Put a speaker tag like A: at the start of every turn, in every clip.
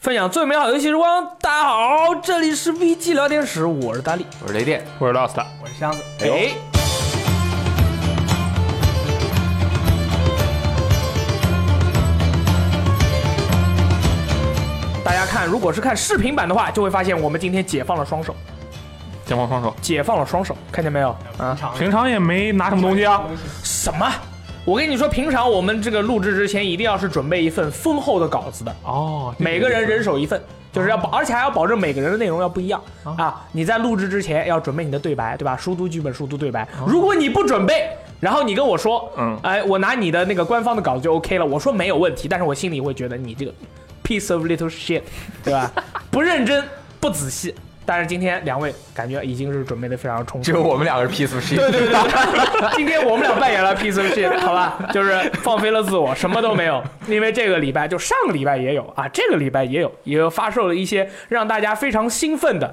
A: 分享最美好游戏时光，大家好，这里是 VG 聊天室，我是大力，
B: 我是雷电，
C: 我是 Lost，
A: 我是箱子。
B: 哎，
A: 大家看，如果是看视频版的话，就会发现我们今天解放了双手，
C: 解放双手。
A: 解放了双手，看见没有？啊，
C: 平常也没拿什么东西啊，
A: 什么？我跟你说，平常我们这个录制之前，一定要是准备一份丰厚的稿子的，
C: 哦，
A: 每个人人手一份，就是要保，而且还要保证每个人的内容要不一样啊！你在录制之前要准备你的对白，对吧？熟读剧本，熟读对白。如果你不准备，然后你跟我说，
C: 嗯
A: 哎，我拿你的那个官方的稿子就 OK 了，我说没有问题，但是我心里会觉得你这个 piece of little shit，对吧？不认真，不仔细。但是今天两位感觉已经是准备的非常充
B: 只
A: 分
B: 有
A: 了，
B: 我们两个人 piece of shit。对对对，
A: 今天我们俩扮演了 piece of shit，好吧，就是放飞了自我，什么都没有。因为这个礼拜就上个礼拜也有啊，这个礼拜也有，也发售了一些让大家非常兴奋的，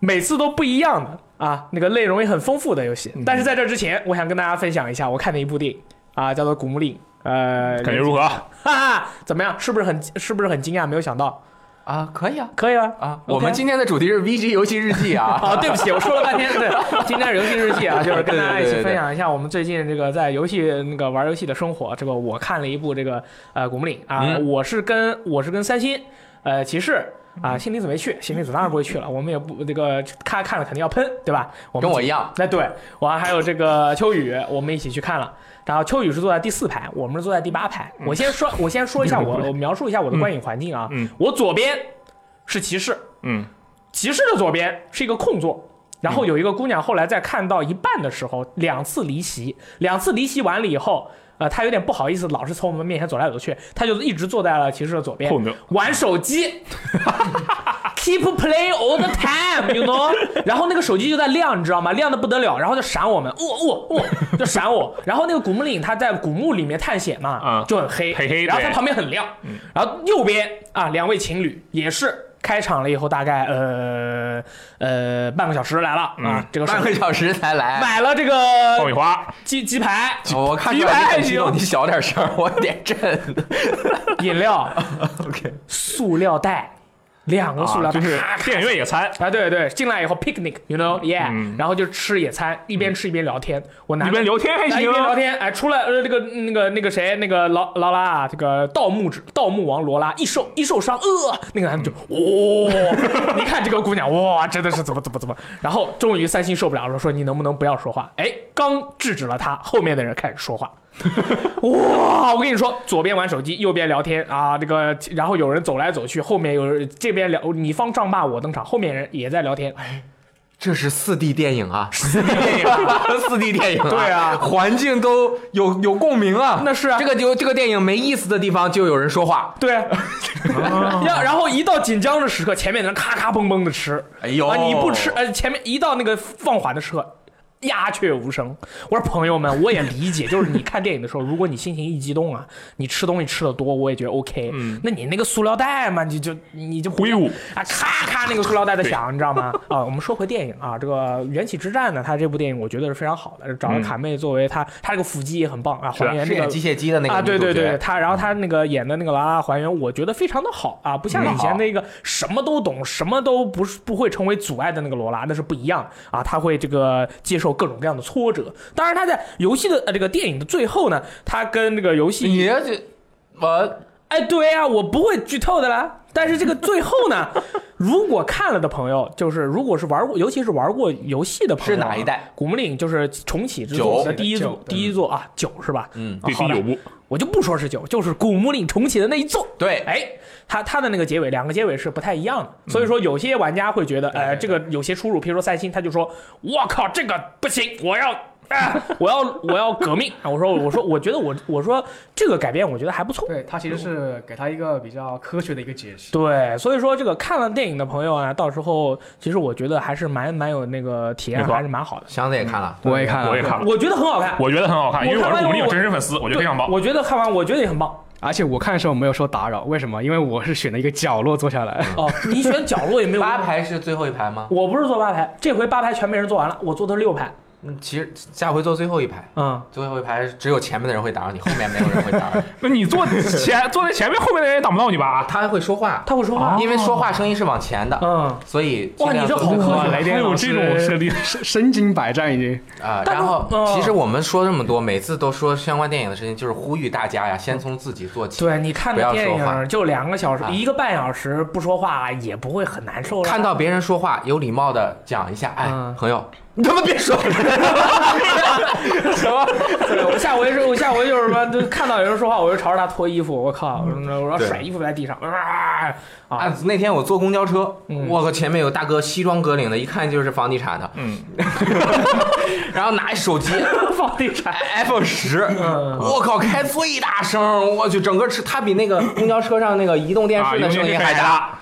A: 每次都不一样的啊，那个内容也很丰富的游戏。但是在这之前，我想跟大家分享一下我看的一部电影啊，叫做《古墓丽影》。呃，
C: 感觉如何？
A: 哈哈，怎么样？是不是很是不是很惊讶？没有想到，
B: 啊，可以啊
A: 可以啊
B: 啊！
A: OK
B: 我们今天的主题是 VG 游戏日记 啊。
A: 啊，对不起，我说了半天。对，今天是游戏日记啊，就是跟大家一
B: 对对对
A: 起
B: 对
A: 分享一下我们最近这个在游戏那个玩游戏的生活。这个我看了一部这个呃《古墓丽影》啊，
B: 嗯
A: 我是跟我是跟三星呃骑士。啊，心理组没去，心理组当然不会去了。我们也不这个看看了肯定要喷，对吧？我们
B: 跟我一样，
A: 哎，对，我还有这个秋雨，我们一起去看了。然后秋雨是坐在第四排，我们是坐在第八排。
B: 嗯
A: 我先说，我先说一下 我我描述一下我的观影环境啊。
C: 嗯
A: 我左边是骑士，
C: 嗯，
A: 骑士的左边是一个空座，然后有一个姑娘后来在看到一半的时候两次离席，两次离席完了以后，呃，她有点不好意思，老是从我们面前走来走去，她就一直坐在了骑士的左边
C: 碰着
A: 玩手机。Keep play all the time, you know 。然后那个手机就在亮，你知道吗？亮的不得了，然后就闪我们，哦哦哦，就闪我。 然后那个古墓丽影，它在古墓里面探险嘛，
B: 啊
C: 嗯
A: 就很黑，
C: 黑黑
A: 然后
C: 对
A: 它旁边很亮，
B: 嗯
A: 然后右边啊，两位情侣也是开场了以后，大概呃呃半个小时来了啊，
C: 嗯
A: 这个手
B: 半个小时才来。
A: 买了这
C: 爆米
A: 个
C: 花，
A: 鸡鸡排、
B: 哦我看
A: 鸡
B: 出
A: 排
B: 来
A: 还
B: 你很激动，
A: 行
B: 你小点声，我点震。
A: 饮料、
B: OK，
A: 塑料袋，两个塑料
C: 啊
A: 袋，
C: 就是电影院野餐，
A: 啊，对对，进来以后 picnic，you know，yeah，、
C: 嗯
A: 然后就吃野餐，一边吃一边聊天。我拿
C: 一边聊天 还
A: 哎一
C: 行
A: 边，聊天，哎，出来呃，这个那个那个谁，那个劳劳拉啊，这个盗墓之盗墓王罗拉一受一受伤，呃，那个男的就哇、你看这个姑娘哇，真的是怎么怎么怎么，然后终于三星受不了了，说你能不能不要说话？哎，刚制止了他，后面的人开始说话。哇！我跟你说，左边玩手机，右边聊天啊，这个，然后有人走来走去，后面有人这边聊，你方丈罢我登场，后面人也在聊天，哎
B: 这是四 D 电影啊，四 D 电影， 四 D 电影。
A: 对啊
B: 环境都有有共鸣啊。
A: 那是啊
B: 这个就这个电影没意思的地方，就有人说话。
A: 对，啊 要然后一到紧张的时刻，前面的人咔咔嘣嘣的吃，
B: 哎呦
A: 啊，你不吃，呃，前面一到那个放缓的时刻。鸦雀无声。我说朋友们，我也理解，就是你看电影的时候，如果你心情一激动啊，你吃东西吃的多，我也觉得 OK。嗯，那你那个塑料袋嘛，你就你就
C: 挥舞
A: 啊，咔咔那个塑料袋在响，你知道吗？ 啊，我们说回电影啊，这个《缘起之战》呢，它这部电影我觉得是非常好的，找了卡妹作为她，她这个腹肌也很棒啊，还原
B: 是
A: 这个
B: 演机械姬的那个
A: 啊，对
B: 女主
A: 对对，
B: 角嗯
A: 对，他然后他那个演的那个劳拉还原，我觉得非常的好啊，不
B: 嗯
A: 像以前那个什么都懂、什么都不是不会成为阻碍的那个罗拉，那是不一样啊，他会这个接受各种各样的挫折。当然，他在游戏的呃这个电影的最后呢，他跟那个游戏
B: 你这我
A: 哎，对啊，我不会剧透的啦。但是这个最后呢， 如果看了的朋友，就是如果是玩过，尤其是玩过游戏的朋友啊，
B: 是哪一代
A: 古墓丽影就是重启之作
B: 九
A: 的第一
D: 九
A: 座，第一座啊，九是吧？
B: 嗯
A: 啊
C: 必
A: 好
C: 须
A: 的
C: 有不？
A: 我就不说是九，就是古墓丽影重启的那一座。
B: 对
A: 哎，它它的那个结尾，两个结尾是不太一样
C: 嗯
A: 的，所以说有些玩家会觉得，呃，这个有些出入，譬如说三星，他就说，我靠，这个不行，我要。啊！ 我要我要革命！啊我说我说我觉得我我说这个改编我觉得还不错，
D: 对他其实是给他一个比较科学的一个解释。
A: 对，所以说这个看了电影的朋友啊，到时候其实我觉得还是蛮蛮有那个体验，
C: 没错
A: 还是蛮好的。
B: 箱子也看了，
D: 我也看
C: 我也看了，
A: 我觉得很好看，
C: 我觉得很好看，因为
A: 我看
C: 我
A: 完
C: 是
A: 以后
C: 古墓丽影
A: 我
C: 真实粉丝，我觉得
A: 对
C: 非常棒。
A: 我觉得看完我觉得也很棒。
D: 而且我看的时候没有说打扰，为什么？因为我是选了一个角落坐下
C: 嗯
D: 来。
A: 哦，你选角落也没有
B: 八，排是最后一排吗？
A: 我不是坐八排，这回八排全被人坐完了，我坐的是六排。
B: 嗯，其实下回坐最后一排，
A: 嗯，
B: 最后一排只有前面的人会打扰你，后面没有人会打 扰你。
C: 那你坐前坐在前面，后面的人也挡不到你 吧？
B: 他还会说话，
A: 他会说话，哦
B: 因为说话声音是往前的，
A: 嗯，
B: 所以
A: 哇
B: 尽量
A: 你这
B: 坐
A: 好
B: 最后
A: 科
B: 一
A: 学
B: 排
A: 啊
C: 还有这种设定，
D: 身身经百战已经。
B: 啊，
A: 但
B: 然后
A: 嗯
B: 其实我们说这么多，每次都说相关电影的事情，就是呼吁大家呀，先从自己做起。
A: 对你看
B: 不
A: 个
B: 要
A: 电
B: 说话
A: 影就两个小时
B: 啊，
A: 一个半小时不说话啊也不会很难受了。
B: 看到别人说话，有礼貌的讲一下，哎
A: 嗯，
B: 朋友，你他妈别说，
A: 什么？对我下回是，我下回就是什么，就看到有人说话，我就朝着他脱衣服，我靠，我说我要
B: 对
A: 甩衣服在地上，啊啊！
B: 啊，那天我坐公交车，
A: 嗯
B: 我靠，前面有大哥西装革领的，一看就是房地产的，
C: 嗯，
B: 然后拿一手机哎
A: 房地产，
B: iPhone 十，
A: 嗯
B: 我靠，开最大声，我去，整个车它比那个公交车上那个移动电
C: 啊，
B: 视
C: 有
B: 的声音
C: 些
B: 还
C: 海
B: 大。
C: 大，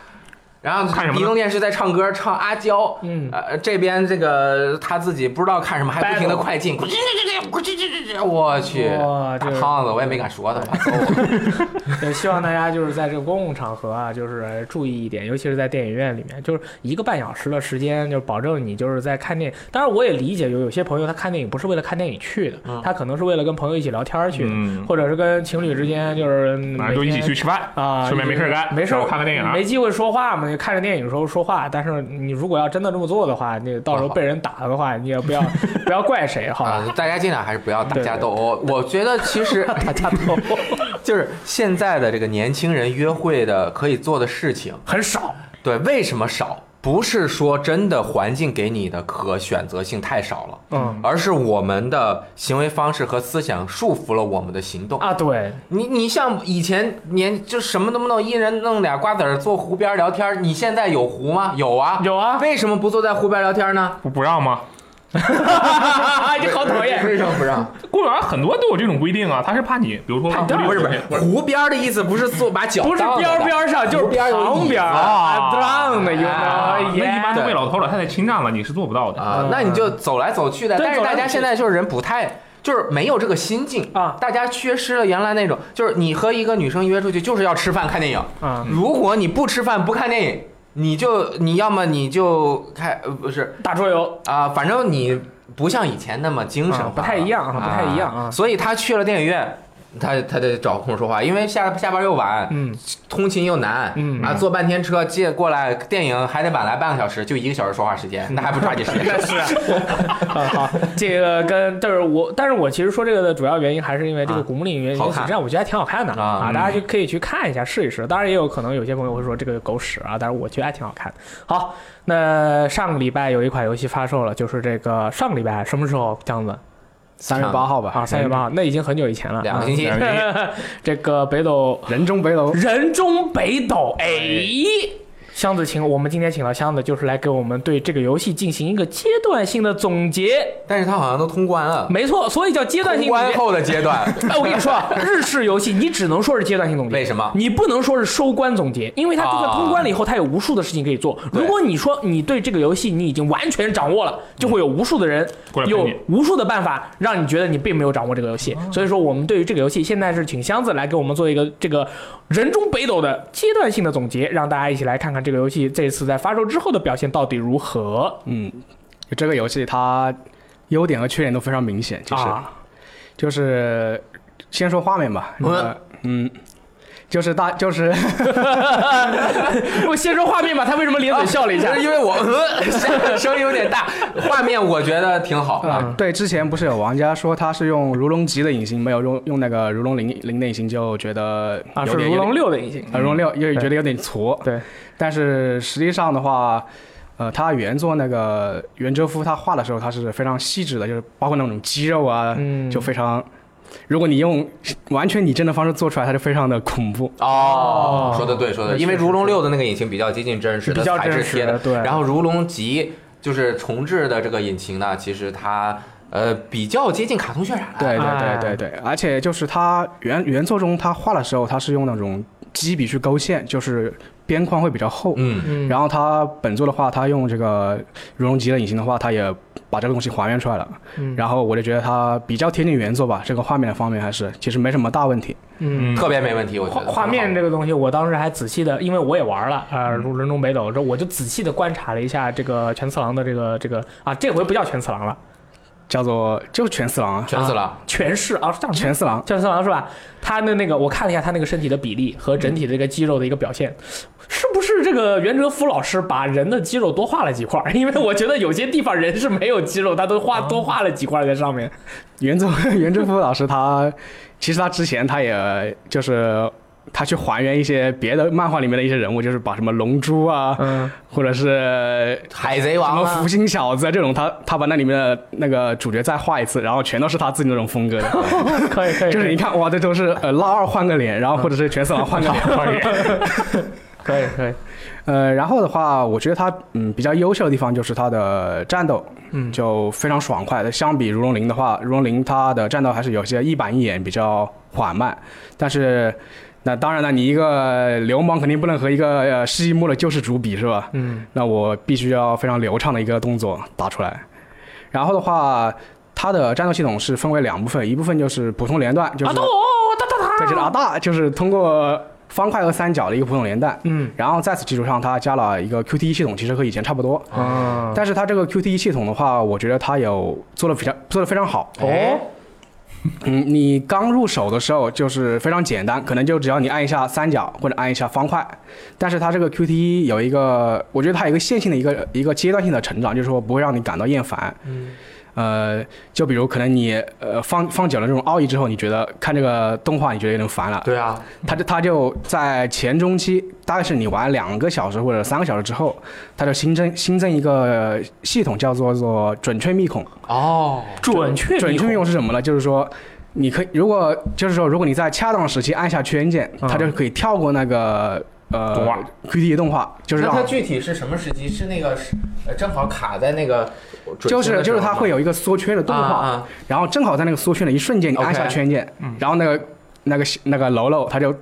B: 然后
C: 看什么呢
B: 移动电视在唱歌，唱阿娇，
A: 嗯
B: 呃，这边这个他自己不知道看什么，还不停的快进，咕叽叽叽叽咕叽叽叽叽，我去，
A: 哇
B: 大
A: 这
B: 胖子，我也没敢说他，怕揍我。
A: 也希望大家就是在这个公共场合啊，就是注意一点，尤其是在电影院里面，就是一个半小时的时间，就保证你就是在看电影。当然，我也理解有有些朋友他看电影不是为了看电影去的，他可能是为了跟朋友一起聊天儿去的，
C: 嗯
A: 或者是跟情侣之间就是
C: 反正就
A: 嗯每
C: 一起
A: 天
C: 去吃饭
A: 啊，
C: 顺便没事儿干，
A: 没事儿
C: 然后看个电影，啊
A: 没机会说话嘛，就看着电影的时候说话。但是你如果要真的这么做的话，你到时候被人打的话，你也不 要不要怪谁，好吧？
B: 啊，大家尽量还是不要打架
A: 对
B: 斗殴。我觉得其实
A: 大家都
B: 就是现在的这个年轻人约会的可以做的事情，
A: 很少，
B: 对，为什么少？不是说真的环境给你的可选择性太少了，
A: 嗯
B: 而是我们的行为方式和思想束缚了我们的行动。
A: 啊， 对，
B: 你你像以前年就什么都不弄，一人弄俩瓜子儿坐湖边儿聊天儿。你现在有湖吗？有啊，
A: 有啊
B: 为什么不坐在湖边儿聊天呢？
C: 不不让吗？
A: 你哎好讨厌，
B: 为什么 不让？
C: 公园很多都有这种规定啊，他是怕你，比如说
A: 怕
C: 不
A: 你
B: 不是不是，湖边儿的意思不是坐把脚
A: 不是
B: 当着
A: 边
B: 的
A: 边上，就
B: 湖
A: 是
B: 边有椅
A: 旁
B: 子
A: 边儿
C: 啊
A: ，around you
B: 啊
A: know，哎
C: 那一般都
B: 对
C: 被老头老太太侵占了，你是做不到的。
B: 啊
A: 嗯，
B: 那你就走来走去的。
A: 对
B: 但是
A: 走来
B: 大
A: 走
B: 家
A: 去
B: 现在就是人不太。就是没有这个心境
A: 啊
B: 大家缺失了原来那种，就是你和一个女生约出去就是要吃饭看电影，
A: 啊，
B: 如果你不吃饭不看电影，你就你要么你就开呃不是
A: 打桌游，
B: 啊，反正你不像以前那么精神化了、
A: 啊不太一样啊不太一样啊
B: 所以他去了电影院，他他得找空说话，因为下下班又晚，
A: 嗯，
B: 通勤又难，
A: 嗯
B: 啊，坐半天车接过来，电影还得晚来半个小时，就一个小时说话时间，那还不抓紧时 间？
A: 是啊，啊好，这个跟但是我，但是我其实说这个的主要原因还是因为这个
B: 啊
A: 古墓丽影原
B: 好
A: 始
B: 看
A: 战，我觉得还挺好看的
B: 啊
A: 啊，
B: 嗯
A: 大家就可以去看一下试一试。当然也有可能有些朋友会说这个狗屎啊，但是我觉得还挺好看。好，那上个礼拜有一款游戏发售了，就是这个上个礼拜什么时候这样子
D: 三月八号吧，嗯
A: 啊？三月八号，那已经很久以前了，
B: 两个星期
C: 两个星期
A: 啊。 这个北斗
D: 人中北斗，
A: 人中北斗，哎。箱子请我们今天请到箱子，就是来给我们对这个游戏进行一个阶段性的总结。
B: 但是他好像都通关了，
A: 没错，所以叫阶段
B: 通
A: 性总
B: 关
A: 结。
B: 后的阶 段，
A: 哎，我跟你说，啊，日式游戏你只能说是阶段性总结，
B: 为什么
A: 你不能说是收官总结，因为它这个
B: 啊
A: 通关了以后，它有无数的事情可以做。
B: 对
A: 如果你说你对这个游戏你已经完全掌握了，就会有无数的人
C: 过来喷
A: 有
C: 你
A: 无数的办法让你觉得你并没有掌握这个游戏。所以说，我们对于这个游戏，现在是请箱子来给我们做一个这个人中北斗的阶段性的总结，让大家一起来看看这个游戏这次在发售之后的表现到底如何
D: 嗯，就这个游戏它优点和缺点都非常明显，其实
A: 啊？
D: 就是先说画面吧，那个嗯，就是大就是
A: 我先说画面吧，他为什么咧嘴笑了一下
B: 就？是因为我呃声音有点大，画面我觉得挺好啊。
D: 啊， 对，之前不是有玩家说他是用如龙级的隐形，没有用用那个如龙零零的隐形，就觉得
A: 啊，是
D: 有点
A: 如
D: 有
A: 龙
D: 点
A: 六的引擎。
D: 啊，如龙六也
A: 嗯对
D: 觉得有点挫，
A: 对，
D: 但是实际上的话，呃，他原作那个袁哲夫他画的时候，他是非常细致的，就是包括那种肌肉啊，
A: 嗯
D: 就非常。如果你用完全拟真的方式做出来，它就非常的恐怖。
B: 哦
A: 哦，
B: 说的对，说的对，
A: 是
B: 因为
A: 是
B: 如龙六的那个引擎比较接近真实的，
A: 比较
B: 材质
A: 真实
B: 贴的，
A: 对
B: 然后如龙级就是重置的这个引擎呢，其实它呃比较接近卡通渲染。
A: 哎
D: 对对对对对，而且就是他原原作中他画的时候，他是用那种基笔去勾线，就是边框会比较厚。
B: 嗯，
A: 嗯，
D: 然后他本作的话，他用这个如龙级的引擎的话，他也把这个东西还原出来了。
A: 嗯
D: 然后我就觉得它比较贴近原作吧，这个画面的方面还是其实没什么大问题。
A: 嗯。
C: 嗯
B: 特别没问题，我觉
A: 画
B: 得
A: 画面
B: 这
A: 这个东西，我当时还仔细的，因为我也玩了，呃，如人中北斗之后，我就仔细的观察了一下这个全次郎的这个这个啊，这回不叫全次郎了，
D: 叫做就是全四郎啊，
B: 全死了。
A: 全是啊，是这样
D: 全四郎，
A: 叫三郎是吧？他的那个，我看了一下他那个身体的比例和整体的这个肌肉的一个表现，是不是这个袁哲夫老师把人的肌肉多画了几块儿？ 因为我觉得有些地方人是没有肌肉，他都画多画了几块儿在上面。
D: 袁 周袁周夫老师他其实他之前他也就是。他去还原一些别的漫画里面的一些人物，就是把什么龙珠啊，
A: 嗯，
D: 或者是
B: 海贼
D: 什
B: 王
D: 么
B: 啊
D: 福，星小子啊这种，他他把那里面的那个主角再画一次，然后全都是他自己那种风格 的，
A: 可以可以，
D: 就是你看哇，这都是呃拉二换个脸，然后或者是全色狼换个脸，换个脸。
A: 可以可以，
D: 呃，然后的话，我觉得他嗯比较优秀的地方就是他的战斗，
A: 嗯
D: 就非常爽快。相比如龙鳞的话，如龙鳞它的战斗还是有些一板一眼，比较缓慢。但是那当然了，你一个流氓肯定不能和一个呃世纪末的救世主比，是吧？
A: 嗯，
D: 那我必须要非常流畅的一个动作打出来。然后的话，它的战斗系统是分为两部分，一部分就是普通连段，就是
A: 啊都哒哒哒，
D: 对，就是阿大，啊就是通过方块和三角的一个普通连段。
A: 嗯
D: 然后在此基础上，它加了一个 QTE 系统，其实和以前差不多。
C: 嗯
A: 啊，
D: 但是它这个 QTE 系统的话，我觉得它有做的非常做的非常好。
A: 哦，
D: 嗯，你刚入手的时候就是非常简单，可能就只要你按一下三角或者按一下方块。但是它这个 QTE 有一个，我觉得它有一个线性的一个一个阶段性的成长，就是说不会让你感到厌烦。
A: 嗯
D: 呃，就比如可能你呃放放久了这种奥义之后，你觉得看这个动画你觉得有点烦了，
B: 对啊，
D: 它就它就在前中期，大概是你玩两个小时或者三个小时之后，它就新增新增一个系统叫做做准确密孔。
B: 哦，
A: 准确
D: 准确密
A: 用
D: 孔是什么呢？就是说，你可以如果就是说，如果你在恰当时期按下圈键，
A: 嗯
D: 它就可以跳过那个呃
C: 动画
D: QTE 动画，就是
B: 那它
D: 让
B: 具体是什么时期？是那个是呃正好卡在那个准确
D: 就是
B: 的时
D: 就
B: 候
D: 是
B: 吗
D: 它会有一个缩圈的动
B: 啊
D: 画，
B: 啊
D: 然后正好在那个缩圈的一瞬间，你
B: OK
D: 按下圈键，然后那个那个那个喽喽它就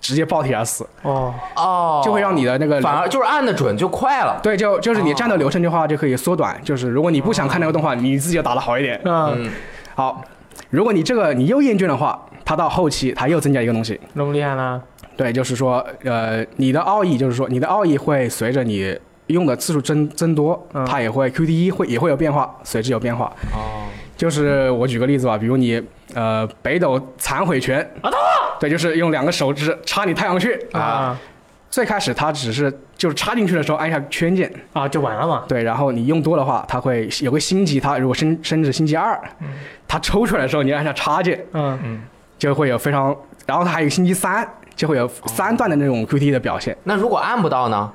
D: 直接爆体而死，
A: 哦，
B: 哦，
D: 就会让你的那个
B: 反而就是按的准就快了。
D: 对，就就是你战斗流程的话就可以缩短，就是如果你不想看那个动画，你自己就打得好一点。
A: 嗯，
B: 嗯，
D: 好，如果你这个你又厌倦的话，它到后期它又增加一个东西，
A: 那么厉害呢？
D: 对，就是说呃你的奥义就是说你的奥义会随着你用的次数增增多
A: 嗯，
D: 它也会 QDE 会也会有变化，随之有变化。
B: 哦，
D: 就是我举个例子吧，比如你呃北斗残毁拳
A: 啊，
D: 对，就是用两个手指插你太阳穴，
A: 啊
D: 最开始它只是就是插进去的时候按下圈键。
A: 啊，就完了嘛？
D: 对，然后你用多的话，它会有个星级，它如果升升至星级二，它抽出来的时候你按下插件，
A: 嗯
D: 就会有非常，然后它还有星级三，就会有三段的那种 QT 的表现，
B: 那如果按不到呢？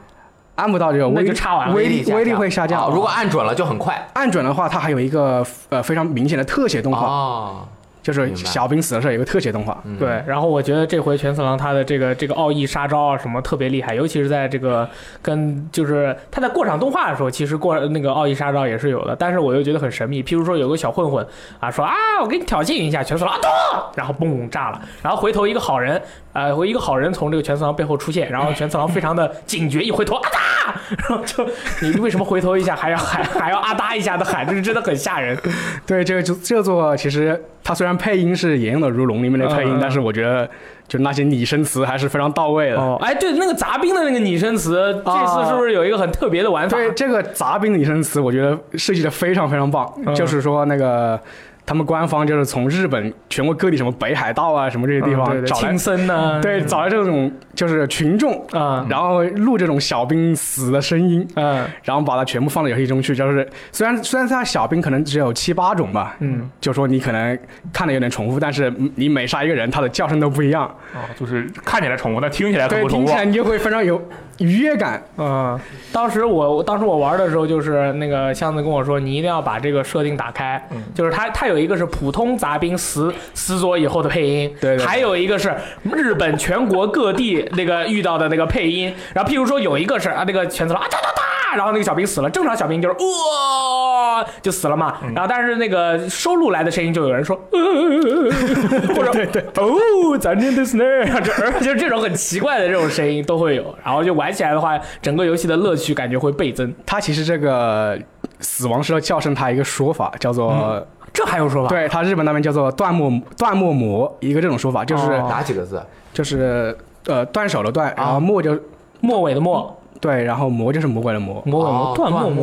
D: 按不到这个
A: 那
D: 威
A: 就
D: 力
A: 插完了
D: 威力
B: 下
D: 威力会下降。
B: 哦如果按准了就很快。
D: 按准的话，它还有一个呃非常明显的特写动画，
B: 哦，
D: 就是
B: 明白
D: 小兵死的时候有一个特写动画。
B: 嗯
A: 对，然后我觉得这回全次郎他的这个这个奥义杀招啊什么特别厉害，尤其是在这个跟就是他在过场动画的时候，其实过那个奥义杀招也是有的，但是我又觉得很神秘。譬如说有个小混混啊说啊我给你挑衅一下，全次郎啊咚，然后嘣炸了，然后回头一个好人呃回一个好人从这个全次郎背后出现，然后全次郎非常的警觉，一回头啊哒，然后就你为什么回头一下还要还还要啊哒一下的喊，这是真的很吓人。
D: 对，这个就这座其实它虽然配音是沿用的《如龙》里面的配音，
A: 嗯嗯嗯
D: 但是我觉得就那些拟声词还是非常到位的。
A: 哦，哎，对，那个杂兵的那个拟声词，这次是不是有一个很特别的玩法？
D: 对这个杂兵的拟声词，我觉得设计的非常非常棒。
A: 嗯
D: 就是说，那个他们官方就是从日本全国各地，什么北海道啊，什么这些地
A: 嗯
D: 方
A: 对啊对
D: 找来
A: 青，森 呢？
D: 对，找来这种就是群众，
A: 啊，
D: 然后录这种小兵死的声音，
A: 嗯
D: 然后把它全部放到游戏中去。就是虽然虽然它小兵可能只有七八种吧，
A: 嗯，
D: 就说你可能看的有点重复，但是你每杀一个人，他的叫声都不一样，
C: 哦，就是看起来宠物，但听起来很
D: 对，
C: 不宠
D: 听
C: 物
D: 起。来你就会非常有愉悦感。
A: 嗯，当时我我当时我玩的时候，就是那个箱子跟我说，你一定要把这个设定打开，就是它它有一个是普通杂兵死死左以后的配音，
D: 对对对
A: 还有一个是日本全国各地那个遇到的那个配音，然后譬如说有一个是啊那个全死了啊哒哒哒，然后那个小兵死了，正常小兵就是哇、就死了嘛，然后但是那个收录来的声音就有人说，呃、 或者
D: 对对
A: 哦，咱这的是那样， 就就是这种很奇怪的这种声音都会有，然后就玩起来的话，整个游戏的乐趣感觉会倍增。
D: 它其实这个死亡时的叫声，它有一个说法叫做、
A: 这还用说吧？，
D: 对，它日本那边叫做断末断末魔，一个这种说
B: 嗯
D: 法，就是、
A: 哦
B: 哪几个字？
D: 就是呃断手的断，然后
B: 啊
D: 末就、
A: 末尾的末，
D: 对，然后魔就是魔鬼的魔，
A: 嬷嬷
B: 哦
A: 断
B: 嬷
A: 嬷嬷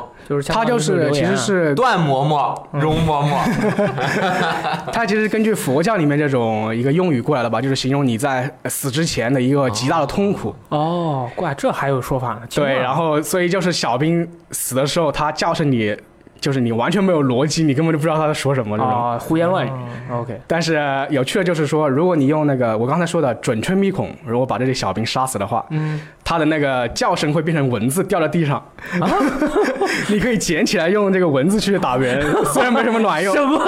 B: 嬷
A: 就是
D: 它就是
A: 啊
D: 其实是
B: 段嬷嬷、
D: 嗯
B: 容嬷 嬷，
D: 它其实根据佛教里面这种一个用语过来的吧，就是形容你在死之前的一个极大的痛苦。
A: 哦，怪这还有说法呢。啊
D: 对，然后所以就是小兵死的时候，他叫声你，就是你完全没有逻辑，你根本就不知道他在说什么这种。
A: 啊，胡言乱语。OK，
D: 但是呃有趣的就是说，如果你用那个我刚才说的准确密孔，如果把这些小兵杀死的话，
A: 嗯，
D: 它的那个叫声会变成文字掉在地上， 你可以捡起来用这个文字去打别人，虽然没什么卵 用。
A: 么？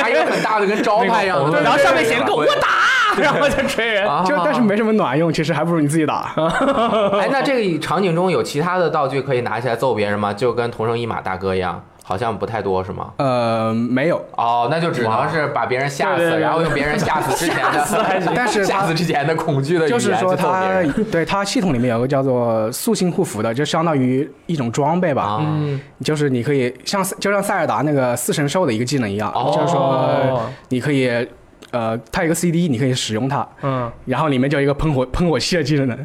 B: 还有很大的跟招牌一 样
A: 对
B: 的，
A: 然后上面写个我
B: 打，
A: 然后就锤人。
B: 啊
D: 就但是没什么卵用，其实还不如你自己打。
B: 哎，那这个场景中有其他的道具可以拿起来揍别人吗？就跟同生一马大哥一样，好像不太多是吗？
D: 呃，没有，
B: 哦，那就只能是把别人吓
A: 对对
B: 死，
A: 对
B: 然后用别人吓死之前的，
D: 但是
B: 吓
D: 它
B: 死之前的恐惧的语言
D: 呃就是说
B: 去揍别
D: 它
B: 人
D: 对它系统里面有个叫做塑性护符的，就相当于一种装备吧。
B: 啊，
A: 嗯，
D: 就是你可以像就像塞尔达那个四神兽的一个技能一样，
B: 哦
D: 就是说你可以呃，它有一个 CD，你可以使用它，
A: 嗯，
D: 然后里面就有一个喷火喷火器的技 能，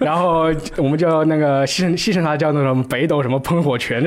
D: 然后我们就那个戏称戏称它叫那种北斗什么喷 火拳，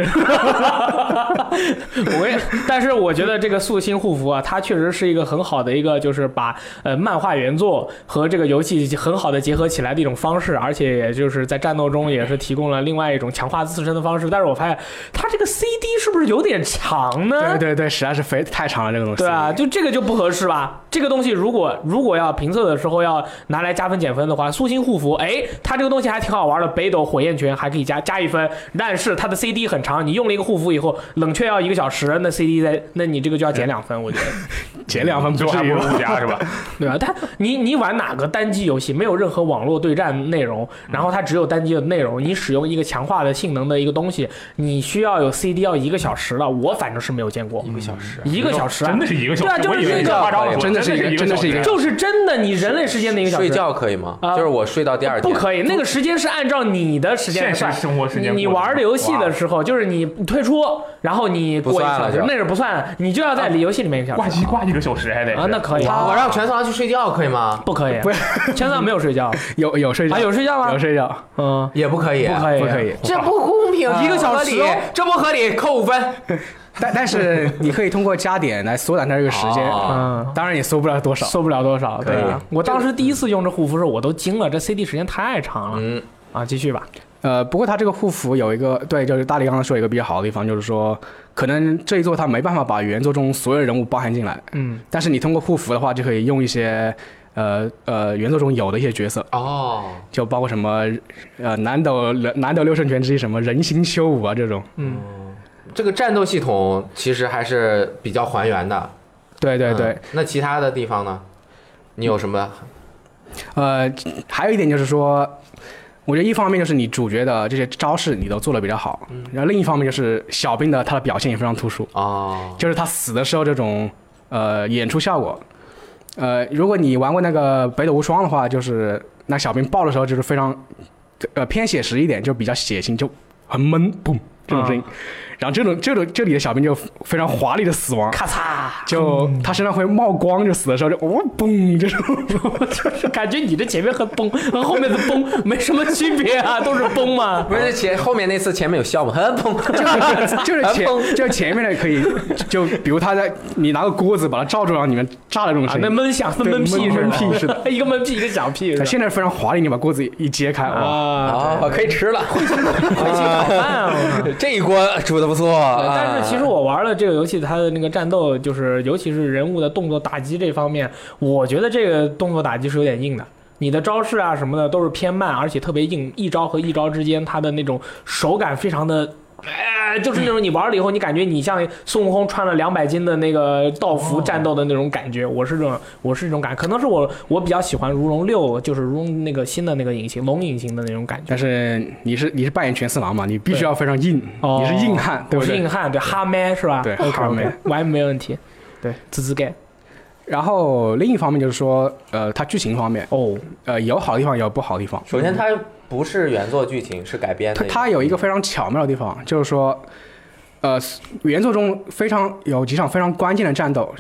A: 我也，但是我觉得这个素心护符啊，它确实是一个很好的一个，就是把呃漫画原作和这个游戏很好的结合起来的一种方式，而且也就是在战斗中也是提供了另外一种强化自身的方式。但是我发现它这个 CD 是不是有点长呢？
D: 对对对，实在是肥太长了这个东西。
A: 对啊，，就这个就不合适吧？这个东西如果如果要评测的时候要拿来加分减分的话，苏心护符，哎，它这个东西还挺好玩的，北斗火焰拳还可以加加一分，但是它的 CD 很长，你用了一个护符以后冷却要一个小时，那 CD 在那你这个就要减两分，我觉得，
D: 减两分
C: 最
D: 不
C: 后还
D: 至
C: 不
D: 于
C: 如
D: 吧？
C: 武侠是吧？
A: 对吧？它你你玩哪个单机游戏没有任何网络对战内容，然后它只有单机的内容，你使用一个强化的性能的一个东西，你需要有 CD 要一个小时了，我反正是没有见过
B: 一个小时
A: 一个小时啊
C: 真的是一个小时，
A: 对啊就是
C: 我以为
A: 那个
C: 你夸张了
D: 真的是一个真的是一个
C: 小时
A: 就是真的，你人类时间的一个小时。
B: 睡觉可以吗？
A: 啊
B: 就是我睡到第二天
A: 不可以，那个时间是按照你的时间
C: 现
A: 算
C: 实。生活时
A: 你
C: 间，
A: 你玩的游戏的时候，就是你退出，然后你过一个小
B: 不算了
A: 时
B: 就，
A: 那是不算，你就要在游戏里面一个小
C: 挂
A: 时
C: 机挂一个小时还得
A: 啊，那 可以，
B: 我让全三郎去睡觉可以吗？
A: 不可以？啊
D: 不
A: 千算没有睡 觉
D: 有有睡觉
A: 啊？有睡觉吗
D: 有？睡觉
A: 嗯，
B: 也不可以，
A: 不可以，啊
D: 不可以。。
B: 这不公平，
A: 一个小时哦
B: 不合理这不合理，扣五分。
D: 但但是你可以通过加点来缩短它这个时间，
B: 哦
A: 嗯，
C: 啊
D: 当然也缩不了多少。
A: 受不了多少，对
B: 可以
A: 吧？我当时第一次用这护肤时，候，我都惊了，这 CD 时间太长了
B: 嗯，
A: 啊！继续吧，
D: 呃，不过它这个护符有一个对，就是大力刚刚说有一个比较好的地方，就是说可能这一座它没办法把原作中所有人物包含进来，
A: 嗯，
D: 但是你通过护符的话，就可以用一些呃呃原作中有的一些角色，
B: 哦，
D: 就包括什么呃南斗南斗六圣拳之一什么人形修武啊这种。
B: 这个战斗系统其实还是比较还原的。
D: 对对对
B: 嗯，那其他的地方呢？你有什么？
D: 呃，还有一点就是说，我觉得一方面就是你主角的这些招式你都做的比较好，然后另一方面就是小兵的他的表现也非常突出，
B: 哦，
D: 就是他死的时候这种呃演出效果。呃，如果你玩过那个《北斗无双》的话，就是那小兵爆的时候就是非常呃偏写实一点，就比较血腥，就很闷，砰这种声音。
A: 啊
D: 然后这种这种这里的小兵就非常华丽的死亡，
A: 咔嚓，
D: 就他身上会冒光，就死的时候就哦嘣这种。
A: 就是感觉你这前面和崩和后面的崩没什么区别啊，都是崩嘛。
B: 不是前后面那次前面有 笑吗？很砰，
D: 就是前
B: 砰
D: 就是前面的可以，就比如他在你拿个锅子把它罩住，然后里面炸的这种
A: 啊
D: 声，
A: 那
D: 音。
A: 闷响跟闷屁
D: 对
A: 似
D: 闷
A: 的，
D: 屁似的
A: 一个闷屁，一个响屁
D: 它
A: 似的。
D: 现在非常华丽，你把锅子一揭开，哇！
A: 啊，
B: 哦，可以吃了，
A: 回去烤饭啊！我靠
B: 这一锅煮的不错。
A: 对
B: 啊
A: 但是其实我玩了这个游戏，它的那个战斗，就是尤其是人物的动作打击这方面，我觉得这个动作打击是有点硬的。你的招式啊什么的都是偏慢，而且特别硬，一招和一招之间它的那种手感非常的。哎，就是那种你玩了以后，你感觉你像孙悟空穿了两百斤的那个道
B: 哦
A: 服战斗的那种感觉，我是这种，我是这种感觉，可能是我我比较喜欢如龙六，就是如龙那个新的那个隐形龙隐形的那种感觉。
D: 但是你是你是扮演全四郎嘛，你必须
A: 对
D: 要非常硬，
A: 哦
D: 你是硬汉，对
A: 我
D: 不
A: 是
D: 对？
A: 硬汉，对哈麦是吧？
D: 对
A: OK，
D: 哈麦
A: OK，完全没问题。对，滋滋盖
D: 然后另一方面就是说，呃，它剧情方面，
A: 哦，
D: 呃，有好的地方，也有不好的地方。
B: 首先它不是原作剧情，是改编
D: 它
B: 的。
D: 它有一个非常巧妙的地方，就是说，呃，原作中非常有几场非常关键的战斗，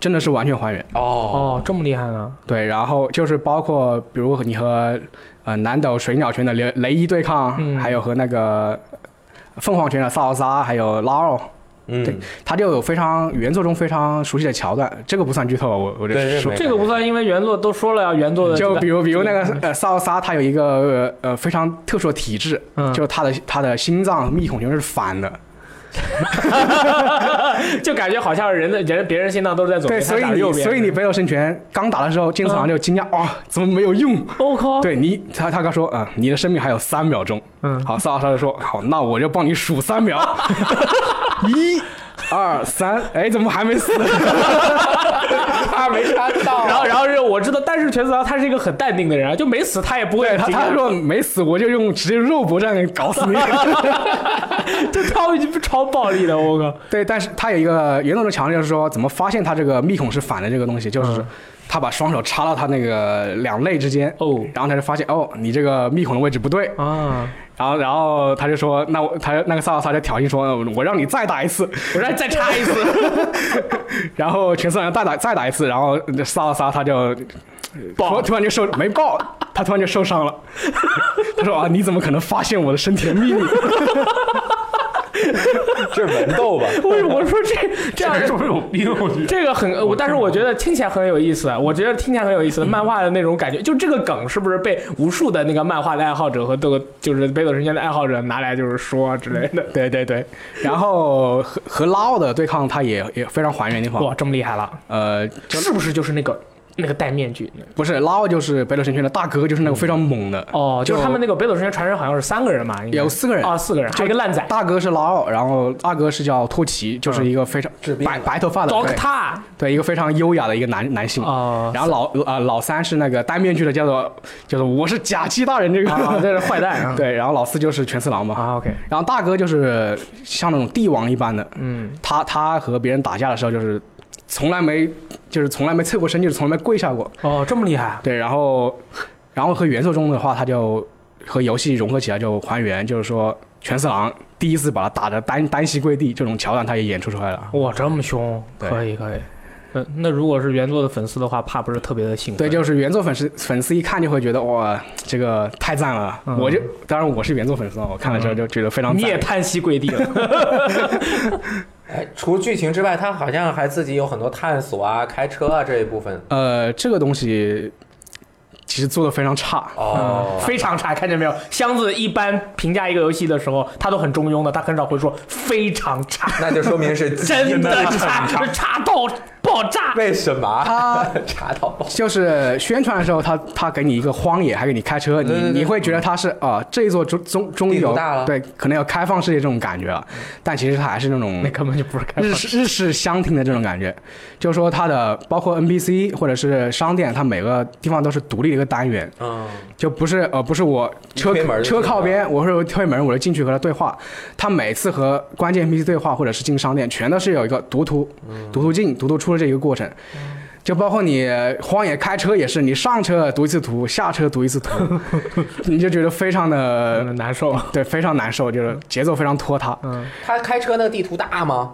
D: 真的是完全还原。
B: 哦
A: 哦，这么厉害呢？
D: 对，然后就是包括比如你和呃南斗水鸟拳的雷雷伊对抗，
A: 嗯
D: 还有和那个凤凰拳的萨奥莎，还有拉奥，
B: 嗯，
D: 对他就有非常原作中非常熟悉的桥段，这个不算剧透，啊我我
B: 对
D: 这说
B: 没。
A: 这个不算，因为原作都说了呀，原作的
D: 就
A: 这个
D: 比如比如那个呃萨奥莎，他有一个呃呃非常特殊的体质，
A: 嗯
D: 就他的他的心脏密孔全是反的，
A: 就感觉好像人的人别人心脏都是在左
D: 对，
A: 边，
D: 所以
A: 他打
D: 你
A: 右边。嗯
D: 所以你北斗神拳刚打的时候，经常就惊讶哇、怎么没有用？
A: 我靠，
D: 对你，他他刚说啊、你的生命还有三秒钟。
A: 嗯
D: 好，萨奥莎就说好，那我就帮你数三秒， 一、二、三，哎，怎么还 没死？
B: 他没看 到，
A: 然后然后是我知道，但是全子堂他是一个很淡定的人啊，就没死他也不会
D: 对他
A: 惊讶
D: 他说 没死，我就用直接肉搏战搞死你。
A: 这超超暴力的，我靠！
D: 对，但是他有一个原动的强调，就是说怎么发现他这个密孔是反的这个东西，就是
A: 嗯
D: 他把双手插到他那个两肋之间，
A: 哦
D: 然后他就发现哦，你这个密孔的位置不对，
A: 啊！
D: 然后，然后他就说，那我他那个萨瓦萨就挑衅说，呃我让你再打一次，
A: 我让你再插一次，
D: 然后全四人再打再打一次，然后萨瓦萨他就呃突
A: 爆
D: 突然就受没爆，他突然就受伤了。 他说啊，你怎么可能发现我的身体 的秘密？
B: 这是文斗吧？
A: 为什么我说这这
C: 这
A: 样
C: 人
A: 人
C: 是不是有病？我去，
A: 这个很，呃我嗯但是我觉得听起来很有意思，我觉得听起来很有意思。漫画的那种感觉，就这个梗是不是被无数的那个漫画的爱好者和这个就是北斗神拳的爱好者拿来就是说之类的？
D: 对对对，然后和和拉奥的对抗，他也也非常还原地方。
A: 哇，这么厉害了，
D: 呃，就是
A: 不是就是那个那个戴面具？
D: 不是拉奥就是北斗神拳的大哥，就是那个非常猛的。
A: 哦，就是
D: 就
A: 他们那个北斗神拳传人好像是三个人嘛，应该
D: 有四个人
A: 啊，四个人，还有一个烂仔
D: 大哥是拉奥，然后二哥是叫托奇，就是一个非常
B: 治病
D: 白
B: 的
D: 白头发的对
A: Doctor
D: 对，一个非常优雅的一个男男性。
A: 啊，
D: 然后老呃老三是那个戴面具的，叫做叫做我是假期大人这个，
A: 啊，这是坏蛋啊，
D: 对，然后老四就是全次郎嘛，
A: 啊，OK，
D: 然后大哥就是像那种帝王一般的，
A: 嗯，
D: 他他和别人打架的时候就是从来没就是从来没侧过身，就是从来没跪下过，
A: 哦，这么厉害，
D: 对，然后然后和原作中的话，他就和游戏融合起来就还原，就是说全次郎第一次把他打的单单膝跪地这种桥段，他也演出出来了。
A: 哇，这么凶，
D: 对
A: 可以可以。那那如果是原作的粉丝的话，怕不是特别的兴奋。
D: 对，就是原作粉丝粉丝一看就会觉得哇，这个太赞了！
A: 嗯
D: 我就当然我是原作粉丝啊，我看了之后就觉得非常
A: 你也
D: 赞。
A: 叹息跪地了。
B: 哎，除剧情之外，他好像还自己有很多探索啊、开车啊这一部分。
D: 呃，这个东西其实做的非常差。嗯
B: 哦，
A: 非常差，看见没有？箱子一般评价一个游戏的时候，他都很中庸的，他很少会说非常差，
B: 那就说明是
A: 真的差，
B: 真的
A: 是差到爆炸。
B: 为什么？
D: 他
B: 查到爆，
D: 就是宣传的时候，他他给你一个荒野，还给你开车，你
B: 对对对
D: 你会觉得他是啊、这一座终终终于
B: 地图
D: 有
B: 大了
D: 对，可能有开放世界这种感觉了，但其实他还是那种
A: 那根本就不是开
D: 日
A: 放。
D: 式日式相听的这种感觉，就是说它的包括 NPC 或者是商店，它每个地方都是独立的一个单元，
B: 嗯，
D: 就不是呃不是我车
B: 推门就
D: 车
B: 进去
D: 靠
B: 了
D: 边，我是推门我就进去和他对话，他每次和关键 NPC 对话或者是进商店，全都是有一个读图、
B: 嗯
D: 读图进、读图出的这一个过程。就包括你荒野开车也是，你上车读一次图，下车读 一次图，你就觉得非常的
A: 嗯难受，
D: 对，非常难受，就是节奏非常拖沓，
A: 嗯，
B: 他开车那个地图大吗？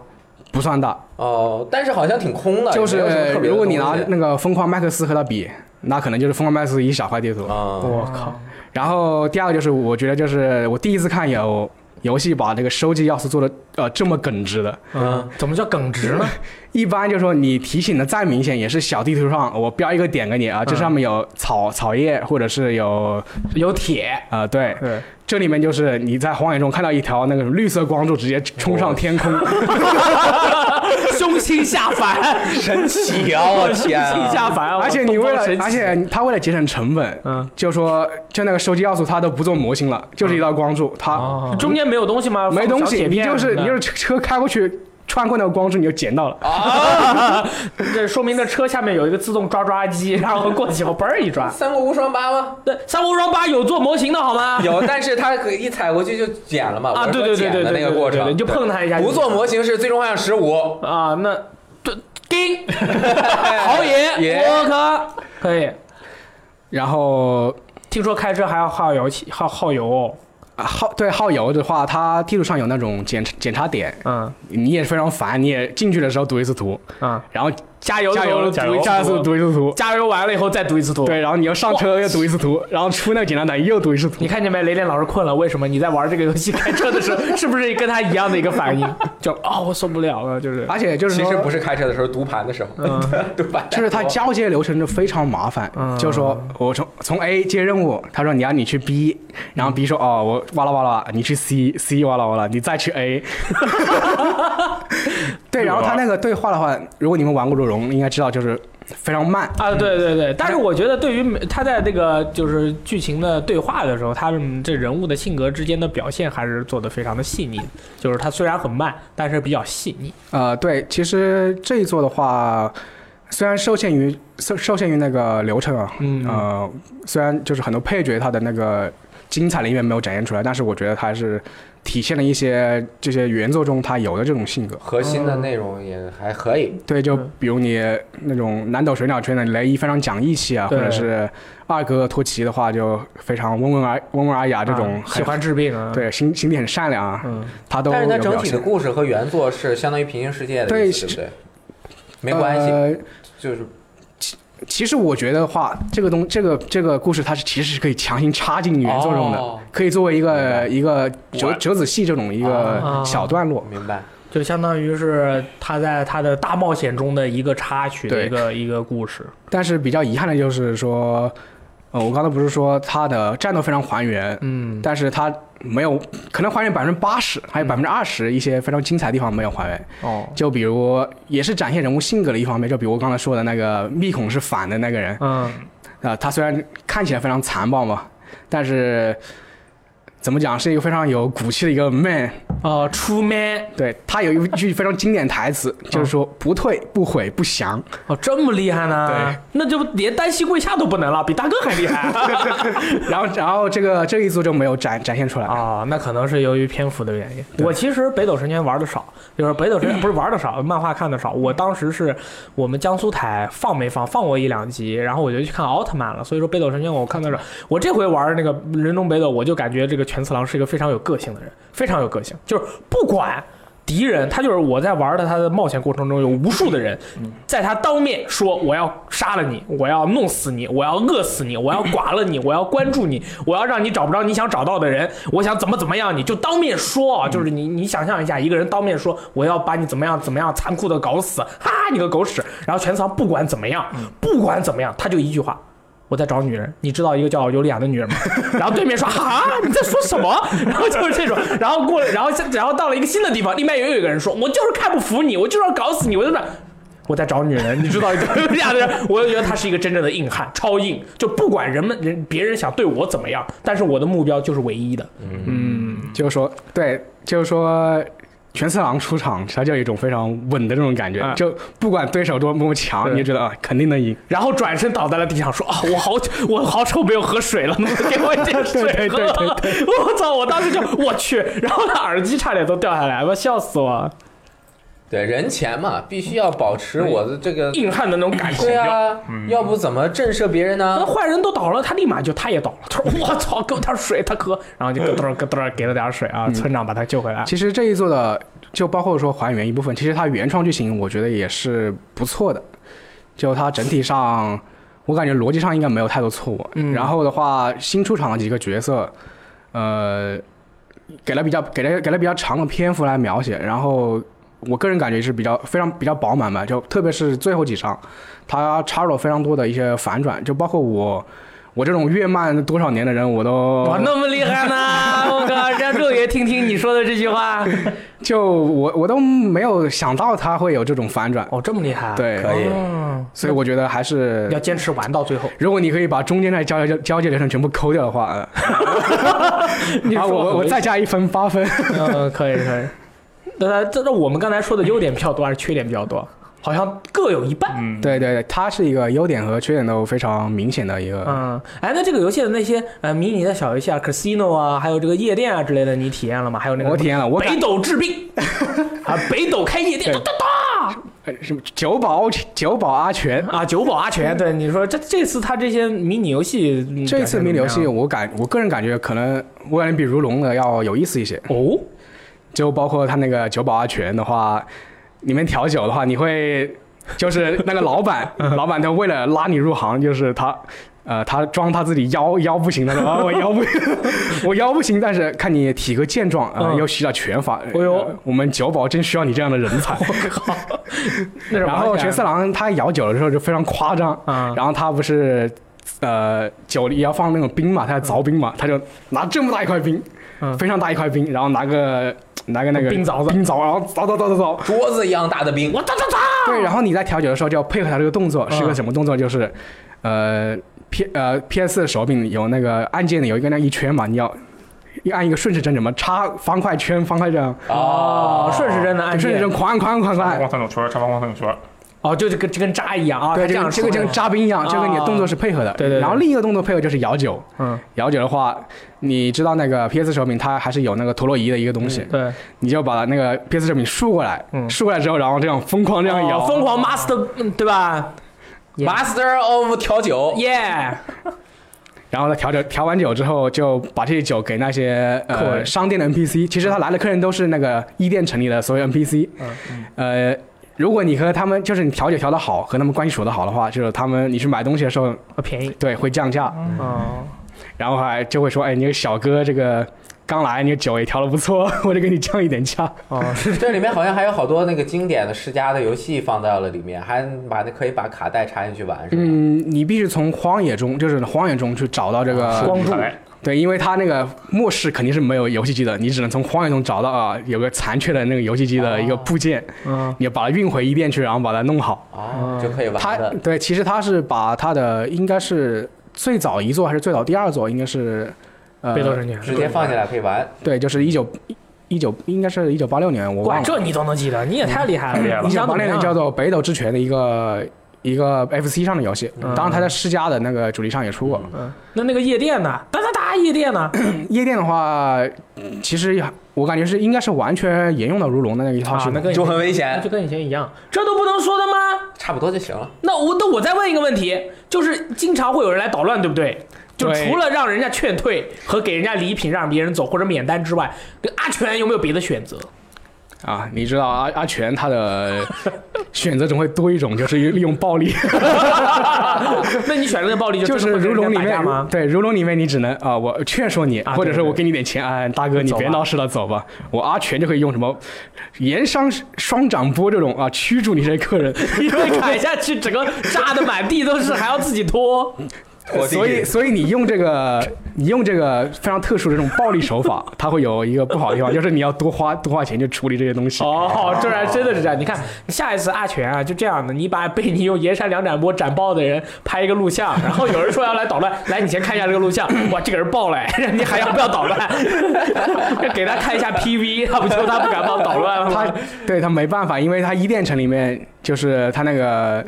D: 不算大，
B: 哦，但是好像挺空的，
D: 就
B: 也没有什么
D: 是
B: 特别的
D: 如果你拿
B: 东西
D: 那个疯狂麦克斯和他比，那可能就是疯狂麦克斯一小块地图。
B: 嗯，
A: 我靠，
D: 然后第二个就是我觉得就是我第一次看有游戏把这个收集要素做的呃这么耿直的，
A: 嗯，怎么叫耿直呢？
D: 一般就是说你提醒的再明显，也是小地图上我标一个点给你啊，这
A: 嗯
D: 上面有草草叶或者是有
A: 有铁，
D: 呃对，
A: 对，
D: 这里面就是你在荒野中看到一条那个绿色光柱直接冲上天空，
A: 凶星下凡，
B: 神奇啊！我天啊
A: 凶星下凡，
D: 而且你为了
A: 我东方神起
D: 而且他为了节省成本，
A: 嗯，
D: 就说就那个收集要素他都不做模型了，就是一道光柱，他
C: 嗯
A: 哦中间没有东西吗？
D: 没东
A: 放小
D: 西，
A: 铁
D: 你
A: 片
D: 就是
A: 什么的
D: 你就是车开过去穿过那个光柱，你就捡到了。
A: 啊，这说明这车下面有一个自动抓抓机，然后过去以后嘣儿一 抓。
B: 三国无双八吗？
A: 那三国无双八有做模型的好吗？
B: 有，但是他可一踩过去就剪了嘛。
A: 啊
B: 我是说
A: 对对对
B: 剪
A: 对
B: 的
A: 对
B: 那个
A: 对
B: 过
A: 对对
B: 程，
A: 你就碰它一下就
B: 不做模型是最终幻想十五，
A: 啊，那对 丁
B: 哎
A: 豪爷，
B: 爷
A: 我靠，可以。
D: 然后
A: 听说开车还要耗油气，耗耗油哦。
D: 啊耗对耗油的话，它地图上有那种检检查点，
A: 嗯
D: 你也非常烦，你也进去的时候读一次图，
A: 啊
D: 然后
A: 加油的
D: 加
A: 时候
D: 油，
C: 加
A: 读
C: 油
A: 一
D: 加
A: 次
D: 油，
A: 图
D: 读一次图，
A: 加油完了以后再读一次图。
D: 对，，然后你要上车又读一次图，然后出那个简单版又读一次图
A: 你，看见没？雷电老师困了，为什么？你在玩这个游戏开车的时候，是不是跟他一样的一个反应？就啊、我受不了了，就是。嗯
D: 而且就是
B: 其
D: 说
B: 实不是开车的时候，读盘的时候， 读盘
D: 就是它交接流程就非常麻烦，就是说我从从 A 接任务，他说你要你去 B，然后 B 说哦我哇啦哇啦，你去 C，C 哇啦哇啦，你再去 A。对，然后他那个对话的话，如果你们玩过《如龙》，应该知道就是非常慢。
A: 啊，对对对，但是我觉得对于每他在这个就是剧情的对话的时候，他们这人物的性格之间的表现还是做的非常的细腻，就是他虽然很慢，但是比较细腻。
D: 呃，对，其实这一座的话，虽然受限于受受限于那个流程啊，
A: 嗯
D: 呃，虽然就是很多配角他的那个精彩的一面没有展现出来，但是我觉得他还是体现了一些这些原作中他有的这种性格。
B: 核心的内容也还可以。
D: 对，就
A: 嗯
D: 比如你那种南斗水鸟圈的雷伊非常讲义气啊，或
A: 对
D: 者是二哥托奇的话就非常温文尔温文尔雅这种
A: 啊
D: 很，
A: 喜欢治病啊，，
D: 对心心地很善良啊，
A: 嗯，
D: 他都
B: 但是它
D: 有
B: 整
D: 表
B: 体的
D: 现
B: 故事和原作是相当于平行世界的
D: 对
B: 意思，对不对？没关系，
D: 呃
B: 就是
D: 其实我觉得话，这个东这个这个故事它是其实是可以强行插进原作中的，
B: 哦
D: 可以作为一
B: 明
D: 个
B: 白
D: 一个折
C: 玩
D: 折子戏这种一
A: 啊
D: 个小段落。
B: 明白。
A: 就相当于是他在他的大冒险中的一个插曲的
D: 对
A: 一个一个故事。
D: 但是比较遗憾的就是说，呃，我刚才不是说它的战斗非常还原，
A: 嗯，
D: 但是它没有可能还原百分之八十，还有百分之二十一些非常精彩的地方没有还原。
A: 哦，
D: 就比如也是展现人物性格的一方面，就比如我刚才说的那个密孔是反的那个人，
A: 嗯，
D: 啊，他虽然看起来非常残暴嘛，但是怎么讲是一个非常有骨气的一个 man。
A: 哦，出 man，
D: 对他有一句非常经典台词，
A: 嗯
D: 就是说不退不悔不降。
A: 哦，这么厉害呢
D: 对？
A: 那就连单膝跪下都不能了，比大哥还厉害啊
D: 然后，然后这个这一组就没有展展现出来。
A: 啊！那可能是由于篇幅的原因。
D: 对
A: 我其实北斗神拳玩的少，就是北斗神拳不是玩的少，漫画看的少。我当时是我们江苏台放没放，放过一两集，然后我就去看奥特曼了。所以说北斗神拳我看的少。 我这回玩那个人中北斗，我就感觉这个全次郎是一个非常有个性的人，非常有个性，就是不管。敌人，他就是我在玩的他的冒险过程中，有无数的人在他当面说我要杀了你，我要弄死你，我要饿死你，我要剐了你，我要关注你，我要让你找不着你想找到的人，我想怎么怎么样你，就当面说啊，就是你你想象一下，一个人当面说我要把你怎么样怎么样残酷的搞死，哈，你个狗屎！然后全仓不管怎么样，不管怎么样，他就一句话。我在找女人，你知道一个叫尤利亚的女人吗？然后对面说啊，你在说什么？ 然后就是这种，然后过了，然后然后到了一个新的地方，另外又有一个人说，我就是看不服你，我就是要搞死你，我就是我在找女人，你知道 这样的人，我就觉得他是一个真正的硬汉，超硬，就不管人们人别人想对我怎么样，但是我的目标就是唯一的。嗯
D: 就是说，对，就是说，全次郎出场，他就有一种非常稳的这种感觉，
A: 嗯
D: 就不管对手多么强，
A: 对
D: 你就觉得啊，肯定能赢。
A: 然后转身倒在了地上，说：“啊，我好我好久没有喝水了，能不能给我一点水
D: 对对
A: 喝
D: 对对？”
A: 我操！我当时就我去，然后他耳机差点都掉下来，我笑死我！
B: 对人前嘛，必须要保持我的这个
A: 硬汉的那种感觉。
B: 对啊，
A: 嗯
B: 要不怎么震慑别人
A: 那
B: 呢？
A: 坏人都倒了，他立马就他也倒了。他说：“我操，给我点水，他喝。”然后就咯噔咯噔给了点水
D: 嗯
A: 啊，村长把他救回来。
D: 其实这一座的就包括说还原一部分，其实它原创剧情我觉得也是不错的，就它整体上我感觉逻辑上应该没有太多错误。
A: 嗯
D: 然后的话，新出场的几个角色，呃，给了比较给了给了比较长的篇幅来描写，然后。我个人感觉是比较非常比较饱满吧，就特别是最后几章，它插入了非常多的一些反转，就包括我我这种阅漫多少年的人，我都
A: 哇，那么厉害呢！我靠，让肉爷听听你说的这句话。
D: 就我我都没有想到他会有这种反转，
A: 哦，这么厉害，，
D: 对，
B: 可以，
A: 嗯，
D: 所以我觉得还
A: 要
D: 是，
A: 坚持玩到最后。
D: 如果你可以把中间那交交交接流程全部抠掉的话，呃
A: 你
D: 啊，
A: 说
D: 我
A: 很
D: 我
A: 危
D: 再加一分八分，
A: 嗯，可以可以。那这那我们刚才说的优点比较多还是缺点比较多？好像各有一半。
C: 嗯，
D: 对对对，它是一个优点和缺点都非常明显的一个，
A: 嗯，哎，那这个游戏的那些呃迷你的小游戏啊，casino 啊，还有这个夜店啊之类的，你体验了吗？还有那个
D: 我体验了，我感
A: 嗯北斗治病啊，北斗开夜店
D: 对呃什么九保九保阿全。
A: 啊，九保阿全。对，你说这这次他这些迷你游戏，嗯
D: 这次迷你游戏，我感我个人感觉可能我感觉比如龙的要有意思一些，
A: 哦，
D: 就包括它那个九保阿全的话，里面调酒的话，你会就是那个老 板，老板他为了拉你入行，就是他。呃，他装他自己腰腰不 行，他 说、啊、我腰不，我腰不行，但是看你体格健壮啊、呃
A: 嗯
D: 又需要拳法。
A: 哎呦
D: 呃我们九保真需要你这样的人 才。
A: 那是
D: 然后角色郎他摇酒的时候就非常夸张，
A: 啊，
D: 然后他不是呃酒里要放那种冰嘛，他要凿冰嘛，他就拿这么大一块冰，
A: 嗯
D: 非常大一块冰，然后拿个拿个那个
A: 冰凿子
D: 冰凿，然后凿凿凿凿凿。
B: 桌子一样大的冰，
A: 我哒哒哒，
D: 对，然后你在调酒的时候就要配合他这个动作，
A: 嗯
D: 是个什么动作？就是呃 P 呃 PS 的手柄有那个按键的有一个那一圈嘛，你要。按一个顺时针，什么插方块圈、方块这样，
A: 哦，顺时针的按
D: 顺时
A: 键
D: 针，哐哐哐
C: 长
D: 哐，
C: 方三角圈，长方三角圈，
A: 哦，就这个就跟扎一样啊，
D: 对，
A: 这
D: 这
A: 样
D: 个这个
A: 说
D: 就
A: 的
D: 跟扎冰一样，这个你的动作是配合的。
A: 对对对
D: 然后另一个动作配合就是摇酒，
A: 嗯，
D: 摇酒的话，你知道那个 PS 手柄它还是有那个陀螺仪的一个东西，
A: 对，
D: 你就把那个 PS 手柄竖过来，
A: 嗯
D: 竖过来之后，然后这样疯狂这样摇，
A: 哦疯狂 master，嗯对吧 Yeah
B: Master of 调酒，
A: ？Yeah，
D: 然后再调酒，调完酒之后就把这些酒给那些
A: 客
D: 呃
A: 人
D: 商店的 NPC。其实他来的客人都是那个一店城里的所有 NPC。呃，
A: 嗯
D: 如果你和他们就是你调酒调得好，和他们关系处得好的话，就是他们你去买东西的时候，
A: 我便宜，
D: 对会降价，
A: 哦，
D: 然后还就会说，哎，你这个小哥这个刚来，你的酒也调得不错，我就给你降一点 价。
A: 哦，是
B: 这里面好像还有好多那个经典的世嘉的游戏放到了里面，还把那可以把卡带插进去玩，是吗？
D: 嗯，你必须从荒野中，就是荒野中去找到这个
A: 光柱
C: 来，
D: 对，因为它那个末世肯定是没有游戏机的，你只能从荒野中找到啊，有个残缺的那个游戏机
A: 哦
D: 的一个部件，
A: 嗯，
D: 你把它运回一店去，然后把它弄好。
B: 哦，就可以
D: 它
B: 玩的。
D: 对，其实它是把它的应该是最早一座还是最早第二座，应该是呃
A: 北斗神拳，
B: 直接放进来可以玩，
D: 对，就是一九一九应该是一九八六年，我
A: 哇，
D: 忘了，
A: 这你都能记得，你也太厉害
C: 太厉
A: 了
C: 害！了
A: 你
D: 一九
A: 想怎
D: 八
A: 么
D: 六年
A: 样？啊
D: 叫做《北斗之拳》的一个。一个 FC 上的游戏，当然它在世嘉的那个主机上也出过。
A: 嗯，那那个夜店呢？哒哒哒，夜店 呢？
D: 夜店的话，其实我感觉是应该是完全沿用了如龙的那一套系
A: 啊，
D: 统
A: 那。跟以
B: 就
A: 前
B: 很危
A: 那
B: 险，
A: 就跟以前一样，这都不能说的吗？
B: 差不多就行了。
A: 那我那我再问一个问题，就是经常会有人来捣乱，对不对？就
D: 对
A: 除了让人家劝退和给人家礼品让别人走或者免单之外，阿全有没有别的选择？
D: 啊，你知道阿阿全他的 选择总会多一种，就是利用暴力，
A: 那你选择的暴力就
D: 就
A: 真的
D: 是
A: 会
D: 如
A: 跟
D: 龙
A: 人
D: 里
A: 家打
D: 面
A: 架 吗？
D: 对如龙里面你只能啊、我劝说你，
A: 啊
D: 或者
A: 对
D: 说
A: 对
D: 我给你点钱，哎，大哥你
A: 走
D: 别
A: 吧
D: 闹事了，走吧。我阿全就可以用什么盐商双掌波这种啊驱逐你这些客人，
A: 一被砍下去，整个炸的满地都是，还要自己拖。
B: 我
D: 所以所以你用这个你用这个非常特殊的这种暴力手法，它会有一个不好的地方，就是你要多花多花钱去处理这些东西。
A: 哦，这然真的是这样。你看，下一次阿全啊，就这样的，你把被你用盐山两盏波斩爆的人拍一个录像，然后有人说要来捣乱，来，你先看一下这个录 像，哇，这个人爆了， 哎你还要不要捣乱？ 给他看一下 PV，他不 就他不敢帮捣乱了
D: 他
A: 吗？
D: 对他没办法，因为他一店城里面就是他那个，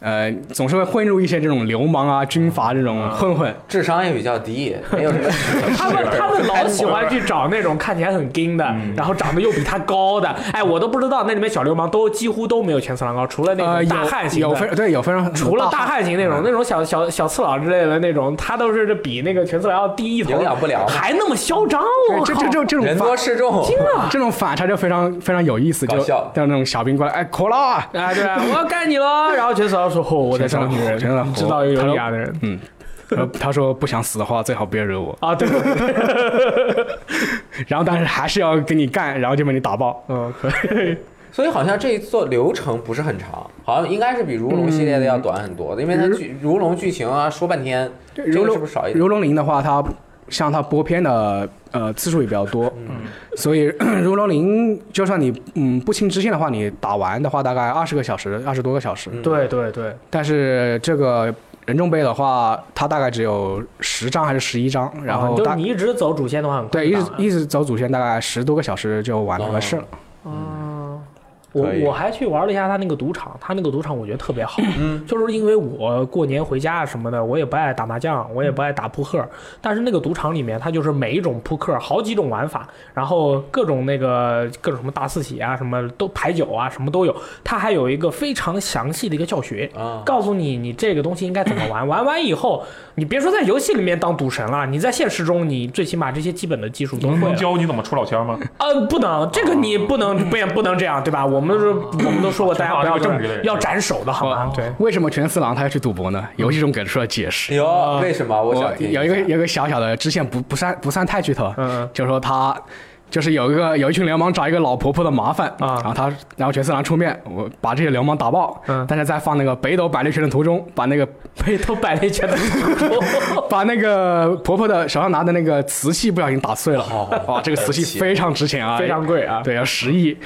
D: 呃，总是会混入一些这种流氓啊、军阀这种混混。
B: 智商也比较低，没有什么。
A: 他 们他们老喜欢去找那种看起来很硬的，
D: 嗯
A: 然后长得又比他高的，哎，我都不知道那里面小流氓都几乎都没有前四郎高，除了那
D: 呃，
A: 种
D: 有
A: 大汉型
D: 有
A: 的。
D: 非对有非 常
A: 除了大
D: 汉嗯
A: 汉型那种，那种小小小次郎之类的那种，他都是比那个全次郎要低一头，
B: 营养不良嘛
A: 还那么嚣张，
D: 对
A: 我
D: 这
A: 靠
D: 这这这种
B: 人
D: 反
B: 多势众，
D: 这种反差就非常非常有意思，就
B: 搞笑
D: 像那种小兵过来，哎，苦了，
A: 啊，对啊，我要干你了。 然后全次郎说：“哦，我在找女人
D: 全次郎，
A: 你知道有有雅的人
D: 嗯。然后 他说不想死的话，最好别惹我。
A: 啊， 对，对对
D: 然后，但是还是要跟你干，然后就被你打爆。
A: 嗯，可以，
B: 所以好像这一座流程不是很长，好像应该是比如龙系列的要短很多的，因为它剧如龙剧情啊说半天，这
D: 如
B: 个
D: 龙
B: 是不是少一点？
D: 如龙零的话，它像它播片的呃次数也比较
A: 嗯
D: 多，
B: 嗯
D: 所以如龙零就算你嗯不清支线的话，你打完的话大概二十个小时，二十多个小时。
B: 嗯
A: 对对对，
D: 但是这个人中杯的话，它大概只有十章还是十一章，然
B: 哦
A: 啊
D: 后
A: 就是
D: 大、
A: 你一直走主线的话，很快啊
D: 对一
A: 就
D: 直
A: 打完
D: 一直走主线，大概十多个小时就完了个事了。
A: 哦，我
B: 可以
A: 我还去玩了一下他那个赌场，他那个赌场我觉得特别好， 就是因为我过年回家什么的，我也不爱打麻将，我也不爱打扑克，但是那个赌场里面它就是每一种扑克好几种玩法，然后各种那个各种什么大四喜啊，什么都牌九啊，什么都有，它还有一个非常详细的一个教学，
B: 啊，
A: 告诉你你这个东西应该怎么玩，玩完以后，你别说在游戏里面当赌神了，你在现实中你最起码这些基本的技术都会
C: 能
A: 了
C: 教你怎么出老千吗？哦
A: 呃，不能，这个你不能不也不能这样，对吧？我们都是我们都说过，大家不要
C: 这个正直
A: 就是
C: 哦的人哦
A: 要斩首的好吗？对，
D: 为什么拳四郎他要去赌博呢？游戏中给出了解释。
B: 哟，为什么？我
D: 我
B: 想听
D: 有一个
B: 下
D: 有一个小小的支线，不不算不算太剧透，
A: 嗯，
D: 就是说他就是有一个有一群流氓找一个老婆婆的麻烦
A: 啊
D: 然后他然后全四郎出面，我把这些流氓打爆，
A: 嗯
D: 但是在放那个北斗百裂拳的途中，把那个
A: 被都摆了一圈的图
C: 哎
D: 把那个婆婆的手上拿的那个瓷器不小心打碎了，
B: 哦
D: 哇，这个瓷器非常值钱啊，
A: 非常贵啊。
D: 对，要十亿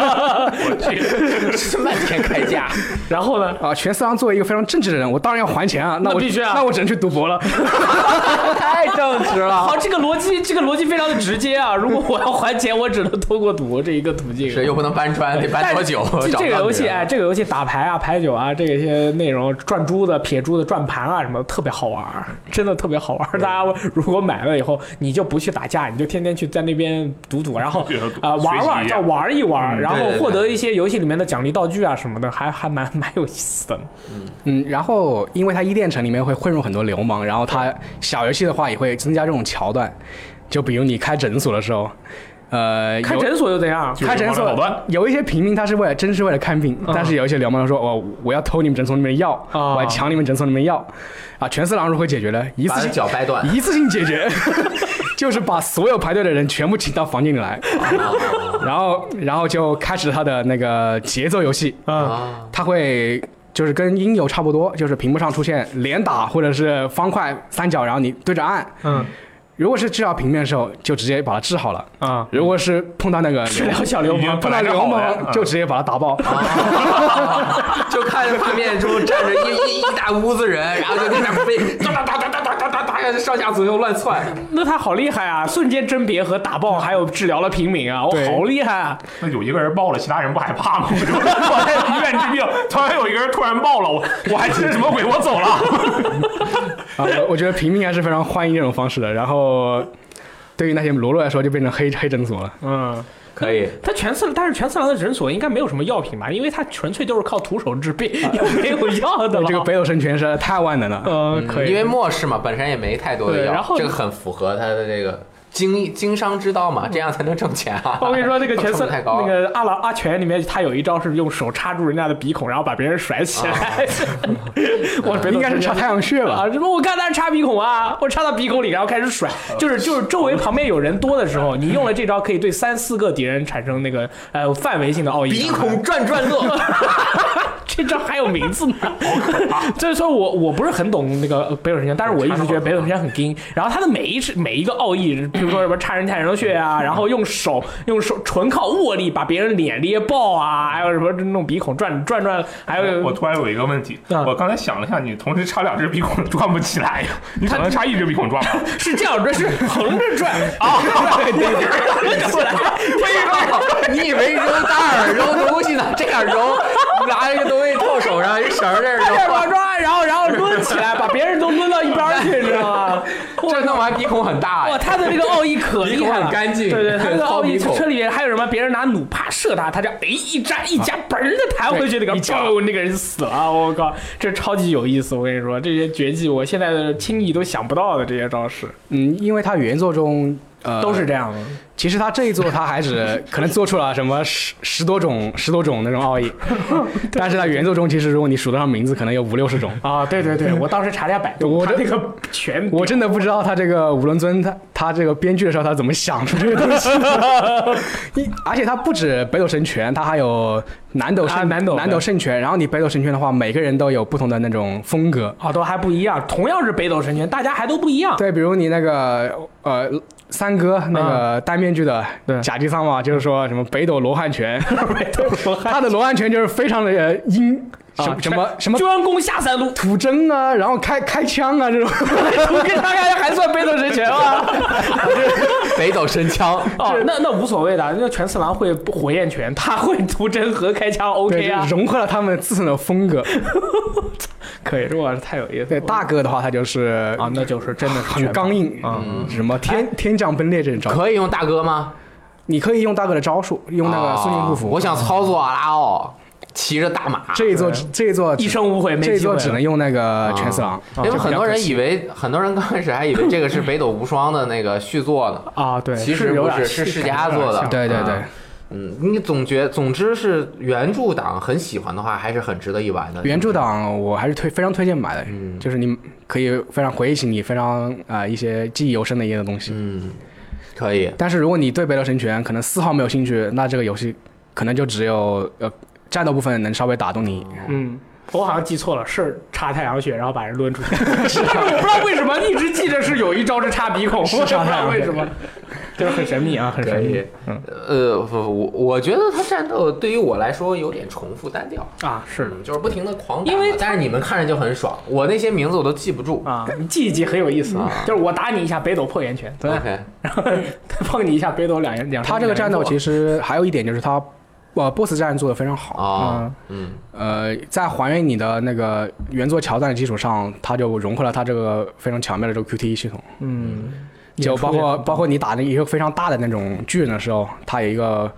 B: 漫天开价，
A: 然后呢？
D: 啊！全四郎作为一个非常正直的人，我当然要还钱啊，那
A: 那
D: 我
A: 必须啊
D: 那我只能去赌博了。
B: 太正直了。
A: 好，这个逻辑，这个逻辑非常的直接啊！如果我要还钱，我只能通过赌博这一个途径。
B: 是又不能搬砖，得搬多久？
A: 这
B: 找不
A: 这个
B: 到
A: 游戏
B: 女人
A: 哎，这个游戏打牌啊、牌九啊，这些内容转珠子、撇珠子、转盘啊什么的，特别好玩儿，真的特别好玩儿。大家如果买了以后，你就不去打架，你就天天去在那边赌赌，然 后
C: 对赌
A: 啊、呃玩
C: 学习
A: 玩，
C: 一
A: 叫
C: 下
A: 玩一玩，然后
B: 嗯对对
A: 获得
B: 对
A: 一些游戏里面的奖励道具啊什么的，还还蛮 蛮有意思的。
D: 嗯，然后因为它伊甸城里面会混入很多流氓，然后它小游戏的话也会增加这种桥段，就比如你开诊所的时候，呃，
A: 开
D: 有
A: 诊所又怎样？
C: 就是
D: 开诊
C: 往
D: 所
C: 那垄断
D: 有一些平民他是为了真是为了看病，但是有一些流氓他说我我要偷你们诊所里面的药，
A: 嗯啊
D: 我要抢你们诊所里面的药，啊，全四郎如何解决呢？一
B: 把
D: 次性
B: 脚掰断。
D: 一次性解决， 就是把所有排队的人全部请到房间里来，
B: 啊
D: 然后然后就开始他的那个节奏游戏，
A: 嗯，
B: 啊，
D: 它会就是跟音游差不多，就是屏幕上出现连打或者是方块、三角，然后你对着按。
A: 嗯
D: 如果是治疗平面的时候，就直接把它治好了；
A: 啊，
D: 如果是碰到那个
A: 治疗小流
C: 已
A: 氓
C: 经
D: 碰到
C: 本来
D: 流
C: 就好
A: 嗯
D: 氓，
C: 了
D: 就直接把它打 爆。
B: 就看着画面中站着一一一大屋子人，然后就在那儿飞， 哒哒哒哒哒哒哒哒，上下左右乱窜。
A: 那他好厉害啊！瞬间甄别和打 爆，还有治疗了平民啊，我
D: 对
A: 好厉害啊！
C: 那有一个人爆了，其他人不害怕吗？我就我在医院治病，突然有一个人突然爆了，我我还是什么鬼？我走了。
D: 啊，我我觉得平民还是非常欢迎这种方式的。然后，对于那些罗罗来说，就变成黑黑诊所了。
A: 嗯，
B: 可以，
A: 他全四，但是全四郎的诊所应该没有什么药品吧？因为他纯粹就是靠徒手治病，又没有药 的了。
D: 这个北斗神拳实在太万能了。
A: 呃，可以，
B: 因为末世嘛，本身也没太多的
A: 对然
B: 药
A: 后，
B: 这个很符合他的这个经经商之道嘛，这样才能挣钱啊。
A: 我跟你说，那个全四
B: 成本太高
A: 那
B: 了
A: 个阿郎阿全里面，他有一招是用手插住人家的鼻孔，然后把别人甩起来。 我北斗神拳
D: 应该是插太阳穴吧？
A: 啊！什么？我刚才插鼻孔啊，我插到鼻孔里，然后开始甩，就是就是周围旁边有人多的时候，你用了这招可以对三四个敌人产生那个呃范围性的奥义
B: 鼻
A: 伤害。
B: 孔转转乐，
A: 这招还有名字呢，所以说我我不是很懂那个呃北斗神拳，但是我一直觉得北斗神拳很硬。然后它的每一次每一个奥义，比如说什么插人太阳穴啊，然后用手用手纯靠握力把别人脸捏爆啊，还有什么弄鼻孔转转转，还有
C: 我突然有一个问 题，
A: 啊
C: 我刚才想了一下，你同时插两只鼻孔转不起来呀？你可能插一只鼻孔转吧？
A: 是这样转，是横着转啊，对对对，
B: 为什么？你以为揉大耳揉东西呢？这样揉，拿一个东西套手上，一绳儿这儿
A: 这样
B: 揉，
A: 抓，然后然后抡起来，把别人都抡到一边儿去，你知道吗？
B: 这弄完鼻孔很大
A: 哇，
B: 呀。
A: 他的这个奥义可厉害
B: 鼻孔
A: 了，
B: 很干净
A: 对对，他这个奥义
B: 掏鼻孔
A: 车里面还有什么？别人拿弩啪射他，他这样哎一扎一夹，嘣儿的弹回去，那个嘣，那个人死了。我靠，这超级有意思！我跟你说，这些绝技我现在的轻易都想不到的这些招式
D: 嗯，因为它原作中呃
A: 都是这样的。
D: 其实他这一做，他还 只可能做出了什么十十多种、十多种那种 奥义，但是在原作中，其实如果你数得上名字，可能有五六十种。
A: 啊，对对对，我当时查了一下百度，
D: 我
A: 他
D: 这
A: 那个全
D: 我真的不知道他这个五轮尊他他这个编剧的时候他怎么想出这个东西 的，一而且他不止北斗神拳，他还有南斗
A: 啊
D: 圣
A: 南斗
D: 南斗圣拳。然后你北斗神拳的话，每个人都有不同的那种风格。
A: 啊都还不一样，同样是北斗神拳，大家还都不一样。
D: 对，比如你那个呃三哥那个戴面具的
A: 啊对
D: 假吉桑嘛，就是说什么北斗罗汉拳，
A: 北斗罗汉
D: 他的罗汉拳就是非常的呃阴，什
A: 啊
D: 么什么什么
A: 关公下三路，
D: 土征啊，然后开开枪啊这种，
A: 我跟大家还算北斗神拳吗？
B: 北斗神枪，
A: 哦，那那无所谓的，那全次郎会火焰拳，他会图真和开枪
D: 对，
A: ，OK
D: 就
A: 啊
D: 是，融合了他们自身的风格。
A: 可以，这玩意儿太有意思了。
D: 对大哥的话，他就是
A: 嗯啊，那就是真的是
D: 很
A: 全
D: 刚硬，
A: 嗯
D: 什么天天降崩裂这种招，
B: 可以用大哥吗？
D: 你可以用大哥的招数，用那个苏宁护
B: 啊
D: 符。
B: 我想操作阿拉奥，骑着大马。
D: 这一座
A: 对
D: 这一座
A: 一生无悔，没
D: 这一
A: 机会
D: 座
A: 了啊
D: 只能用那个全啊四郎，
B: 嗯因为很多人以为，很多人刚开始还以为这个是北斗无双的那个续作呢，
A: 啊，对，
B: 其
A: 是
B: 实
A: 有
B: 不
A: 点
B: 是，是
A: 气
B: 世
A: 感
B: 嘉
A: 有点
B: 做的。
A: 像
D: 对对对
B: 啊，嗯，你总觉，总之是原著党很喜欢的话，还是很值得一玩的。
D: 原著党我还是推非常推荐买的，
B: 嗯
D: 就是你可以非常回忆起你非常啊、呃一些记忆犹深的一些东西。
B: 嗯，可以，
D: 但是如果你对《北斗神拳》可能丝毫没有兴趣，那这个游戏可能就只有呃战斗部分能稍微打动你。
A: 嗯，我好像记错了，是插太阳穴，然后把人抡出去。 但是我不知道为什么一直记着是有一招是插鼻孔，我也不知道为什么，就是很神秘啊，很
B: 可
A: 神秘
B: 以。
D: 嗯
B: 呃，不我我觉得他战斗对于我来说有点重复单调，
A: 啊，是
B: 嗯，就是不停的狂打，
A: 因为
B: 但是你们看着就很爽，我那些名字我都记不住。
A: 啊，你记一记很有意思
B: 啊，
A: 就是我打你一下北斗破岩拳，对吧，
B: OK，
A: 然后碰你一下北斗两两。
D: 它这个战斗其
A: 实
D: 实还有一点就是它，呃，BOSS 战做的非常好。
C: 啊
B: 哦，嗯，
D: 呃，在还原你的那个原作桥段的基础上，它就融合了它这个非常巧妙的这个 QTE 系统，
A: 嗯，
D: 就包括包
A: 括
D: 括你打那一个非常大的那种巨人的时候，它有一个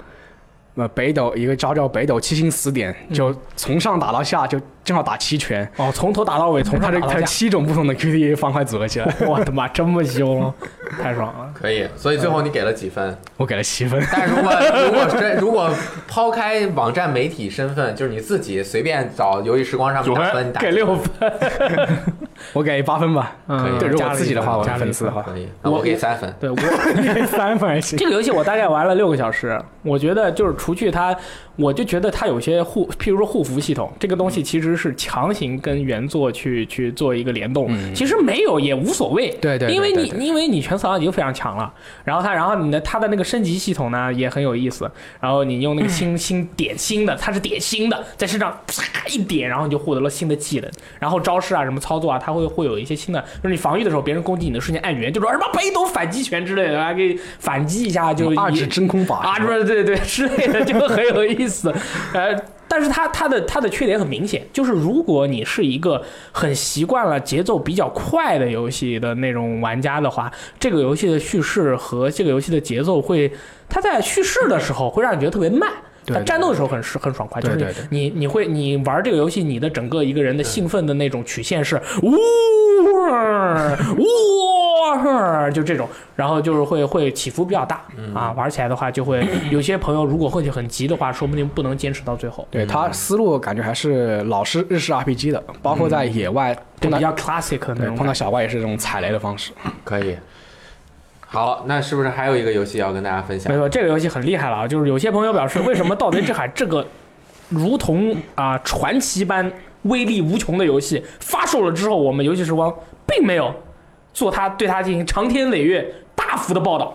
D: 呃北斗一个招叫北斗七星死点，
A: 嗯
D: 就从上打到下，就正好打七拳，
A: 哦，从头打到尾，从
D: 它
A: 上
D: 这
A: 打到
D: 它
A: 下。
D: 七种不同的 QTE 方块组合起 来，
A: 我的妈，这么凶，太爽了！
B: 可以。所以最后你给了几 分？
D: 我给了七分。
B: 但如果如果真如果抛开网站媒体身份，就是你自己随便找游戏时光上面打
C: 九
B: 分，
C: 分
B: 你打
A: 给六分，
D: 我给八分吧。
A: 嗯
D: 对，如果
A: 加
D: 我
A: 了
D: 自己
A: 一
D: 的
A: 分
D: 话，我
A: 加
D: 是
A: 了
D: 粉
A: 一
D: 丝的话，
B: 可以。那我给三分。
A: 对我
D: 三分还行。
A: 这个游戏我大概玩了六个小时，我觉得就是除去它，我就觉得它有些护，譬如说护符系统这个东西其实是强行跟原作去去做一个联动，其实没有也无所谓，
D: 嗯对对对
A: 因为
D: 对
A: 你
D: 对
A: 因为你全扫荡已经非常强了，然后它然后你的它的那个升级系统呢也很有意思，然后你用那个
D: 嗯
A: 星星点星的，它是点星的，在身上啪一点，然后你就获得了新的技能，然后招式啊什么操作啊，它会会有一些新的，就是你防御的时候，别人攻击你的瞬间按圆，就说哎什么北斗反击拳之类的，还可以反击一下就
D: 二
A: 也
D: 指真空法
A: 啊，对对对之类的，就很有意 思。呃，但是它它的它的缺点很明显，就是如果你是一个很习惯了节奏比较快的游戏的那种玩家的话，这个游戏的叙事和这个游戏的节奏会，它在叙事的时候会让你觉得特别慢。
D: 对
A: 但
D: 对
A: 战斗的时候很是很爽快，就
D: 对
A: 是
D: 对对
A: 你你会你玩这个游戏，你的整个一个人的兴奋的那种曲线是呜呜，就这种，然后就是会会起伏比较大
D: 嗯
A: 啊，玩起来的话就会有些朋友如果会很急的话，说不定不能坚持到最后，
D: 对他思路感觉还是老式日式 RPG 的，包括
A: 嗯
D: 在野外
A: 就
D: 碰到
A: 比较 classic 的那
D: 对
A: 种
D: 碰到小怪也是这种踩雷的方式。
B: 可以。好，那是不是还有一个游戏要跟大家分享
A: 没？错，这个游戏很厉害了啊！就是有些朋友表示，为什么《盗贼之海》这个如同啊、传奇般威力无穷的游戏发售了之后，我们游戏时光并没有做它对它进行长天累月大幅的报道，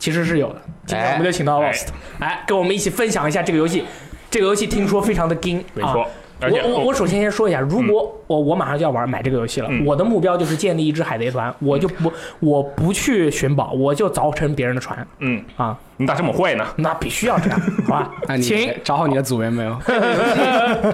A: 其实是有的。今天我们就请到
C: 哎
A: Lost 来跟我们一起分享一下这个游戏。这个游戏听说非常的精，
C: 没
A: 啊
C: 错。而且
A: 我我我首先先说一下，如果我我马上就要玩买这个游戏了，
C: 嗯
A: 我的目标就是建立一支海贼团，我就不我不去寻宝，我就凿沉别人的船
C: 嗯，
A: 啊，
C: 你咋这么坏呢？
A: 那必须要这样，好吧
D: 那？你
A: 请
D: 找好你的组员没有？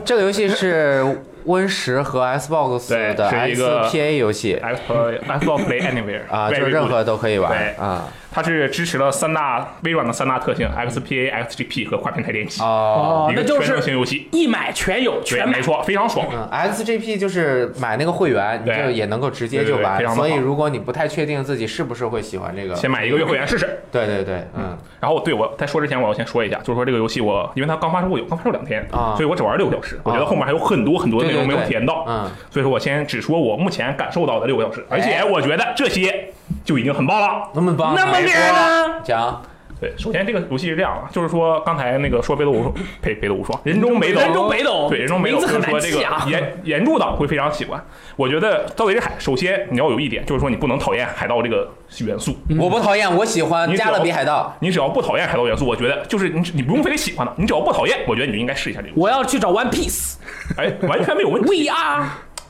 B: 这个游戏是 Win 十和 Xbox
C: 对
B: 的
C: 是一个
B: XPA 游戏
C: X Xbox Play Anywhere
B: 啊，就是
C: very
B: 任
C: good
B: 何都可以玩
C: 对
B: 啊。
C: 它是支持了三大微软的三大特性 XPA、XGP 和跨平台联机，
B: 哦，
A: 哦
C: 一，
A: 那
C: 个
A: 就
C: 全能型
A: 是
C: 游戏。
A: 一买全有
C: 对，
A: 全买
C: 没。错，非常爽。
B: 嗯，XGP 就是买那个会员，你
C: 对
B: 就也能够直接
C: 对
B: 就
C: 对对
B: 玩
C: 非。常的
B: 所以
C: 好
B: 如果你不太确定自己是不是会喜欢这个，
C: 先买一个月会员试试。
B: 对对对，嗯，
C: 然后，对我在说之前，我要先说一下，就是说这个游戏我，因为它刚发售有刚发售两天，
B: 啊
C: 所以我只玩了六个小时，我觉得
B: 啊
C: 后面还有很多很多内容没有体验到，
B: 嗯，
C: 所以说我先只说我目前感受到的六个小时，而且
B: 哎
C: 我觉得这些就已经很棒了。
B: 那么棒，
A: 那么厉害呢？
B: 讲
C: 对，首先这个游戏是这样啊，就是说刚才那个说北斗无双，呸，北斗无双，人中北斗，
A: 人中北斗，
C: 对，人中没有，
A: 名字
C: 就
A: 很
C: 是
A: 难
C: 说这
A: 记
C: 个
A: 啊。
C: 原原著党会非常喜欢。我觉得《盗贼之海》，首先你要有一点，就是说你不能讨厌海盗这个元素。
B: 我不讨厌，我喜欢
C: 嗯你
B: 《
C: 只要
B: 加勒比海盗
C: 你只要不讨厌海盗元素，我觉得就是你你不用非得喜欢它，你只要不讨厌，我觉得你就应该试一下这个。
A: 我要去找 One Piece，We
C: 哎，完全没有问题。
A: are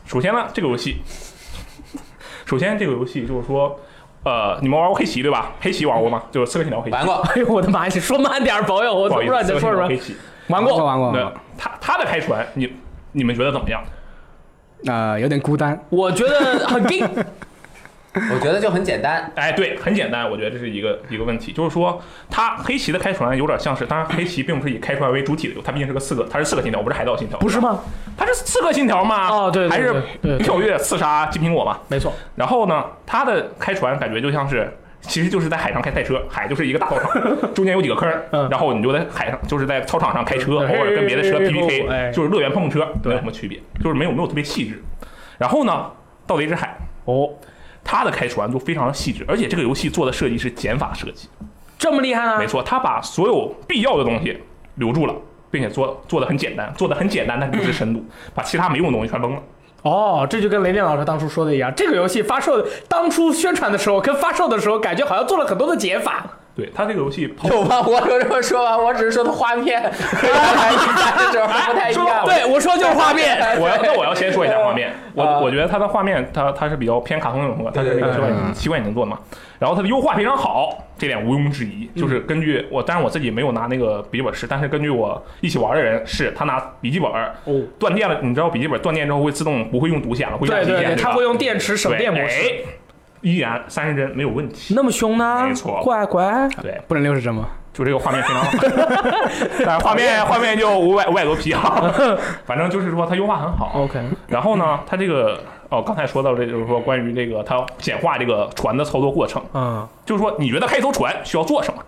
C: 首先呢，这个游戏，首先这个游戏就是说，呃，你们玩过黑棋对吧？黑棋玩过吗？就是刺客信条黑》，棋。
B: 玩过，
A: 哎呦我的妈！你说慢点儿，朋友，我
C: 不
A: 都
C: 好
A: 不
C: 意
A: 知道
C: 思，
A: 你在
C: 刺客信
A: 说什
C: 条
A: 么
C: 黑。棋。
A: 玩
D: 玩过
A: 过，
D: 玩过玩
C: 那
D: 过，
C: 他他的开船，你你们觉得怎么样？
D: 呃，有点孤单。
A: 我觉得很 硬。
B: 我觉得就很简单，
C: 哎，对，很简单，我觉得这是一个一个问题，就是说，它黑棋的开船有点像是，当然黑棋并不是以开船为主体的，它毕竟是个刺客，它是刺客信条，不是海盗信条，
A: 不是吗？
C: 它是刺客信条吗？
A: 哦对对
C: 还
A: 对对
C: 是
A: 对
C: 跳跃刺杀金苹果嘛？
A: 没错，
C: 然后呢，它的开船感觉就像是其实就是在海上开赛车，海就是一个大 操场，中间有几个坑儿，
A: 嗯
C: 然后你就在海上，就是在操场上开车，偶
A: 对
C: 尔跟别的车
A: 嘿嘿嘿嘿哎
C: PPK，就是乐园碰碰车，没
A: 对
C: 有什么区别，就是没有没有特别细致。然后呢，盗贼之海，
A: 哦，
C: 它的开船就非常细致，而且这个游戏做的设计是减法设计，
A: 这么厉害啊呢？
C: 没错，它把所有必要的东西留住了，并且做做的很简单，做的很简单，但是不是深度， 把其他没用的东西全崩了。
A: 哦，这就跟雷电老师当初说的一样，这个游戏发售当初宣传的时候跟发售的时候，感觉好像做了很多的解法。
C: 对它这个游戏抛
B: 有吗？我就这么说吧，我只是说它画面跟它一般的时候不太一样。
A: 哎对，我说就是画面。
C: 我要那我要先说一下 画面，我
B: 啊
C: 我觉得它的画面它它是比较偏卡通那种风格，它是那个
B: 对
C: 奇
B: 对
C: 怪
D: 对
C: 奇怪眼睛做的嘛，然后它的优化非常好，这点毋庸置疑。就是
A: 嗯
C: 根据我，当然我自己没有拿那个笔记本试，但是根据我一起玩的人是，他拿笔记本
A: 哦
C: 断电了，你知道笔记本断电之后会自动不会用独显了，会用
A: 对
C: 极
A: 对
C: 限，
A: 对，
C: 吧
A: 它会用电池省电模式，
C: 对哎依然三十帧没有问题。
A: 那么凶呢？
C: 没错
A: 乖乖，
C: 对，
D: 不能六十帧吗？
C: 就这个画面非 常好，但是画面画面就五百五百多 P 啊，反正就是说它优化很好。
A: OK，
C: 然后呢，它这个哦，刚才说到这就是说关于这个它简化这个船的操作过程，
A: 嗯，
C: 就是说你觉得开一艘船需要做什么？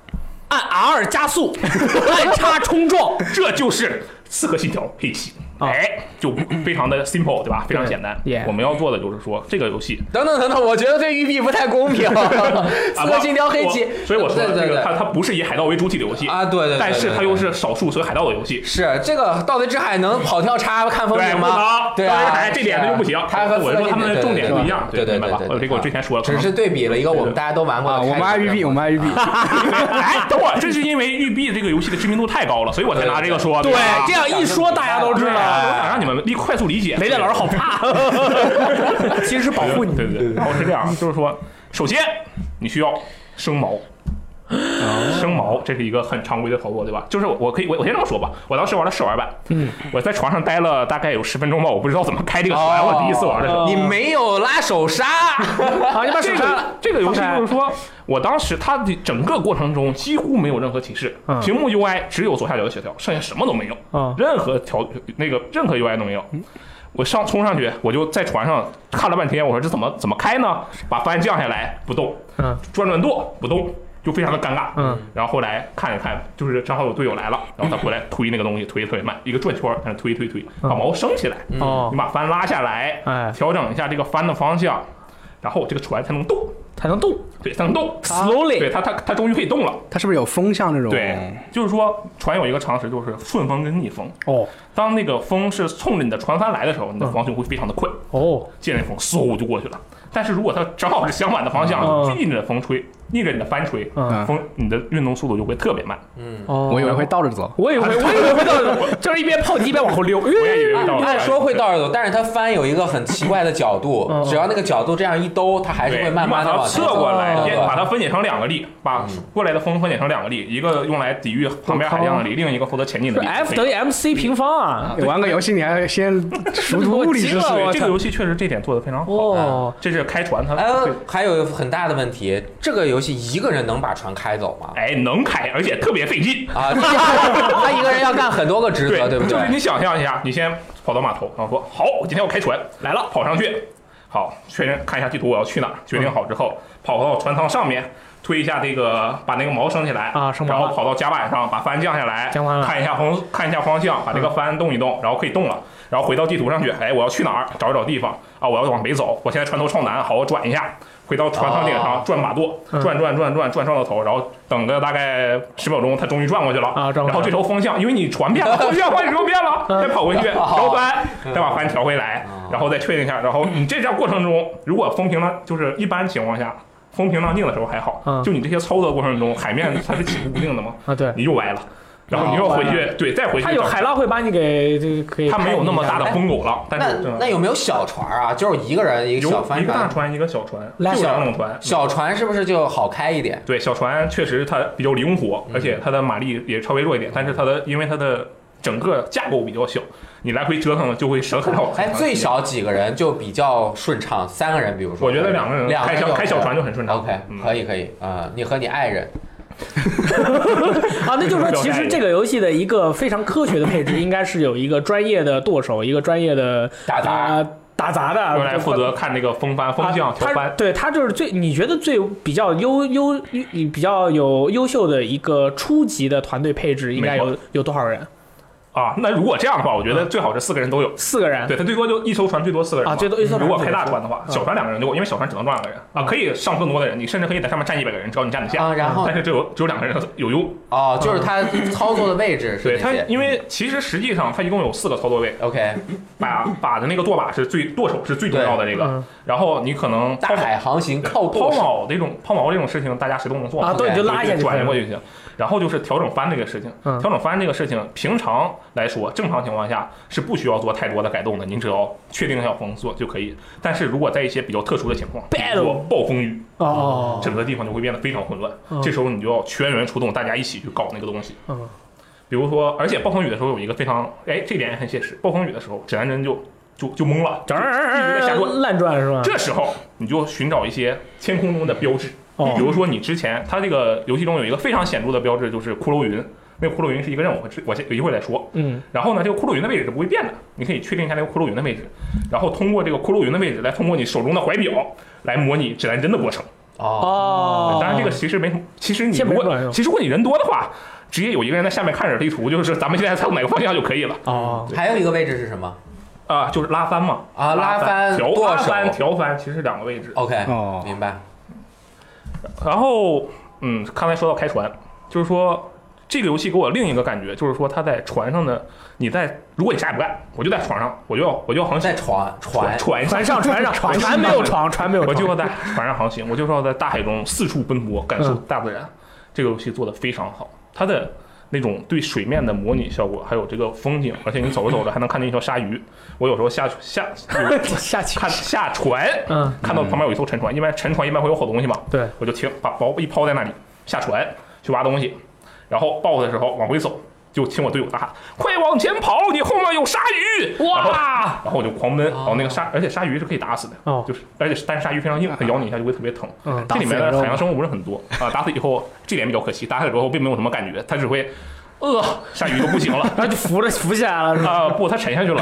A: 按 R 加速， 按叉冲撞，
C: 这就是《刺客信条》配息，
A: 啊
C: 哎，就非常的 simple 对吧？非常简单
A: 对。yeah
C: 我们要做的就是说这个游戏
B: 等等等等，我觉得对玉璧不太公平。
C: 啊
B: 刺
C: 不
B: 客信条黑旗
C: 我，所以我说
B: 对
C: 这
B: 对
C: 个它
B: 对
C: 它不是以海盗为主体的游戏
B: 啊，对对对，
C: 但是
B: 对
C: 它
B: 对
C: 又是少数所有海盗的游戏。
B: 是这个《盗贼之海》能跑跳叉看风
C: 对，
B: 景
C: 不
B: 吗
C: 能？，
B: 对
C: 当然
B: 啊
C: 哎，，这点它就不行。
B: 他和
C: 我说他们的重点不一样，
B: 对对
C: 明白
B: 对
C: 吧？
B: 对，
C: 这个我之前说了，可
B: 只
C: 能
B: 是对比了一个我们大家都玩过
D: 啊，
B: 的开
D: 我
B: 始。
D: 们爱育碧，我们爱 育碧。
C: 哎，等会儿，这是因为育碧这个游戏的知名度太高了，所以我才拿这个说。
A: 对
C: 吧，
A: 这样一说大家都知
C: 对啊，我想
A: 道。
C: 让你们理快速理解。
A: 雷电老师好怕， 其实是保护你。
C: 对对对。然后是这样，就是说，首先你需要生毛。生毛，这是一个很常规的操作，对吧？就是我可以，我我先这么说吧，我当时玩的试玩版，嗯，我在床上待了大概有十分钟吧，我不知道怎么开这个船，
B: 哦
C: 我第一次玩的时
A: 嗯
C: 候，
B: 你没有拉手 刹，
A: 好，你把手
C: 这
A: 杀
C: 个
A: 了。
C: 这个游戏
A: 放开
C: 就是说，我当时它的整个过程中几乎没有任何提示，屏幕 UI 只有左下角的协调，剩下什么都没有，
A: 嗯
C: 任何调那个任何 UI 都没有。我上冲上去，我就在船上看了半天，我说这怎么怎么开呢？把帆降下来不动，
A: 嗯，
C: 转转舵不动，就非常的尴尬。
A: 嗯，
C: 然后后来看一看，就是正好有队友来了，然后他 回来推那个东西，推得特别慢，一个转圈儿，但是推推推，把毛升起来，
A: 哦
C: 你，把帆拉下来，
A: 哎
C: 调整一下这个帆的方向，然后这个船才能动，
A: 才能动
C: 对，才能动。啊对
A: ，slowly。
C: 它，它它终于可以动了。
D: 它是不是有风向这种？
C: 对，就是说船有一个常识，就是顺风跟逆风。
A: 哦
C: 当那个风是冲着你的船帆来的时候，
A: 嗯
C: 你的方向会非常的快，
A: 哦，
C: 见那风嗖就过去了。但是如果它正好是相反的方向，
A: 嗯
C: 就逆着风吹，逆着你的帆吹，
A: 嗯
C: 风你的运动速度就会特别慢。
B: 嗯
A: 哦
D: 我以为会倒着走。
A: 我以为，我以为会到， 就是一边泡机一边往后溜。
C: 啊
A: 哎
C: 我也以为到了
B: 按说会倒着走，但是它翻有一个很奇怪的角度
A: 嗯，
B: 只要那个角度这样一兜，它还是
C: 对，
B: 会慢慢的
C: 你把
B: 往
C: 它
B: 前
C: 侧过来，
B: 走嗯
C: 也把它分解成两个力，把过来的风分解成两个力，一个用来抵御旁边海量的力，另一个负责前进 的
A: 是
C: 力。
A: F 等于
C: 嗯
A: MC 平方啊。
D: 玩个游戏你还先熟读物理知
A: 我急了，
D: 识
C: 对，
A: 我
C: 这
A: 操
C: 个游戏确实这点做的非常好。
A: 哦，
C: 这是开船，它
B: 哎
C: 对，
B: 还有很大的问题，这个游戏一个人能把船开走 吗？
C: 哎能开，而且特别费劲。
B: 啊，他
C: 嗯
B: 一个人要干很多个职责，对不
C: 就是
B: 对？
C: 你想象一下，你先跑到码头，然后说好，今天我开船来了，跑上去，好，确认看一下地图我要去哪儿，决定好之后，跑到船舱上面。推一下这个，把那个锚升起来
A: 啊升锚
C: 然后
A: 了
C: 跑到甲板上，把帆降下来，
A: 降完了嗯
C: 看一下方，看一下方向，把这个帆动一动，然后可以动了，然后回到地图上去，哎，我要去哪儿？找一找地方啊，我要往北走，我现在船头朝南，好，我转一下，回到船舱顶上转把舵，
A: 嗯
C: 转转转转转转到头，然后等个大概十秒钟，它终于转过去了
A: 啊转过去了
C: 然后这头风向，因为你船变了，风向换成变了，
A: 嗯
C: 再跑回去
B: 哦
C: 调帆，再把帆调回来，然后再确定一下，然后你这样过程中，如果风平浪，就是一般情况下。风平浪静的时候还好，
A: 嗯
C: 就你这些操作过程中，海面它是起伏不定的嘛，
A: 啊，对，
C: 你又歪了，然后你又要回去，对，再回去。
A: 它有海，浪会把你给这个可以。
C: 它没有那么大的
B: 哎
C: 风狗浪，但
B: 那
C: 是
B: 那有没有小船啊？就是一个人一个
C: 有
B: 小帆
C: 一个大
B: 船，
C: 船，一个小船，
A: 来
C: 就
B: 小
C: 两种船。
B: 小船是不是就好开一点？
C: 对，小船确实它比较灵活，
A: 嗯
C: 而且它的马力也稍微弱一点，但是它的因为它的整个架构比较小，你来回折腾就会折腾到。
B: 哎，最少几个人就比较顺畅，三个人，比如说，
C: 我觉得两个人
B: 两个
C: 开
B: 人
C: 小
B: 就
C: 开小船就很顺畅。
B: OK，
C: 嗯
B: 可以可以啊，你和你爱人
A: 啊，那就是说，其实这个游戏的一个非常科学的配置，应该是有一个专业的舵手，一个专业的
B: 打杂
A: 啊打杂的，
C: 用来负责看那个风帆、风向、
A: 啊
C: 调
A: 他
C: 帆。
A: 对他就是最你觉得最比较优优优比较有优秀的一个初级的团队配置，应该
C: 美
A: 有有多少人？
C: 啊，那如果这样的话，我觉得最好是四个人都有。
A: 四个人。
C: 对，他最多就一艘船最多四个
A: 嗯
C: 人
A: 啊
C: 嘛
A: 最多一艘船
C: 如果
A: 最多嗯
C: 开大
A: 四个
C: 船的话，小船两个人就够，因为小船只能装两个人啊，可以上更多的人，你甚至可以在上面站一百个人，只要你站得下。
B: 啊，然后
C: 但是只有只有两个人有用。
B: 哦，就是他操作的位置
C: 对
B: 是
C: 它
B: 哪，些
C: 因为其实实际上它一共有四个操作位，
B: ？OK，
C: 把
B: 嗯
C: 把的那个舵把是最舵手是最重要的这个
A: 嗯，
C: 然后你可能
B: 大
C: 抛锚
B: 海航行靠舵
C: 抛
B: 手
C: 锚这种抛锚这种事情，大家谁都能做
A: 啊，对，
B: OK，
A: 你就拉一下就可
C: 转
A: 以
C: 移
A: 了
C: 过去就行。然后就是调整帆这个事情，
A: 嗯
C: 调整帆这个事情，平常来说，正常情况下是不需要做太多的改动的，您只要确定一下风速就可以。但是如果在一些比较特殊的情况，比
A: Battle
C: 如说暴风雨，
A: 哦哦，哦
C: 整个地方就会变得非常混乱
A: 嗯。
C: 这时候你就要全员出动，大家一起去搞那个东西。
A: 嗯，
C: 比如说，而且暴风雨的时候有一个非常，哎，这点也很现实。暴风雨的时候，指南针就就就懵了，就一直在瞎转。
A: 乱转是吧？
C: 这时候你就寻找一些天空中的标志，
A: 哦
C: 你比如说你之前它这个游戏中有一个非常显著的标志，就是骷髅云。那个骷髅云是一个任务，我之我先有一会儿再说。
A: 嗯
C: 然后呢，这个骷髅云的位置是不会变的，你可以确定一下那个骷髅云的位置，然后通过这个骷髅云的位置，来通过你手中的怀表来模拟指南针的过程。
B: 哦，
A: 哦，
C: 当然，这个其实没什么。其实你
A: 这没
C: 如
A: 什么卵用
C: 果其实如果你人多的话，直接有一个人在下面看着地图，就是咱们现在从哪个方向就可以了
A: 哦
B: 还有一个位置是什么？
C: 啊、就是拉翻嘛
B: 啊拉翻
C: 翻调
B: 舵
C: 拉
B: 手
C: 翻调翻，其实两个位置。
B: OK，
D: 哦
B: 明白。
C: 然后嗯，刚才说到开船，就是说这个游戏给我另一个感觉，就是说它在船上的你在，如果你啥也不干，我就在船上，我就要我就要航行
B: 在船船
C: 船船上
A: 船上船没有床，船没有
C: 我就
A: 床。
C: 要在船上航行，我就是要在大海中四处奔波，感
A: 嗯
C: 受大自然。这个游戏做的非常好，它的那种对水面的模拟效果，还有这个风景，而且你走着走着还能看见一条鲨鱼。我有时候下下
A: 下去
C: 看下船，
A: 嗯，
C: 看到旁边有一艘沉船，因为沉船一般会有好东西嘛，
A: 对，
C: 我就停，把锚一抛在那里，下船去挖东西，然后抱的时候往回走。就听我队友大喊：“快往前跑，你后面有鲨鱼！”然后
A: 哇，
C: 然后我就狂奔，然后那个鲨，而且鲨鱼是可以打死的，
A: 哦
C: 就是而且是但是鲨鱼非常硬，它咬你一下就会特别疼。
A: 嗯
C: 这里面
D: 打死人
C: 的
D: 肉
C: 海洋生物不是很多啊，打死以后这点比较可惜，打死之后并没有什么感觉，它只会，呃，鲨鱼都不行 了
A: 然后就扶着扶起来了，是 吧？
C: 啊，不，它沉下去了，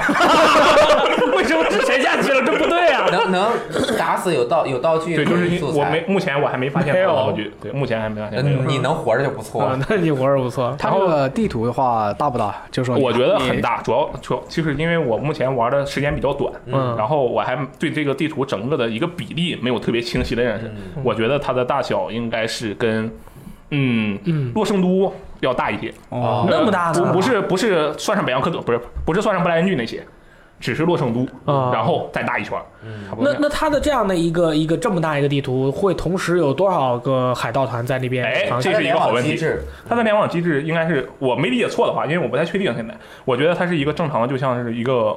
A: 为什么这沉下去了？这不对 啊！
B: 能能打死有道有道具
C: 对，就是因
B: 素
C: 我没
B: 材，
C: 目前我还没发现
A: 没有
C: 道具，对，目前还没发现没有
B: 嗯，你能活着就不错
C: 嗯
A: 啊。，那你活着不错。
D: 它这个地图的话大不大？就是
A: 嗯
D: 说你
C: 我觉得很
D: 你
C: 大，主要主要就是因为我目前玩的时间比较短，
A: 嗯
C: 然后我还对这个地图整个的一个比例没有特别清晰的认识，
A: 嗯
C: 我觉得它的大小应该是跟，嗯
A: 嗯
C: 洛圣都要大一些，
B: 哦
A: 那么大啊呢
C: 不不是不是算上北洋科德，不是不是算上布莱恩郡那些，只是洛圣都，
A: 哦
C: 然后再大一圈儿，差不
A: 嗯
C: 多
A: 那
C: 这样。
A: 那它的这样的一个一个这么大一个地图，会同时有多少个海盗团在那边
C: 哎
A: 航
C: 这
A: 行？
C: 是一个好问
B: 它的联网机
C: 题
B: 制
C: 它的联网机制应该是我没理解错的话，因为我不太确定现在，我觉得它是一个正常的，就像是一个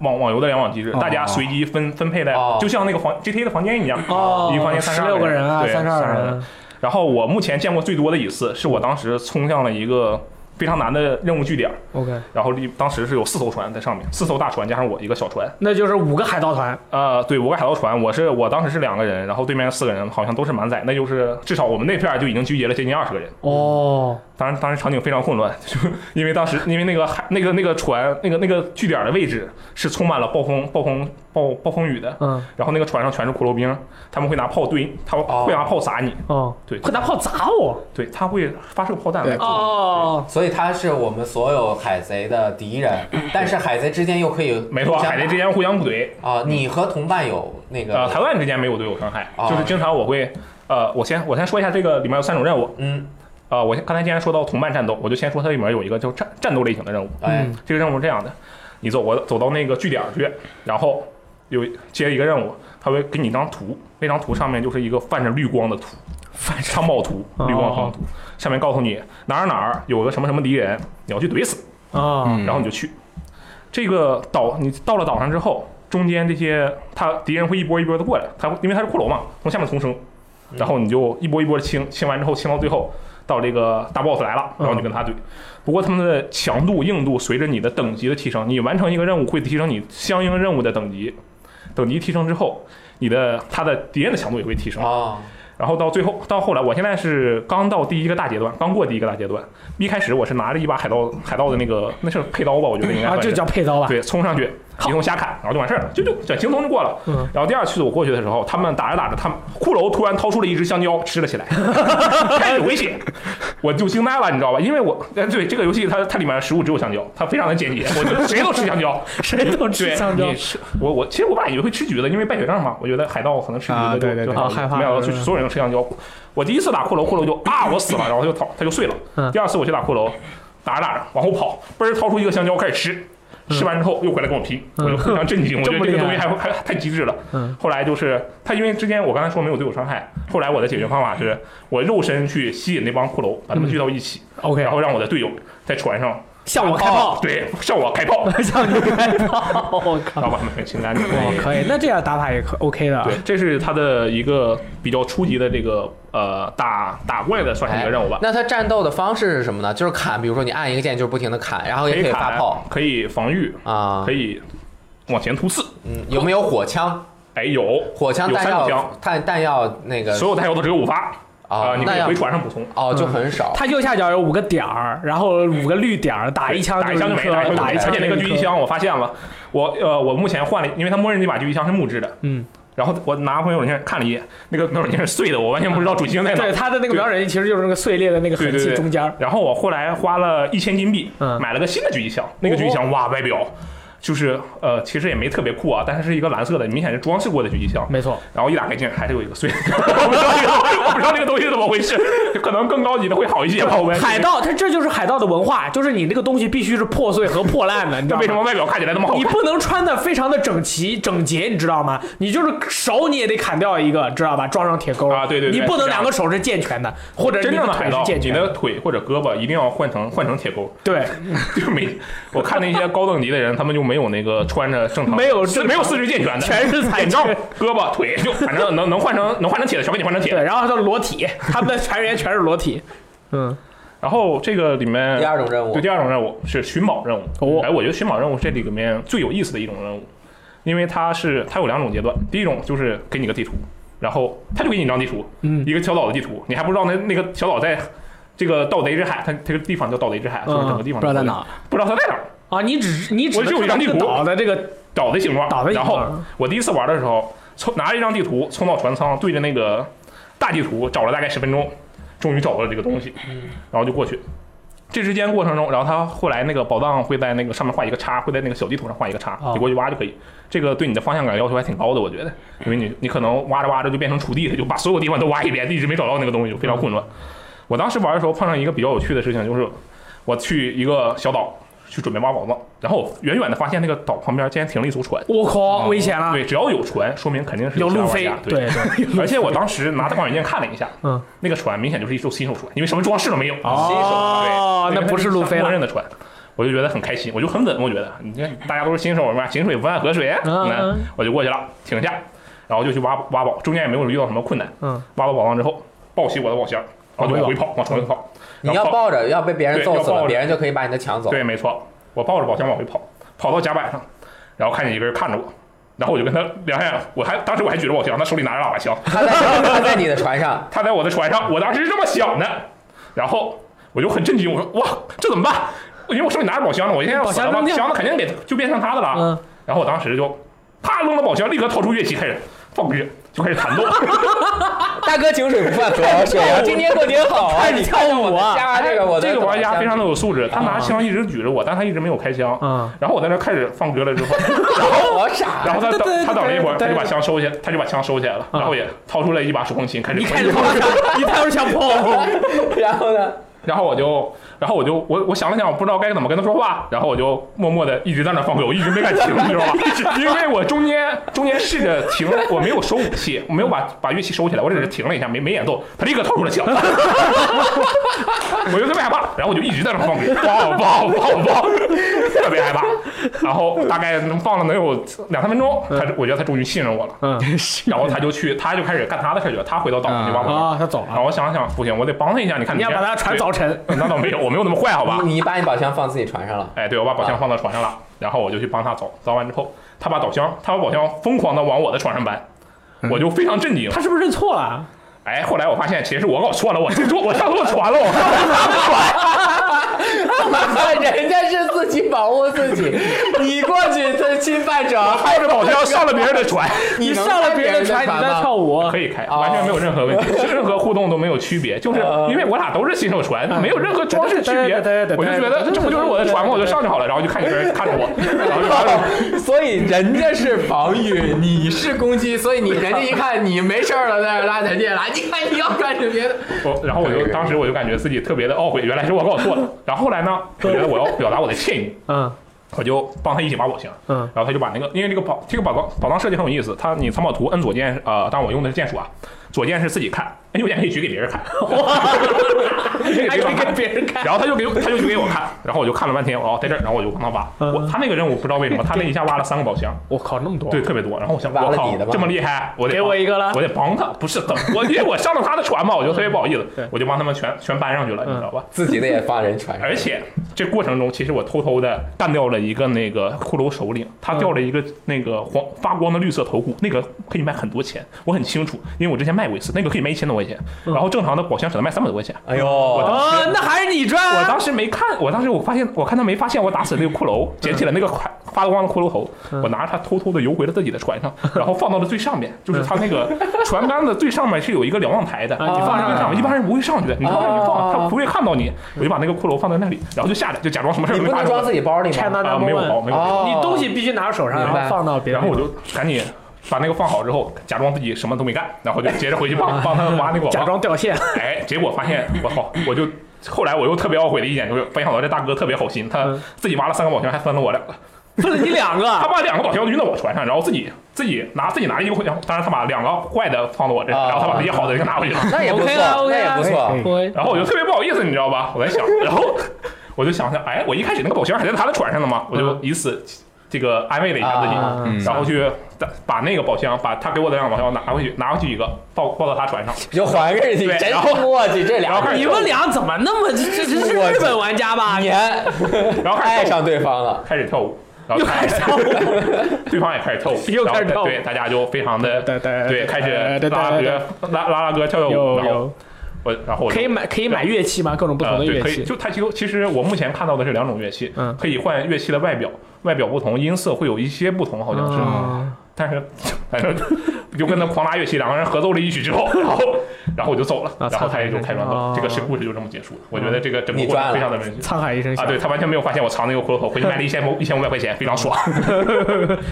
C: 网网游的联网机制，
D: 哦
C: 大家随机分分配在
B: 哦，
C: 就像那个房 GTA 的房间一样，
A: 哦
C: 一个房间
A: 十
C: 32
A: 六个人啊，
C: 对
A: 三十二
C: 32
A: 人。
C: 然后我目前见过最多的一次，是我当时冲向了一个非常难的任务据点，
A: OK，
C: 然后离当时是有四艘船在上面，四艘大船加上我一个小船，
A: 那就是五个海盗团。
C: 呃，对，五个海盗船，我是我当时是两个人，然后对面四个人好像都是满载，那就是至少我们那片儿就已经集结了接近二十个人。
A: 哦，
C: 当然，当时场景非常混乱， 就是因为当时因为那个海那个那个船那个那个据点的位置是充满了暴风暴风暴暴风雨的，
A: 嗯，
C: 然后那个船上全是骷髅兵，他们会拿炮堆，他们
B: 哦
C: 会拿炮砸你，
A: 哦，
C: 对
A: 快拿炮砸我！
C: 对，他会发射炮弹
D: 对
C: 来
A: 哦，
B: 所以它是我们所有海贼的敌人，但是海贼之间又可以
C: 没错，
B: 互相
C: 海贼之间互相不怼，
B: 啊，你和同伴有那
C: 呃，
B: 个
C: 台湾之间没有对我伤害，
B: 哦
C: 就是经常我会，呃，我先我先说一下这个里面有三种任务，
B: 嗯，
C: 呃，我先刚才既然说到同伴战斗，我就先说它里面有一个叫战战斗类型的任务，
B: 哎
A: 嗯，
C: 这个任务是这样的，你走我走到那个据点去，然后有接一个任务，他会给你一张图，那张图上面就是一个泛着绿光的图，泛长暴图，
A: 哦
C: 绿光长图，上面告诉你哪儿哪儿有个什么什么敌人，你要去怼死，
A: 哦，
C: 然后你就去。这个岛你到了岛上之后，中间这些他敌人会一波一波的过来，他因为他是骷髅嘛，从下面丛生，然后你就一波一波的清，清完之后清到最后。到这个大 boss 来了，然后你跟他怼，不过他们的强度、硬度随着你的等级的提升，你完成一个任务会提升你相应任务的等级，等级提升之后，你的他的敌人的强度也会提升。
B: 哦，
C: 然后到最后到后来，我现在是刚到第一个大阶段，刚过第一个大阶段。一开始我是拿着一把海盗海盗的那个那是配刀吧，我觉得应该
A: 啊，
C: 算是
A: 就叫配刀吧。
C: 对，冲上去一通瞎砍，然后就完事儿了，就就就轻松就过了。然后第二次我过去的时候，他们打着打着，他们骷髅突然掏出了一只香蕉吃了起来，开始回血，我就惊呆了，你知道吧？因为我哎对这个游戏它它里面的食物只有香蕉，它非常的简洁，我觉得谁都吃香蕉，
A: 谁都吃
C: 对
A: 香蕉
C: 你，吃我我其实我本来以为会吃橘子，因为败血症嘛，我觉得海盗可能吃橘子就、
D: 啊对对
C: 就
D: 对
C: 好
A: 啊害怕
C: 没想到
A: 嗯
C: 去所有人都吃香蕉。我第一次打骷髅，骷髅就啊我死了，然后就逃，他就碎了。
A: 嗯
C: 第二次我去打骷髅，打着打着往后跑，嘣儿掏出一个香蕉开始吃。吃完之后又回来跟我拼，
A: 嗯
C: 我就非常震惊，我觉
A: 这么
C: 得这个
A: 厉
C: 东
A: 害
C: 西还还还太机智了。
A: 嗯
C: 后来就是他，因为之前我刚才说没有对我伤害，后来我的解决方法是我肉身去吸引那帮骷髅，把他
A: 嗯
C: 们聚到一起，
A: ，OK，
C: 然后让我的队友在船上
A: 向我开炮，
C: 对向我开 炮，
A: 向你开炮， 我靠
C: 然后，把他们给清干净。
A: 哇，哦可以，那这样打法也可 OK 的啊，
C: 对，这是他的一个比较初级的这个呃打打怪的算是一个任务吧。
B: 哎那它战斗的方式是什么呢？就是砍，比如说你按一个键就是不停的砍，然后也
C: 可
B: 可以
C: 砍
B: 发炮，
C: 可以防御，
B: 啊
C: 可。以往前突刺。
B: 嗯有没有火枪？
C: 哎，有
B: 火枪、
C: 有
B: 弹
C: 三种
B: 药
C: 枪、
B: 弹弹药那个
C: 所有弹药都只有五发啊，
B: 哦
C: 你可
B: 那
C: 以
B: 要
C: 回嗯船上补充。
B: 哦，就很少。
A: 它右下角有五个点儿，然后五个绿点儿，打一枪
C: 打
A: 就
C: 一
A: 是
C: 枪就没
A: 颗，
C: 了，
A: 打一
C: 而
A: 枪
C: 且那个
A: 就
C: 狙
A: 是
C: 击
A: 一颗，
C: 枪我发现了，我呃我目前换了，因为它默认这把狙击枪是木质的，
A: 嗯，
C: 然后我拿朋友圈看了一眼，那个朋友圈是碎的，我完全不知道主机在哪。
A: 对，它的那个瞄准其实就是那个碎裂的那个
C: 对
A: 痕
C: 对
A: 迹
C: 对，
A: 中间儿，
C: 然后我后来花了一千金币，
A: 嗯哦
C: 买了个新的狙击枪，那个狙击枪哇，外表就是呃，其实也没特别酷啊，但是是一个蓝色的，明显是装饰过的狙击枪。
A: 没错，
C: 然后一打开竟然还是有一个碎，我不知道这个，我不知道这个东西怎么回事， 可能更高级的会好一些吧。我们
A: 海盗，它这就是海盗的文化，就是你这个东西必须是破碎和破烂的，你知道
C: 为什
A: 吗？
C: 么外表看起来那么好
A: 你
C: 看？
A: 不能穿的非常的整齐整洁，你知道吗？你就是手你也得砍掉一个，知道吧？装上铁钩
C: 啊对对对
A: 你不能
C: 是这样
A: 两个手是健全的，或者
C: 真
A: 你
C: 正
A: 的
C: 的海
A: 腿是
C: 盗，
A: 健
C: 你
A: 全的
C: 的。腿或者胳膊一定要换成换成铁钩，
A: 对，
C: 就没。我看那些高等级的人，他们就没有那个穿着正常，
A: 没有
C: 四
A: 正常
C: 没有四肢健全的，
A: 全是彩
C: 眼罩
A: 券、
C: 胳膊、腿，就反正能能换成能换成铁的，全给你换成铁的
A: 对，。然后他裸体，他们的船员全是裸体，嗯，
C: 然后这个里面
B: 第二种任务
C: 对，第二种任务是寻宝任务。
A: 哦
C: 哎，我觉得寻宝任务是这里面最有意思的一种任务，因为它是它有两种阶段，第一种就是给你个地图，然后他就给你一张地图，
A: 嗯
C: 一个小岛的地图，你还不知道那那个小岛在这个盗贼之海，它这个地方叫盗贼之海，就是整个地方
D: 嗯不知道在
C: 叫
D: 哪
C: 盗
D: 儿
C: 贼，不知道它在哪儿，
A: 啊，你只你只
C: 我就
A: 能
C: 有一张
A: 看到
C: 地
A: 这个
C: 图
A: 岛的这个
C: 岛的形状。
A: 岛的形状
C: 然后我第一次玩的时候，冲拿着一张地图冲到船舱，对着那个大地图找了大概十分钟，终于找到了这个东西，然后就过去。这之间过程中，然后他后来那个宝藏会在那个上面画一个叉，会在那个小地图上画一个叉，
A: 哦
C: 你过去挖就可以。这个对你的方向感要求还挺高的，我觉得，因为你你可能挖着挖着就变成锄地了，就把所有地方都挖一遍，一直没找到那个东西，就非常混乱。我当时玩的时候碰上一个比较有趣的事情，就是我去一个小岛去准备挖宝藏，然后远远的发现那个岛旁边竟然停了一艘船，
A: 我靠，哦危险了！
C: 嗯对，只要有船，说明肯定是
A: 有
C: 其他
A: 路
C: 玩
A: 飞
C: 家，
A: 对
C: 对。
A: 对，
C: 而且我当时拿着望远镜看了一下，
A: 嗯，
C: 那个船明显就是一艘新手船，因为什么装饰都没有。
A: 哦那
C: 对因为它
A: 不是路飞了
C: 默认的船。我就觉得很开心，我就很稳，我觉得你看大家都是新手嘛，井水不犯河水，
A: 嗯
C: 那
A: 嗯
C: 我就过去了，停下，然后就去挖挖宝，中间也没有遇到什么困难，
A: 嗯，
C: 挖到宝藏之后，抱起我的宝箱，然后就往回跑，往船里跑，
B: 你
C: 然
B: 要
C: 后
B: 抱着，要被别人
C: 对
B: 揍
C: 要
B: 死
C: 抱
B: 了，
C: 着
B: 别人就可以把你的抢走。
C: 对，没错，我抱着宝箱往回跑，跑到甲板上，然后看见一个人看着我，然后我就跟他聊下，我还当时我还举着宝箱，他手里拿着喇叭枪，
B: 他在 他在你的船上，
C: 他在我的船上，我当时是这么想的，然后我就很震惊，我说哇，这怎么办？因为我手里拿着宝箱呢，我现在要死
A: 哎
C: 了
A: 宝箱扔
C: 吧，
A: 掉
C: 箱子肯定给就变成他的了。
A: 嗯
C: 然后我当时就啪扔了宝箱，立刻掏出乐器开始放歌，就开 始弹奏。
B: 大哥井水不 犯河水啊！今天过年好啊！
A: 看你
B: 你
A: 跳舞
B: 我
A: 啊！
B: 加这个我的
C: 这个玩家非常
B: 的
C: 的有素质，他拿枪一直举着我，但他一直没有开枪。
A: 嗯
C: 然后我在那开始放歌了之后，
B: 我傻，
C: 然后他
A: 对对
C: 等
A: 对
C: 他等了一会儿，
A: 对对啊
C: 他就把枪收起，来，他就把枪收起来了，然后也掏出了一把手风琴，开始
A: 你
C: 开
A: 开始跑， 你开始想跑，
B: 然后呢？
C: 然后我就，然后我就，我我想了想，我不知道该怎么跟他说话，然后我就默默的一直在那放歌，我一直没敢停，你知道 吧？因为我中间中间试着停，我没有收武器，我没有把把乐器收起来，我只是停了一下，没没演奏，他立刻掏出了枪， 我就特别害怕，然后我就一直在那放歌， 放放放放，特别害怕，然后大概能放了能有两三分钟，他我觉得他终于信任我了，
A: 嗯
C: 然后他就去，他就开始干他的事去了，他回到岛上去挖宝藏。
A: 啊，他走
C: 然
A: 了，
C: 后我想了想，不行，我得帮他一下。你看
A: 你要
C: 这
A: 把他船
C: 对
A: 凿沉，
C: 那倒没有，我没有那么坏，好吧？
B: 你你把你宝箱放自己船上了，
C: 哎，对，我把宝箱放到船上了，然后我就去帮他凿，凿完之后，他把宝箱，他把宝箱疯狂的往我的船上搬，我就非常震惊。
A: 他是不是认错了？
C: 哎，后来我发现其实是我搞错了，我听错，我上错船了，我上错船了。
B: 人家是自己保护自 己，你过去他是侵犯者，
C: 开着保镖上了别人的船，
A: 你
B: 能
A: 上了
B: 开
A: 别人的船，你在
B: 吗？
A: 跳舞，
C: 可以开，完全没有任何问题，任何互动都没有区别，就是因为我俩都是新手船，没有任何装饰区别，我就觉得这不就是我的船吗？我就上去好了，然后就看有人看着我，然后就 完了。
B: 所以人家是防御，你是攻击，所以你人家一看你没事儿了，在那拉人家来，你看你要干什么别的？
C: 我然后我就当时我就感觉自己特别的懊悔，原来是我搞错了。然后后来呢，我觉得我要表达我的歉意，
A: 嗯
C: 我就帮他一起把我行。
A: 嗯，
C: 然后他就把那个，因为这个宝这个宝藏宝藏设计很有意思，它你藏宝图摁左键，呃，当然我用的是键鼠啊，左键是自己看，摁右键可以举给 别人看，
A: 还
C: 还
A: 可以给别人看。
C: 然后他就给他就举给我看，然后我就看了半天，哦，在这儿，然后我就帮他挖。
A: 嗯
C: 我他那个任务不知道为什么，他那一下挖了三个宝箱，
A: 我靠，那么多！
C: 对，，特别多。然后我想，
B: 挖了
C: 我靠
B: 你的，吧
C: 这么厉害，我得
A: 给我
C: 帮
A: 一个了
C: 我得帮他，不是等我，因为我上了他的船嘛，我就特别不好意思
A: 对，
C: 我就帮他们全全搬上去了，你知道吧？
B: 自己的也放人船上，
C: 而且这过程中，其实我偷偷的干掉了一个那个骷髅首领，他掉了一个那个黄发光的绿色头骨，那个可以卖很多钱，我很清楚，因为我之前卖过一次，那个可以卖一千多块钱，然后正常的宝箱只能卖三百多块钱。
B: 哎呦，
A: 啊，那还是你赚
C: 我
A: 啊。
C: 当时没看，我当时我发现，我看他没发现我打死那个骷
B: 嗯
C: 髅，捡起了那个发发光的骷髅头，我拿着它偷偷的游回了自己的船上，
B: 嗯
C: 然后放到了最上面，就是它那个船杆的最上面是有一个瞭望台
B: 啊
C: 的，你放上去上面，一般人不会上去的，你往上一放，他不会看到你，我就把那个骷髅放在那里，然后就下来，就假装什么事儿
B: 你
C: 没
B: 不
C: 发
B: 能
C: 生
B: 装自己包里吗？
A: China
C: 啊，
A: number
C: 没有
A: one，
C: 包，没有包，
B: 哦
A: 你东西必须拿到手上，然
B: 明白
A: 后放到别人。
C: 然后我就赶紧。把那个放好之后，假装自己什么都没干，然后就接着回 去帮帮他们挖那个 网
A: 假装掉线，
C: 哎，结果发现我靠，我就后来我又特别懊悔的一点就是，没想到这大哥特别好心，他
A: 嗯
C: 自己挖了三个宝箱，还分了我两个，
A: 分了你两
C: 他
A: 个。
C: 把两个宝箱运到我船上，然后自己自己拿自己拿一个宝箱，当然他把两个坏的放到我这，
B: 啊
C: 然后他把那些好的给拿回去了，
B: 那也不错，哎
A: OK 啊了，OK
B: 那也不错。
A: 我
C: 然后我就特别不好意思，你知道吧？我在想，然后我就想想，哎，我一开始那个宝箱还在他的船上呢嘛，我就以此。这个安慰了一下自己，
B: 啊
A: 嗯
C: 然后去把把那个宝箱，把他给我的两个宝箱拿回去，拿回去一个抱抱到他船上，
B: 就还给你，
C: 对
B: 真
C: 然后
B: 墨迹，这俩
C: 然后开
B: 人
C: 始
A: 你们俩怎么那么这这这是
B: 我
A: 日本玩家吧？
B: 年
C: 然后开
B: 爱
C: 始
B: 上对方了，
C: 开始跳舞，然后
A: 又
C: 大
A: 开
C: 家
A: 始跳舞，
C: 对方也开始跳舞，
A: 又开始跳舞
C: 然后对，大家就非常的
A: 对对
C: 对，开始拉拉
A: 有
C: 哥拉拉拉哥跳跳舞，然后
A: 有
C: 我然后我就
A: 可以买可以买乐器吗？各种不同
C: 呃
A: 的
C: 对，
A: 乐
C: 可以
A: 器。
C: 就它其实其实我目前看到的是两种乐器，
A: 嗯
C: 可以换乐器的外表，外表不同，音色会有一些不同，好像是，
A: 嗯
C: 但是 反正就跟他狂拉乐器，两个人合奏了一曲之 后，然后然后我就走了，
A: 啊
C: 然后他也就
A: 操
C: 开船走
A: 哦
C: 了，这个是故事就这么结束了，我觉得这个整个
B: 你
C: 过
B: 赚
C: 程非
B: 了
C: 常的温馨。
A: 沧海一声
C: 啊，
A: 笑，
C: 对他完全没有发现我藏那个骷髅头，回去卖了一千一千五百块钱，非常爽。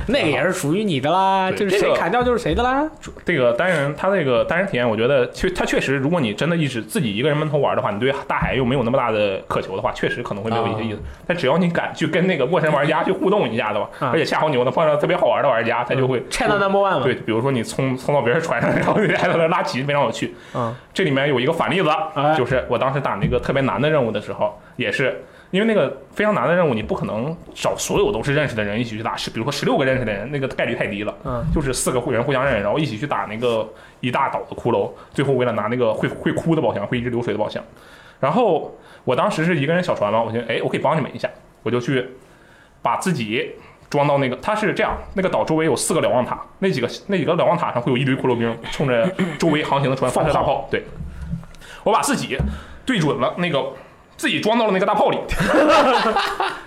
A: 那个也是属于你的啦，
C: 对
A: 就是
C: 这
A: 谁
C: 个
A: 砍掉就是谁的啦。
C: 这个单人，它这个单人体验，我觉得确，它确实，如果你真的一直自己一个人闷头玩的话，你对大海又没有那么大的渴求的话，确实可能会没有一些意思。但只要你敢去跟那个陌生玩家去互动一下的话，
A: 啊
C: 而且恰好你又能碰上特别好玩的玩家，他就会
A: China number one 嘛，
C: 对，比如说你冲冲到别人船上，然后你还在那拉旗，非常有趣。
A: 嗯，
C: 这里面有一个反例子
A: 哎，
C: 就是我当时打那个特别难的任务的时候，也是因为那个非常难的任务，你不可能找所有都是认识的人一起去打，是比如说十六个认识的人，那个概率太低了。
A: 嗯，
C: 就是四个人互相认识，然后一起去打那个一大岛的骷髅，最后为了拿那个会会哭的宝箱，会一直流水的宝箱。然后我当时是一个人小船嘛，我觉得哎，我可以帮你们一下，我就去把自己装到那个，它是这样，那个岛周围有四个瞭望塔，那几个那几个瞭望塔上会有一堆骷髅兵冲着周围航行的船发射大炮，对，我把自己对准了那个。自己装到了那个大炮里，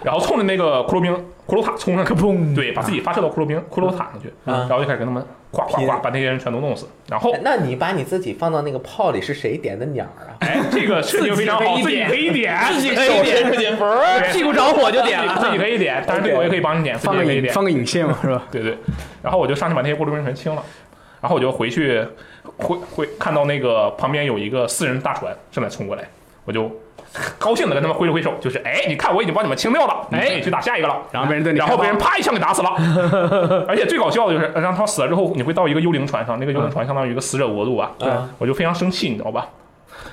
C: 然后冲着那个骷髅兵骷髅塔冲上去，对，把自己发射到骷髅兵骷髅塔上去，
B: 啊
C: 然后就开始跟他们咵咵咵把那些人全都弄死。然 后
B: 那你把你自己放到那个炮里，是谁点的鸟啊？
C: 哎，这个设定非常好，
A: 自
C: 自
A: 己
C: 己
A: 可
C: 可以点，
A: 自己可以
B: 手
A: 点，
B: 伸出去，不
C: 对
A: 屁股着火就点
C: 自
A: 了。
C: 己可以点，但是这个我也可以帮你点，自己
D: 放
C: 也
D: 个
C: 可以
D: 引
C: 点，
D: 放个引线嘛，是吧？
C: 对对。然后我就上去把那些锅炉兵全清了，然后我就回去，会会看到那个旁边有一个四人大船正在冲过来，我就高兴的跟他们挥了挥手，就是哎，你看我已经帮你们清掉了，哎，去打下一个了。
D: 然后被人对你
C: 然
D: 开
C: 后被人
D: 炮
C: 啪一枪给打死了， 而且最搞笑的就是，让他死了之后，你会到一个幽灵船上，那个幽灵船相当于一个死者国度吧，
B: 嗯
C: 我就非常生气，你知道吧？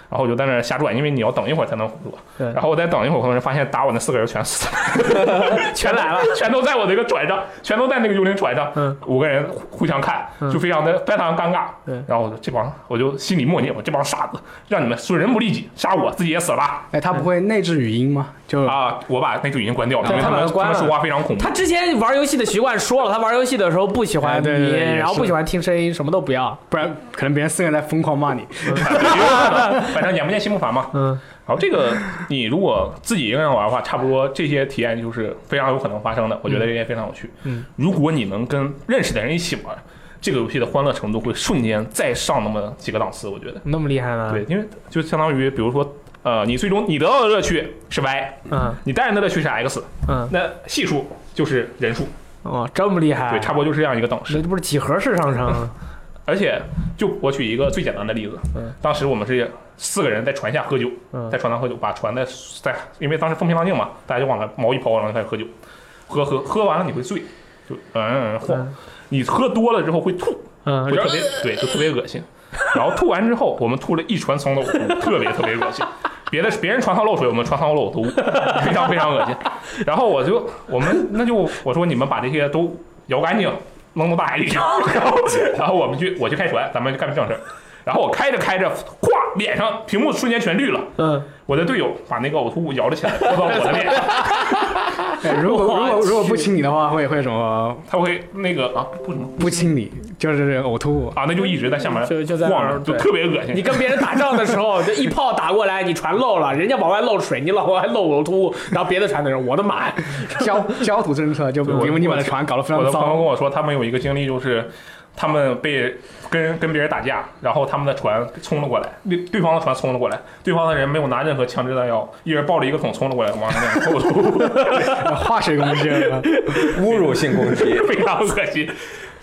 C: 然后我就在那儿瞎转，因为你要等一会儿才能活。
A: 对
C: 然后我再等一会儿，我可能发现打我那四个人全死了，全来了， 全都在我那个船上，全都在那个幽灵船上，
A: 嗯
C: 五个人互互相看，就非常的非常尴尬。
A: 对
C: 然后我就这帮我就心里默念，我这帮傻子，让你们损人不利己，杀我自己也死了
D: 哎，它不会内置语音吗？就
C: 啊！我把那个语音关掉了，
A: 对
C: 因为
A: 他
C: 他
A: 把它
C: 们
A: 关
C: 他们
A: 了
C: 说话非常恐 怖
A: 他。之前玩游戏的习惯说了，他玩游戏的时候不喜欢
D: 哎
A: 语
D: 对对对
A: 音，
D: 也
A: 然后不
D: 是
A: 喜欢听声音，什么都不要。
D: 不然可能别人四个人在疯狂骂你。
C: 反正晚上演不见心不烦嘛。
A: 嗯，
C: 然后这个你如果自己一个人玩的话，差不多这些体验就是非常有可能发生的。我觉得这些非常有趣。
A: 嗯，
C: 如果你能跟认识的人一起玩，这个游戏的欢乐程度会瞬间再上那么几个档次。我觉得，
A: 那么厉害吗？，
C: 对，因为就相当于比如说。呃，你最终你得到的乐趣是 Y，
A: 嗯
C: 你带人的乐趣是 X，
A: 嗯，
C: 那系数就是人数，
A: 哦，这么厉害，
C: 对，差不多就是这样一个等式。
A: 这不是几何式上 升？
C: 而且，就我举一个最简单的例子，
A: 嗯
C: 当时我们是四个人在船下喝酒，
A: 嗯
C: 在船上喝酒，把船的在，因为当时风平浪静嘛，大家就往那毛一抛，然后开始喝酒，喝喝喝完了你会醉，就嗯晃，
A: 嗯
C: 你喝多了之后会吐，
A: 嗯，
C: 会特别对，就特别恶心。然后吐完之后，我们吐了一船松豆腐，特别特别恶心。别的别人船上漏水，我们船上漏毒，非常非常恶心。然后我就我们那就我说你们把这些都摇干净，扔到大海里去。然后然后我们去我去开船，咱们就干正事儿。然后我开着开着，咵，脸上屏幕瞬间全绿了。
A: 嗯，
C: 我的队友把那个呕吐物摇了起来，泼到我的脸上，
D: 哎如 果如果
A: 我去
D: 如果不清理的话，会会什么？
C: 他会那个啊不什么
D: 不清理就是呕吐物。
C: 啊，那就一直在下面
A: 就就在那
C: 晃
A: 儿
C: 着，就
A: 对
C: 特别恶心。
A: 你跟别人打仗的时候，这一炮打过来，你船漏了，人家往外漏水，你老往外漏呕吐物，然后别的船的人，我的妈呀！
D: 焦 焦土政策就
C: 我
D: 因为你把的船搞得非
C: 我的
D: 常
C: 朋友跟
D: 脏。
C: 我说，他们有一个经历，就是他们被跟跟别人打架，然后他们的船冲了过来，对对方的船冲了过来，对方的人没有拿任何枪支弹药，一人抱着一个桶冲了过来，往那 边吐，
D: 化学攻击了，
B: 侮辱性攻击，
C: 非常恶心。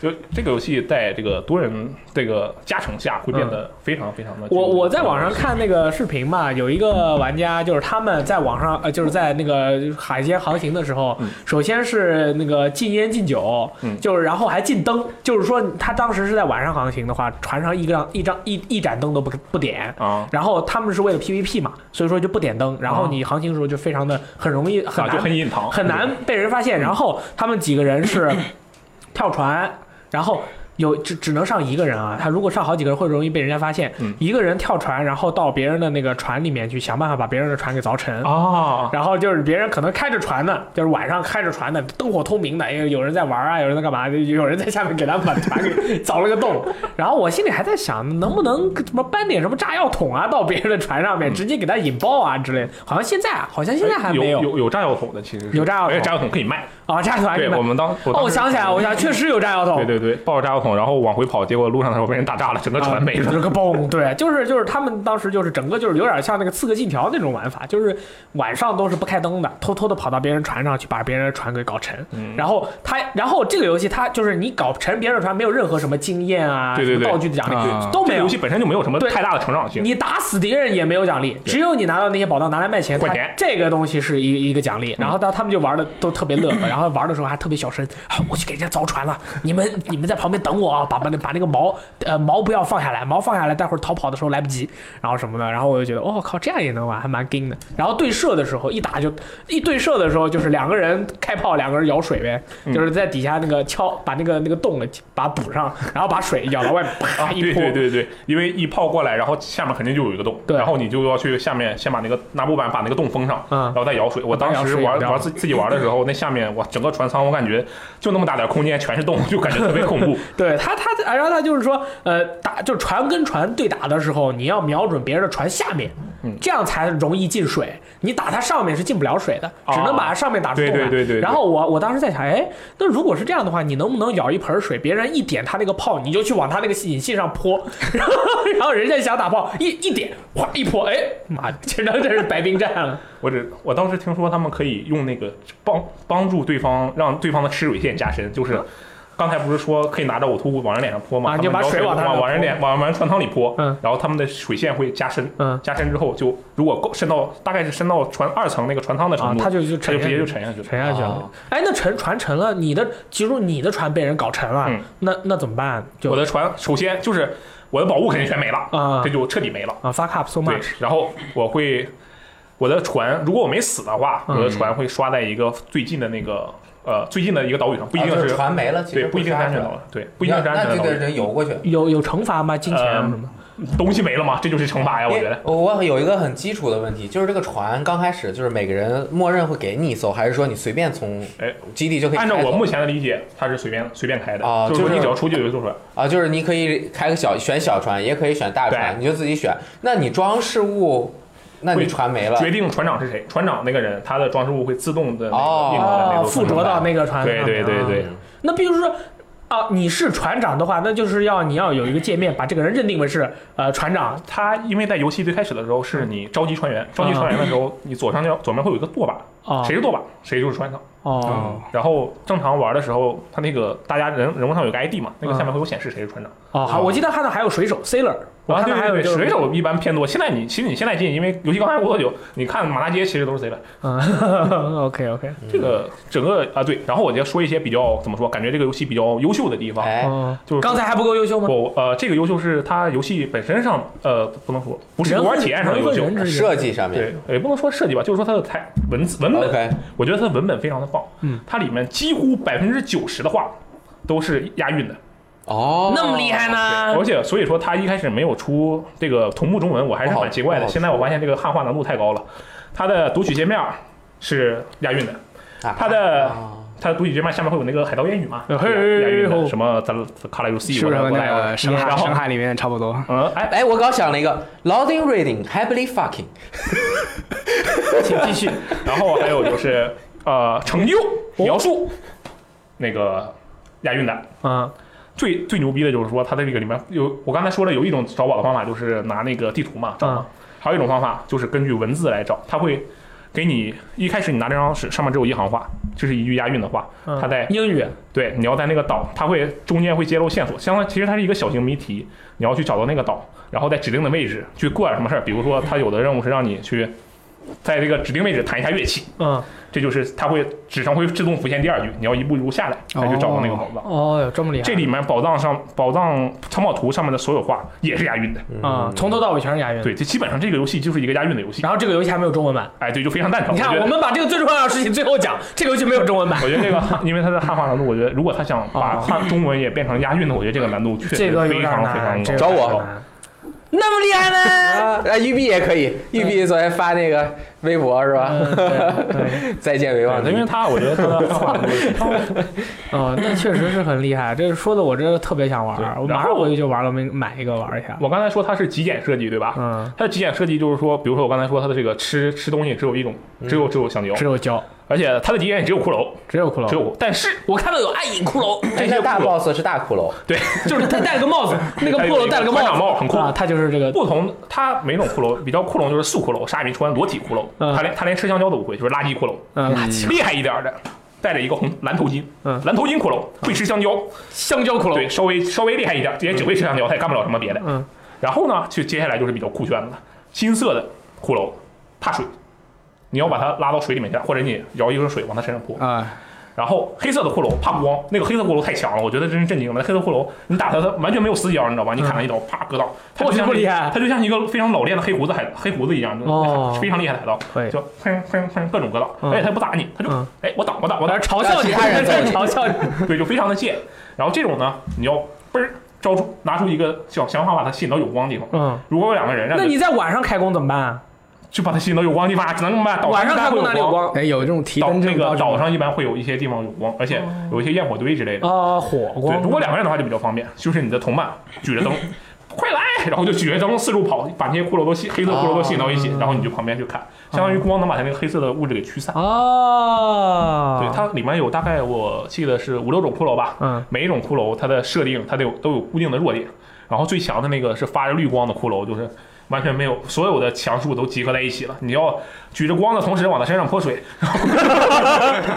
C: 就这个游戏在这个多人这个加成下，会变得非常非常的。
A: 我我在网上看那个视频嘛，有一个玩家就是他们在网上呃，就是在那个海街航行的时候，首先是那个禁烟禁酒，
C: 嗯
A: 就是然后还禁灯，就是说他当时是在晚上航行的话，船上一张一张一一盏灯都不不点。
C: 啊，
A: 然后他们是为了 PVP 嘛，所以说就不点灯。然后你航行的时候就非常的很容易很
C: 哦啊
A: 难、
C: 就很隐藏，
A: 很难被人发
C: 嗯
A: 现。然后他们几个人 是跳船，然后有只只能上一个人啊。他如果上好几个人，会容易被人家发现。
C: 嗯
A: 一个人跳船，然后到别人的那个船里面去，想办法把别人的船给凿沉。
C: 啊。
A: 然后就是别人可能开着船呢，就是晚上开着船呢，灯火通明的，有有人在玩啊，有人在干嘛，有人在下面给他们把船给凿了个 洞。然后我心里还在想，能不能什么搬点什么炸药桶啊到别人的船上
C: 嗯
A: 面，直接给他引爆啊之类的。好像现在啊好像现在还
C: 哎有
A: 没
C: 有有炸药桶的，其实是
A: 有炸药桶
C: 而且炸药桶可以卖。
A: 啊，炸船
C: 对
A: 里面
C: 我们当
A: 哦，
C: 当
A: 我
C: 时
A: 想起来了，我想确实有炸药桶，
C: 对对对，抱着炸药桶，然后往回跑，结果路上的时候被人打炸了，整个船没了
A: 就。是啊个嘣，对，就是就是他们当时就是整个就是有点像那个《刺客信条》那种玩法，就是晚上都是不开灯的，偷偷的跑到别人船上去把别人的船给搞沉，
C: 嗯
A: 然后他然后这个游戏它就是你搞沉别人的船没有任何什么经验啊，
C: 对对
A: 什么
C: 对
A: 道具的奖
D: 啊
A: 励都
C: 这
A: 没
C: 个
A: 有
C: 游。戏本身就没有什么
A: 对
C: 太大的成长性。
A: 你打死敌人也没有奖励，只有你拿到那些宝藏拿来卖钱，
C: 换
A: 它
C: 钱嗯
A: 这个东西是一一个奖励。然后到他们就玩的都特别乐呵，然后玩的时候还特别小声，啊，我去给人家凿船了，你们你们在旁边等我啊，把把那把那个毛呃毛不要放下来，毛放下来，待会儿逃跑的时候来不及，然后什么的。然后我就觉得，哦靠，这样也能玩，还蛮硬的。然后对射的时候一打就一对射的时候就是两个人开炮，两个人舀水呗，
C: 嗯
A: 就是在底下那个敲把那个那个洞给把它补上，然后把水舀到外面，啪一
C: 啊对
A: 泼
C: 对。对对，因为一炮过来，然后下面肯定就有一个洞，
A: 对
C: 然后你就要去下面先把那个拿木板把那个洞封上，
A: 嗯
C: 然后再舀水。我
A: 再
C: 当
A: 舀
C: 时
A: 水
C: 玩
A: 然后
C: 玩自自己玩的时候，那下面我整个船舱我感觉就那么大点空间，全是洞，就感觉特别 恐怖。
A: 对他，他啊然后他就是说，呃，打就是船跟船对打的时候，你要瞄准别人的船下面，
C: 嗯
A: 这样才容易进水。你打他上面是进不了水的，
C: 哦
A: 只能把它上面打出洞来。
C: 对对对对对
A: 然后我我当时在想，哎，那如果是这样的话，你能不能舀一盆水，别人一点他那个炮，你就去往他那个引信上泼， 然后然后人家想打炮，一一点，哗一泼，哎，妈的，这真真是白冰战了。
C: 我只我当时听说他们可以用那个帮帮助对方，让对方的吃水线加深，就是。刚才不是说可以拿着呕吐物往人脸上泼
A: 嗯
C: 吗？
A: 啊
C: 他
A: 你就
C: 们
A: 把
C: 舀
A: 水往他
C: 往
A: 那
C: 往人
A: 泼
C: 脸往往人船舱里泼，
A: 嗯
C: 然后他们的水线会加深，
A: 嗯
C: 加深之后就如果够深到大概是深到船二层那个船舱的程
A: 啊，
C: 度，
A: 他就就
C: 它
A: 沉
C: 就
A: 下
C: 直
A: 去
C: 接就
A: 了
C: 沉下去了。
A: 沉下去了
B: 哦。
A: 哎，那沉船沉了，你的其实你的船被人搞沉了，
C: 嗯
A: 那那怎么办？就
C: 我的船首先就是我的宝物肯定全没了，
A: 啊
C: 这就彻底没了。
A: 啊，fuck up so
C: 对
A: much。，
C: 然后我会我的船，如果我没死的话，
A: 嗯
C: 我的船会刷在一个最近的那个呃最近的一个岛屿上，不一定、
B: 啊就是船没了，其实
C: 对，不一定是
B: 是
C: 安全岛，
B: 了，
C: 对，不一定是安
B: 那
C: 全
B: 就
C: 岛
B: 得
C: 屿。
B: 人游过去。
A: 有有惩罚吗？金钱
C: 嗯
A: 什么？
C: 东西没了嘛，这就是惩罚呀，我觉得。
B: 我哎我有一个很基础的问题，就是这个船刚开始就是每个人默认会给你一艘，还是说你随便从
C: 哎
B: 基地就可以开
C: 按
B: 走？
C: 照我目前的理解，它是随便随便开的，
B: 啊
C: 就是
B: 就
C: 说
B: 是
C: 你只要出去就有一艘船。
B: 啊，就是你可以开个小选小船，也可以选大船，
C: 对
B: 你就自己选。那你装饰物，那你
C: 会
B: 船没了，
C: 决定船长是谁，船长那个人他的装饰物会自动的那
B: 哦
C: 个印到那个
A: 附着到那个船上
C: 对
A: 面。
C: 对对对
A: 啊。那比如说。啊，你是船长的话，那就是要你要有一个界面，把这个人认定为是呃船长。
C: 他因为在游戏最开始的时候是你召集船员，召集船员的时
B: 嗯
C: 候，你左上角左面会有一个舵把，
B: 哦
A: 啊
C: 谁是舵把谁就是船长。
A: 哦
C: 然后正常玩的时候，他那个大家人人物上有个 ID 嘛，那个
A: 嗯
C: 下面会有显示谁是船长。
A: 哦，好，我记得看到还有水手 sailor，我
C: 嗯啊，
A: 看
C: 对
A: 到还有
C: 对对，
A: 就是
C: 水手一般偏多。现在你其实你现在进，因为游戏刚开播多久，你看马大街其实都是谁的。
A: 嗯，OK OK，
C: 这个整个啊对，然后我就说一些比较怎么说，感觉这个游戏比较优秀的地方，
B: 哎，
A: 哦，
C: 就是
A: 刚才还不够优秀吗？
C: 不，呃，这个优秀是它游戏本身上，呃，不能说不是游玩体验上的
A: 人
C: 优
A: 和
C: 秀
A: 人，之间
B: 设计上面
C: 对，也不能说设计吧，就是说它的台文字文本，
B: ，OK，
C: 我觉得它的文本非常的棒，
A: 嗯，
C: 它里面几乎百分之九十的话都是押韵的，
B: 哦，
A: 那么厉害呢
D: 嗯
C: 而？且所以说它一开始没有出这个同步中文，我还是
D: 哦
B: 不好
C: 蛮奇怪
B: 不
C: 的，
B: 好
C: 现在我发现这个汉化难度太高了，它的读取界面是押韵的，
B: 啊，
C: 它的
B: 啊
C: 它的读取界面下面会有那个海盗谚语嘛，
A: 呃嘿
C: 押韵
A: 吼
C: 的，什么咱卡拉鲁西，
D: 是不是和那个呃深海
C: 啊然后
D: 深海里面差不 多？
C: 嗯，哎。
B: 哎，我刚想了一个 loading reading happily fucking，
C: 请继续。然后还有就是呃，成就描述、那个押韵的。
A: 嗯，
C: 最最牛逼的就是说，它在这个里面有我刚才说了，有一种找宝的方法就是拿那个地图嘛找嘛，还有一种方法就是根据文字来找，它会给你一开始你拿这张纸，上面只有一行话，这、是一句押韵的话，
A: 嗯
C: 它在
A: 英语
C: 对你要在那个岛，它会中间会揭露线索，相当于其实它是一个小型谜题，你要去找到那个岛，然后在指定的位置去干什么事儿，比如说它有的任务是让你去在这个指定位置弹一下乐器，
A: 嗯，
C: 这就是它会纸上会自动浮现第二句，你要一步一步下来才去找到那个宝藏。
A: 哦哟，这么厉害，
C: 这里面宝藏上宝藏藏宝图上面的所有话也是押韵的，
A: 啊，从头到尾全是押韵。，
C: 对，这基本上这个游戏就是一个押韵的游戏。
A: 然后这个游戏还没有中文版。
C: 哎，对，就非常蛋疼。
A: 啊你看，
C: 觉
A: 我
C: 得
A: 们把这个最重要的事情最后讲，这个游戏没有中文版。
C: 我觉得这个，因为它的汉化难度，我觉得如果他想把汉中文也变成押韵的，我觉得这个难度确实
A: 啊这个有
C: 非
A: 点
C: 常非常
A: 难，这
C: 高
A: 个。
B: 找我
A: 有点难。那么厉害呢？
B: 啊，哎育碧也可以，育碧昨天发那个微博是吧？
A: 嗯对对，
B: 再见维望
C: 对，因为
B: 你，
C: 他我觉得他的 汉化难度是高的。
A: 哦，那确实是很厉害。这说的我真的特别想玩
C: 对
A: 儿，我
C: 然
A: 马
C: 后
A: 上我就去玩个买买一个玩一下。
C: 我刚才说它是极简设计，对吧？
A: 嗯，
C: 它的极简设计就是说，比如说我刚才说它的这个吃吃东西只有一种，只有只有香蕉，
A: 嗯只有哦胶，
C: 而且它的极简也只有骷髅，
A: 只有骷
C: 只
A: 髅。
C: 有，但是
A: 我看到有暗影骷髅，
B: 这
C: 些
B: 个哎大
C: 骷髅
B: boss 是大骷髅，
C: 对，
A: 就是他戴了个帽子， 那个
C: 还有
A: 骷髅戴了个帽
C: 船
A: 子，
C: 长帽很酷
A: 啊，他就是这 个。
C: 不同，它每种骷髅比较酷龙就是素骷髅，啥也没穿，裸体骷髅，
A: 嗯
C: 它连它连吃香蕉都不会，就是垃圾骷髅。
A: 嗯，
C: 厉害一点的，戴着一个红蓝头巾，
A: 嗯
C: 蓝头巾骷髅会吃香蕉，
A: 香蕉骷
C: 对，
A: 髅，
C: 稍微稍微厉害一点，也只会吃香蕉，他也干不了什么别的。
A: 嗯，
C: 然后呢，就接下来就是比较酷炫的了，金色的骷髅踏水，你要把它拉到水里面去，或者你舀一盆水往它身上泼。
D: 啊，
C: 然后黑色的骷髅怕光，那个黑色骷髅太强了，我觉得真是震惊了。黑色骷髅你打它，它完全没有死角，你知道吧？你砍它一刀，啪割到，它
A: 哇
C: 就像
A: 这么厉害
C: 它就像一个非常老练的黑胡子海黑胡子一样，
A: 哦
C: 非常厉害的海盗，
A: 可以
C: 就砰砰砰各种割到，
A: 嗯
C: 哎，它不打你，它就
A: 嗯
C: 哎我打我打我
A: 我
C: 打
A: 在，嘲笑你，
B: 让其他人揍你
A: 嘲笑你。
C: 对，就非常的贱。然后这种呢，你要嘣儿招出拿出一个小想法把它吸引到有光的地方。
A: 嗯，
C: 如果有两个人让
A: 那你在晚上开工怎么办啊？
C: 就把它吸引到有光的地方，只能这么办。岛上
A: 晚上
C: 一般
A: 开
C: 会
A: 工哪里有
C: 光？
A: 光？
D: 哎，有这种提
C: 岛
D: 灯
C: 那
D: 这种
C: 个
D: 道
C: 岛
D: 具吗
C: 上一般会有一些地方有光，而
A: 哦
C: 且有一些焰火堆之类的。
A: 啊，火
C: 对，
A: 光。
C: 如果两个人的话就比较方便，就是你的同伴举着灯，快来，然后就举着灯四处跑，把那些骷髅都吸，黑色骷髅都吸引到一起，然后你就旁边去看，相当于光能把它那个黑色的物质给驱散。
A: 哦，
C: 对，它里面有大概我记得是五六种骷髅吧，
A: 嗯，
C: 每一种骷髅它的设定它都有都有固定的弱点，然后最强的那个是发着绿光的骷髅，就是。完全没有，所有的强数都集合在一起了。你要举着光的同时往他身上泼水， 然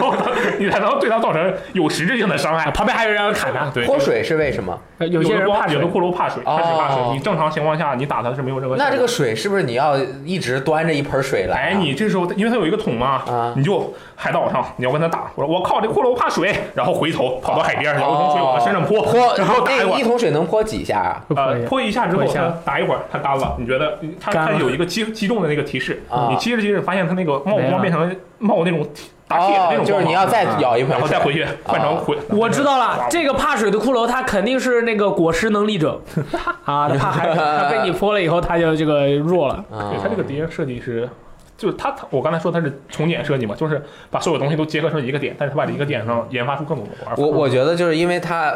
C: 后你才能对他造成有实质性的伤害。
A: 旁边还有人要砍他，
C: 对，
B: 泼水是为什么？
A: 呃有
C: 有
A: 些人怕
C: 有
A: 水
C: 的。骷髅怕水，
B: 哦
C: 它只怕水。你正常情况下，你打它是没有任何效果。
B: 那这个水是不是你要一直端着一盆水来啊？
C: 哎，你这时候因为它有一个桶嘛
B: 啊，
C: 你就海岛上你要跟他打。我说我靠，这骷髅怕水，然后回头跑到海边，然后一桶水往他身上泼，
B: 哦泼，
C: 然后打一
B: 那
C: 会
B: 个一
C: 儿。
B: 桶水能泼几下啊？
A: 不可
C: 呃
A: 以，
C: 泼一下之后，
A: 泼一下
C: 它打一会儿，它干了。你觉得它
A: 干
C: 它
A: 了
C: 有一个击击中的那个提示，
B: 啊
C: 你接着接着发现它那个冒
A: 没了
C: 光变成了冒那种打铁的那
B: 哦就
C: 种，
B: 是
C: 光
B: 你
C: 芒，
B: 要啊再咬一回
C: 然后再回去换成回。
A: 我知道了，这个怕水的骷髅，它肯定是那个果实能力者啊，它怕还它被你泼了以后，它就这个弱了。
B: 啊嗯
C: 对它这个敌人设计是，就是它它我刚才说它是从简设计嘛，就是把所有东西都结合成一个点，但是它把一个点上研发出各种玩法。
B: 我我觉得就是因为它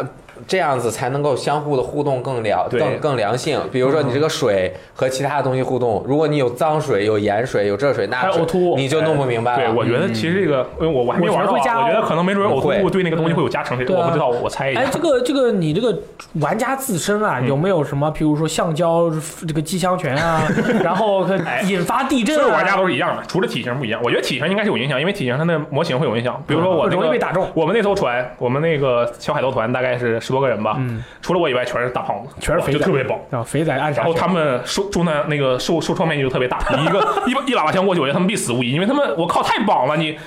B: 这样子才能够相互的互动更良
C: 对
B: 更更良性。比如说你这个水和其他的东西互动，如果你有脏水、有盐水、有这水那
A: 还有呕
B: 水
A: 吐，
B: 你就弄不明白
C: 哎对，
B: 了。
C: 我觉得其实这个，因为我我还没玩
A: 我觉得
C: 到啊，
A: 会加哦
C: 我觉得可能没准呕
B: 会
C: 吐物对那个东西会有加成，这个
A: 对啊
C: 我不知道，我猜一下
A: 哎，。这个这个，你这个玩家自身啊，
C: 嗯
A: 有没有什么，比如说橡胶这个机枪拳啊，然后可
C: 哎
A: 引发地震
C: 所有
A: 啊，
C: 玩家都是一样的，除了体型不一样。我觉得体型应该是有影响，因为体型它的模型会有影响。比如说我那
A: 容易被
C: 个，
A: 打中，
C: 我们那艘船，我们那个小海盗团大概是十多个人吧，
A: 嗯
C: 除了我以外全是大胖子，
A: 全是
C: 哇
A: 肥
C: 就
A: 仔
C: 特别棒。
A: 啊，肥仔暗杀拳。
C: 然后他们受中弹那个受受创面积就特别大，你一个一一喇叭枪过去，我觉得他们必死无疑，因为他们我靠太棒了你。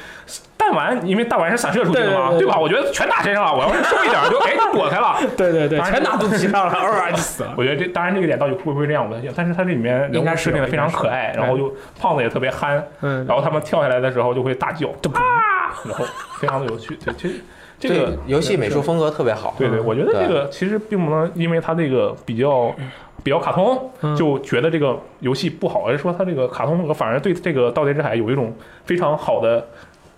C: 弹丸，因为弹丸是散射出去的嘛，
A: 对对对对
C: 吧？我觉得全打身上了，我要是瘦一点就哎就躲开 了。
A: 对对对，
C: 当然
A: 全打肚皮上了，二就死了。
C: 我觉得这当然这个点到底会不会这样，我不太确定。但是它这里面人
A: 应该
C: 物
A: 是
C: 设定的非常
A: 应该是
C: 可爱，然后就胖子也特别憨，
A: 嗯，
C: 然后他们跳下来的时候就会大叫
A: 这不
C: 啊，然后非常的有趣。对，其实这
B: 对
C: 个
B: 游戏美术风格特别好。
C: 对对，
A: 嗯
C: 我觉得
B: 对
C: 这个其实并不能因为它这个比较比较卡通
A: 嗯，
C: 就觉得这个游戏不好，而是说它这个卡通反而对这个《盗贼之海》有一种非常好的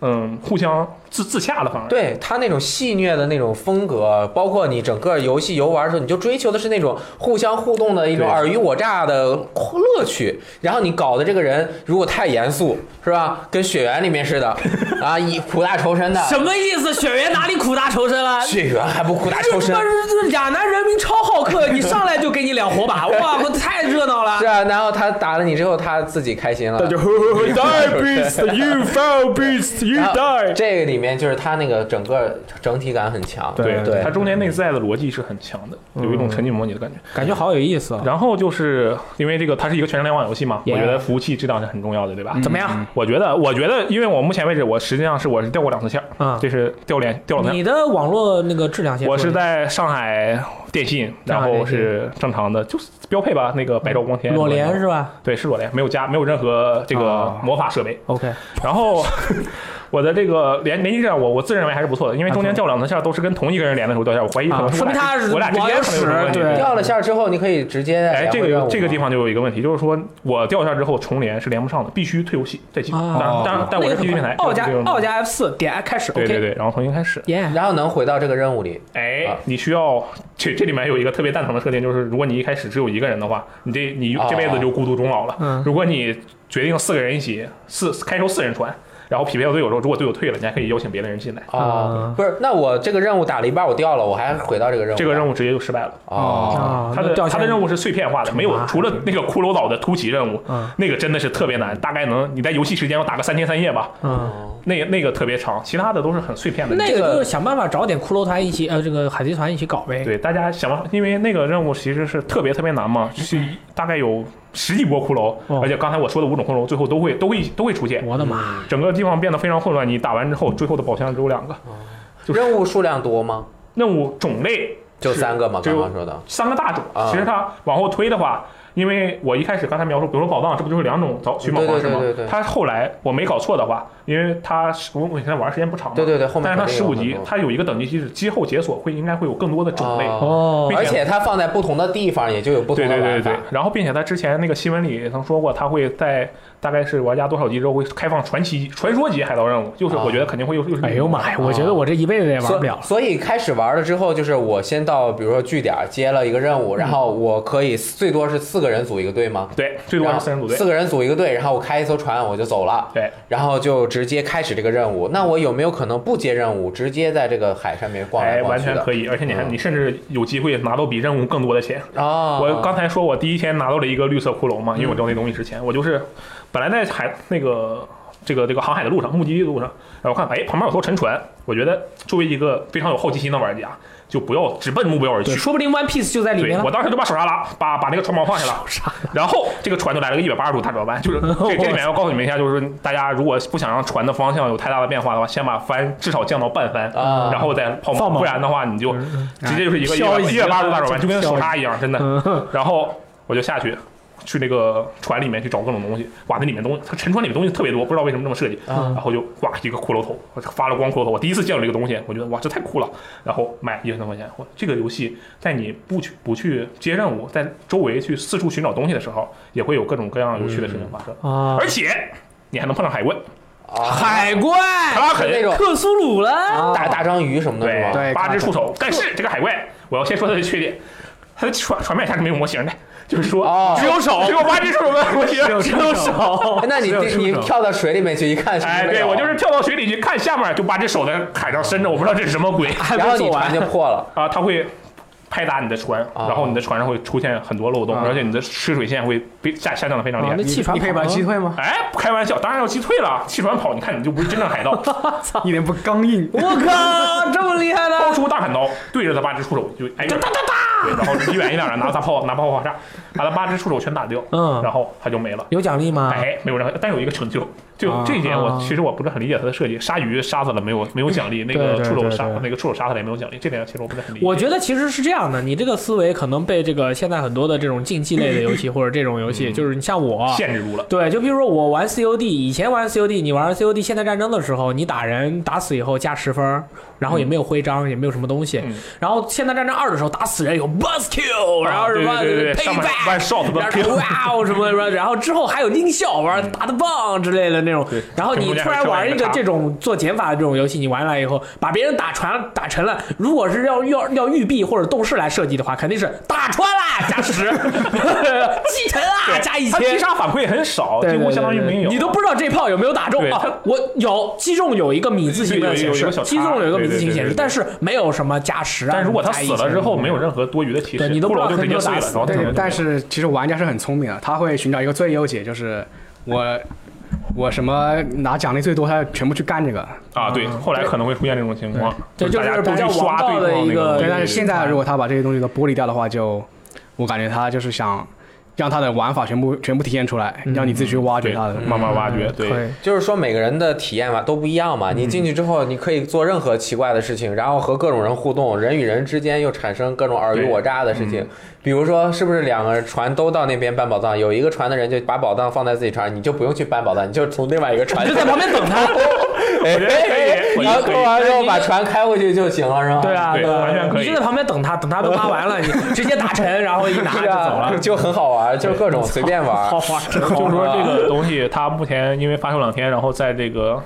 C: 嗯互相自自洽的反而。
B: 对他那种戏谑的那种风格，包括你整个游戏游玩的时候，你就追求的是那种互相互动的一种
C: 对
B: 尔虞我诈的乐趣。然后你搞的这个人如果太严肃，是吧？跟血缘里面似 的，啊，以苦大仇深的。
A: 什么意思？雪原哪里苦大仇深 了？哎
B: 血缘还不苦大仇深
A: 这？这亚南人民超好客，你上来就给你两火把，哇，我太热闹了
B: 是。啊，然后他打了你之后，他自己开心了。
A: die
B: beast,
A: you fell beast, you
B: 然后这个里面就是他那个整个整体感很强。
A: 对嗯
C: 对
B: 对
C: 它中间内在的逻辑是很强的，有一种沉浸模拟的感觉。
A: 感觉好有意思啊！
C: 然后就是因为这个它是一个全程联网游戏嘛，我
A: Yeah 嗯
C: 觉得服务器质量是很重要的，对吧？
A: 怎么样？
C: 我觉得，我觉得，因为我目前为止，我实际上是我是掉过两次线儿，
A: 嗯
C: 这是掉脸掉了两
A: 你的网络那个质量先说
C: 我
A: 一下，
C: 是在上海电信，
A: 上
C: 然
A: 海电信
C: 后是正常的，就是标配吧，那个白昼光天
A: 裸联是吧啊
C: 对，是裸联，没有加，没有任何这个
D: 哦
C: 魔法设备。
A: ？OK，
C: 然后我的这个连连接上，我我自认为还是不错的，因为中间掉两条线都是跟同一个人连的时候掉线，我怀疑可
A: 啊
C: 能是
A: 说
C: 我
A: 明
C: 俩
A: 他是
C: 我俩之
A: 网
C: 间
A: 友
C: 可能有什么
A: 屎
C: 问题。
A: 对
B: 掉了线儿之后，你可以直接
C: 哎，这
B: 两回任
C: 个
B: 务
C: 这个地
B: 嘛
C: 方就有一个问题，就是说我掉下之后重连是连不上的，必须退游戏再进。
A: 哦
C: 当然，当然，但我是
A: 那个
C: PC 平台，
A: 奥加
C: 这个
A: 奥加 F 四点开始
C: 对对
A: ，OK，
C: 对，然后重新开始。
A: 耶，
B: 然后能回到这个任务里，
C: 哎
B: 啊，
C: 你需要这这里面有一个特别蛋疼的设定，就是如果你一开始只有一个人的话，你这你
B: 哦
C: 这辈子就孤独终老了。
A: 嗯
C: 如果你决定四个人一起四开出四人船，然后匹配到队友之后，如果队友退了，你还可以邀请别的人进来。
A: 啊
B: 啊，不是，那我这个任务打了一半，我掉了，我还回到这个任务。
C: 这个任务直接就失败了。
B: 哦，
A: 啊，
C: 它的
A: 掉
C: 它的任
A: 务，
C: 务是碎片化的，没有
A: 麻
C: 除了那个骷髅岛的突袭任务
A: 嗯，
C: 那个真的是特别难，大概能你在游戏时间要打个三天三夜吧，
A: 嗯，
C: 那个那个特别长，其他的都是很碎片的。
A: 那
B: 这
A: 个
B: 个
A: 就是想办法找点骷髅团一起，呃，这个海贼团一起搞呗。
C: 对，大家想办法，因为那个任务其实是特别特别难嘛，是大概有十几波骷髅，
A: 哦
C: 而且刚才我说的五种骷髅最后都会都会都会出现，
A: 我的妈！
B: 嗯
C: 整个地方变得非常混乱。你打完之后，最后的宝箱只有两个，就是
B: 任务数量多吗？
C: 任务种类
B: 就三个嘛，
C: 只有
B: 刚刚说的。
C: 三个大种。
B: 啊
C: 其实它往后推的话，因为我一开始刚才描述，比如说宝藏，这不就是两种找寻宝
B: 对对
C: 方式吗
B: 对对对？
C: 它后来我没搞错的话，因为它是我我现在玩时间不长嘛，
B: 对对对，后面
C: 但是它
B: 肯定
C: 十
B: 有
C: 五
B: 很
C: 级
B: 多，
C: 它有一个等级机制，之后解锁会应该会有更多的种类。
B: 哦
A: 哦
C: 并
B: 而且它放在不同的地方，也就有不同
C: 对
B: 的
C: 对对
B: 玩法。
C: 对，然后并且他之前那个新闻里也曾说过，他会在大概是玩家多少级之后会开放传奇级、传说级海盗任务，就是
B: 啊
C: 我觉得肯定会又又是啊
A: 哎呦妈呀！我觉得我这一辈子也玩不了了。
B: 所以开始玩了之后，就是我先到，比如说据点接了一个任
C: 嗯
B: 务，然后我可以最多是四个人组一个队吗？
C: 对，最多
B: 然后
C: 是四人组队
B: 四，个人组一个队，然后我开一艘船我就走了，
C: 对，
B: 然后就直接开始这个任务。那我有没有可能不接任务，直接在这个海上面逛来
C: 哎，
B: 逛
C: 完
B: 去
C: 全
B: 的？
C: 可以，而且你还
B: 嗯
C: 你甚至有机会拿到比任务更多的钱。
B: 哦，
C: 我刚才说我第一天拿到了一个绿色骷髅
B: 嗯
C: 嘛，因为我知道那东西值钱，我就是本来在海那个。这个这个航海的路上，目的地的路上，然后看，哎，旁边有艘沉船，我觉得作为一个非常有好奇心的玩家，就不要只奔目标而去
A: 对，，说不定 One Piece 就在里
C: 对
A: 面
C: 我
A: 了。
C: 当时就把手刹拉，把把那个船锚放下了，然后这个船就来了个一百八十度大转弯，就是这这里面要告诉你们一下，就是大家如果不想让船的方向有太大的变化的话，先把帆至少降到半帆，
B: 啊
C: 然后再泡
A: 放嗯
C: 沫，
A: 锚
C: 不然的话你就直接就是一个一
A: 漂移
C: 百一百八十度大转弯，
A: 就
C: 就跟手刹一样，真的。
A: 嗯
C: 然后我就下去。去那个船里面去找各种东西，哇，那里面东西，它沉船里面东西特别多，不知道为什么这么设计，然后就哇一个骷髅头，我发了光骷髅头，我第一次见到这个东西，我觉得哇这太酷了，然后买一千多块钱，我这个游戏在你不去不去接任务，在周围去四处寻找东西的时候，也会有各种各样有趣的事情发生，
A: 啊
C: 而且你还能碰上海怪，
B: 啊
A: 海怪、
C: 他很
B: 那种
A: 克苏鲁了，
B: 大大章鱼什么的是吧？
D: 对
C: 八只触手。但是这个海怪，我要先说它的缺点，它的船船面下是没有模型的，就是说、
B: 哦
C: 只有手，只有八只触手的模型。
A: 只有手
B: 哎， 那你
C: 只有
B: 你你
C: 触手
B: 跳到水里面去哦一看，什么
C: 哎，
B: 都没
C: 对
B: 有啊
C: 我就是，跳到水里去看下面，就把这手在海上伸着，我不知道这是什么鬼
A: 还
B: 然
A: 没
B: 后
A: 做
B: 你船
A: 完
B: 就。破了，
C: 啊！它会拍打你的船，
B: 哦
C: 然后你的船上会出现很多漏洞，
B: 啊
C: 而且你的吃水线会被下下降的非常厉害。
A: 那气船
D: 你可以把
A: 跑
D: 它
A: 了
D: 击退 吗？
C: 哎，不开玩笑，当然要击退了，弃船跑，你看你就不是真正海盗。
D: 一点不刚硬。
A: 我 靠，这么厉害
C: 掏
A: 的！
C: 出大砍刀，对着他八只触手就哎，哒哒哒哒，对然后离远一点的拿大炮拿炮火炸，把他八只触手全打掉，
A: 嗯
C: 然后他就没了。
A: 有奖励吗？
C: 哎，没有任何，但有一个成就，就
D: 啊
C: 这一点我
A: 啊
C: 其实我不是很理解他的设计。鲨鱼杀死了没有没有奖励，那
A: 对
C: 个
A: 对
C: 触手
A: 对
C: 杀
A: 对
C: 那个触手杀死了也没有奖励，这点其实我不是很理解。
A: 我觉得其实是这样的，你这个思维可能被这个现在很多的这种竞技类的 游戏或者这种游
C: 嗯
A: 戏，就是你像我，
C: 限制住了，
A: 对，就比如说我玩 COD，以前玩 COD，你玩 COD 现代战争的时候，你打人打死以后加十分儿，然后也没有徽章，也没有什么东西。
C: 嗯
A: 然后现代战争二的时候打死人有 bus kill，然后什么
C: 啊对对对对，上面
A: payback
C: one。shot
A: 然后
C: kill，
A: 哇哦什么什么，然后之后还有音效，玩打的棒之类的那种
C: 嗯对。
A: 然后你突然玩一
C: 中间还有
A: 个
C: 插
A: 这种做减法的这种游戏，你玩了以后把别人打穿打沉了，如果是要要要玉璧或者动视来设计的话，肯定是打穿啦加 十， 击沉啦
C: 对
A: 加一
C: 他击
A: 千，
C: 杀反馈很少，
A: 对
C: 几
A: 对
C: 乎
A: 对
C: 相当于
A: 对
C: 没有。
A: 你都不知道这炮有没有打中
C: 对
A: 啊
C: 它？
A: 我有击中有一个米字形
C: 对
A: 的
C: 有
A: 显
C: 有
A: 示
C: 有个小，
A: 击
C: 叉
A: 中有一个米字
C: 对对
A: 形
C: 对
A: 显示
C: 对，对
A: 但是没有什么加十啊。
C: 但如果他死了之后没
A: 有，
C: 有任何多余的提
A: 对
C: 示，
A: 你都不
C: 骷
A: 知道
C: 髅就直接
A: 他没有打
C: 碎了，
A: 死
C: 然后他
A: 对
C: 可能
D: 但是其实玩家是很聪明的，他会寻找一个最优解，就是我我什么拿奖励最多，他全部去干这个。
C: 啊，对，后来可能会出现这种情况，
A: 对
C: 大
A: 这就
C: 家
A: 是
C: 都
A: 比较
C: 去刷
A: 王道
C: 对
A: 的
C: 方
A: 一
C: 那
A: 个
C: 个。
D: 对，但是现在如果他把这些东西都剥离掉的话，就我感觉他就是想让他的玩法全部全部体现出来，让你自己去挖掘
C: 对
D: 他的。
A: 嗯
C: 慢慢挖掘，对，
B: 就是说每个人的体验嘛都不一样
A: 嗯
B: 嘛。你进去之后，你可以做任何奇怪的事情，然后和各种人互动，人与人之间又产生各种尔虞
C: 对
B: 我诈的事
A: 嗯
B: 情。比如说，是不是两个船都到那边搬宝藏，有一个船的人就把宝藏放在自己船上，你就不用去搬宝藏，你就从另外一 个船
A: 你就在旁边等他。
B: 哎
C: 觉得可以
B: 哎
C: 我觉得
B: 然后
C: 可以
B: 过完之后
A: 哎
B: 把船开回去就行了，是吧？
A: 对啊，
C: 对
A: 啊
C: 完全可
A: 你
C: 以
A: 就在旁边等他，等他都挖完了，你直接打沉，然后一拿
B: 是
A: 就走
B: 啊，
A: 了。
B: 就很好玩，就是各种随便玩
A: 好。玩，真好
C: 就是
A: 玩。
C: 说这个东西它目前因为发售两天，然后在这个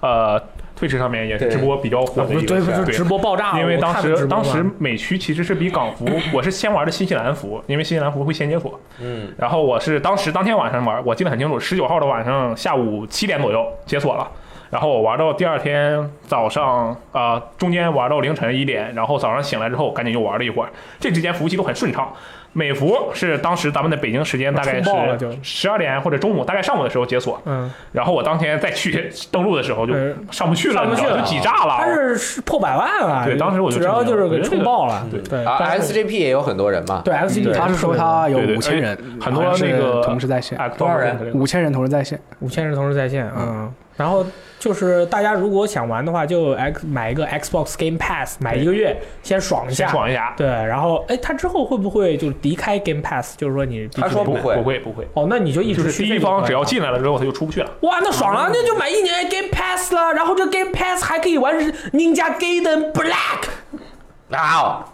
C: 呃推迟上面也是直播比较火的一
A: 对，
C: 个
A: 啊不
C: 事儿
A: 是
C: 对
A: 直。播爆炸了，
C: 因为
A: 我
C: 当
A: 看
C: 时
A: 直播
C: 当时
A: 嘛
C: 美区其实是比港服，我是先玩的新西兰服，因为新西兰服会先解锁。
B: 嗯，
C: 然后我是当时当天晚上玩，我记得很清楚，十九号的晚上下午七点左右解锁了。然后我玩到第二天早上，啊、中间玩到凌晨一点，然后早上醒来之后赶紧又玩了一会儿。这之间服务器都很顺畅。美服是当时咱们的北京时间大概
A: 啊冲爆了就是
C: 十二点或者中午，大概上午的时候解锁。
A: 嗯，
C: 然后我当天再去登录的时候就
A: 嗯
C: 上不去了，
A: 上不去
C: 你知道
A: 了
C: 就挤炸了。
A: 他是是破百万了，
C: 对当时我就
A: 主要就是
C: 震惊了
A: 给冲爆了，
C: 对
A: 对
B: 啊
C: 但是
B: ，XGP 也有很多人嘛。
A: 对，S
D: 他是说他有
C: 嗯对对
D: 五千
C: 而且
D: 人，
C: 很多
D: 好像是
C: 那个
D: 同时在线，
C: 哎
B: 多少人
D: 五千人同时在线。
A: 五千人同时在线，嗯。然后就是大家如果想玩的话，就 X 买一个 Xbox Game Pass，买一个月先爽一
C: 先
A: 下。
C: 爽一下。
A: 对，然后哎，他之后会不会就离开 Game Pass？就是说你
B: 他说
C: 不
B: 不会
C: 不会，不会。
A: 哦，那你就一
C: 就
A: 直
C: 是
A: 续
C: 第
A: 费
C: 一
A: 就
C: 方
A: 可以
C: 只要
A: 了
C: 进啊来了之后，他就出不去了。
A: 啊哇，那爽了，那就买一年 Game Pass 了。然后这 Game Pass 还可以玩 Ninja Gaiden Black，
B: 啊哦，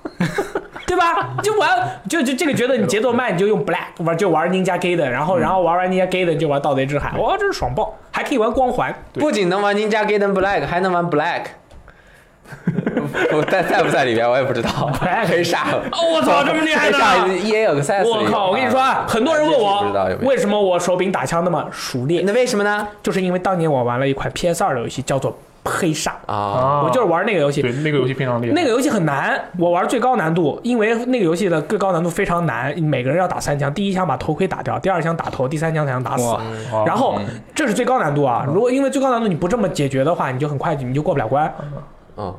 A: 对吧？就玩就就这个觉得你节奏慢，你就用 Black 玩就玩 Ninja Gaiden，然后
C: 嗯
A: 然后玩完 Ninja Gaiden 就玩盗贼之海，哇，这是爽爆！还可以玩光环，
C: 对
B: 不仅能玩 Ninja Gaiden Black，还能玩 Black。我在在不在里边，我也不知道。黑煞，
A: 哦我操这么厉害的
B: 也有个 s
A: 我靠！我跟你说，啊，很多人问
B: 不知道有
A: 我
B: 没有？
A: 为什么我手柄打枪那么熟练
B: 那，为什么呢？
A: 就是因为当年我玩了一款 PS 二的游戏，叫做《黑煞》，
B: 啊，
A: 我就是玩那个游戏
C: 对。那个游戏非常厉害。
A: 那个游戏很难，我玩最高难度，因为那个游戏的最高难度非常难，每个人要打三枪，第一枪把头盔打掉，第二枪打头，第三枪才能打死
D: 哇。
C: 哦
A: 然后这
B: 嗯
A: 是最高难度啊，如果因为最高难度你不这么解决的话，你就很快你就过不了关。
B: 嗯，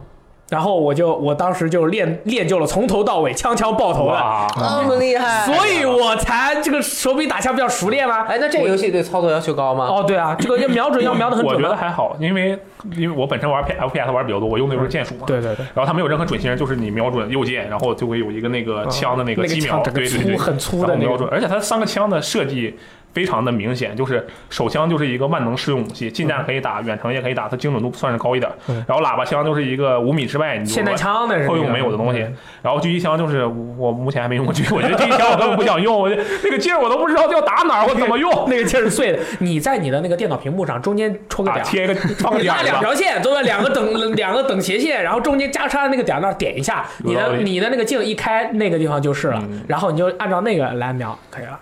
A: 然后我就我当时就练练就了从头到尾枪枪爆头的，
C: 哇，
B: 那么厉害
A: 所以我才这个手比打枪比较熟练啊嘛。
B: 哎，那这个游戏对操作要求高吗？
A: 哦，对啊，这个要瞄准要瞄的很
C: 我
A: 准
C: 觉得
A: 的。
C: 还好，因为因为我本身玩 P F P S 玩比较多，我用的就是键鼠嘛。
A: 对对对，
C: 然后它没有任何准星，就是你瞄准右键，然后就会有一个那个枪的那
A: 啊那个
C: 机瞄，
A: 枪整个
C: 对对对，
A: 粗很粗的
C: 然后
A: 那个
C: 瞄准，而且它三个枪的设计非常的明显，就是手枪就是一个万能适用武器，近战可以打，远程也可以打，它精准度算是高一点
A: 嗯对。
C: 然后喇叭枪就是一个五米之外你就
A: 霰弹枪 那是
C: 后用没有的东西，然后狙击枪就是我目前还没用过狙，我觉得狙击枪我根本不想用，我就那个 劲儿我都不知道要打哪儿，我怎么用
A: 那个劲儿是碎的。你在你的那个电脑屏幕上中间戳个
C: 啊？
A: 点儿，
C: 贴一个放个
A: 你
C: 点
A: 拉
C: 儿
A: 两
C: 吧。
A: 条线，中间两个 等两个等斜线，然后中间加插那个点儿那儿点一下，你
C: 有道
A: 的
C: 理嗯
A: 你的那个镜一开那个地方就是了，然后你就按照那个来瞄，可以了。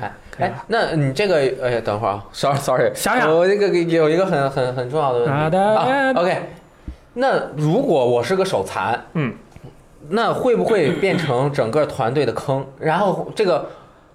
B: 哎
A: 可以
B: 哎
A: 了，
B: 那你这个哎呀，等会儿啊，sorry sorry，
A: 想想
B: 我这个有一个很很很重要的问
A: 啊
B: 题
A: 哒
B: 啊
A: 哒哒
B: ，OK，那如果我是个手残，
C: 嗯，
B: 那会不会变成整个团队 的坑？然后这个。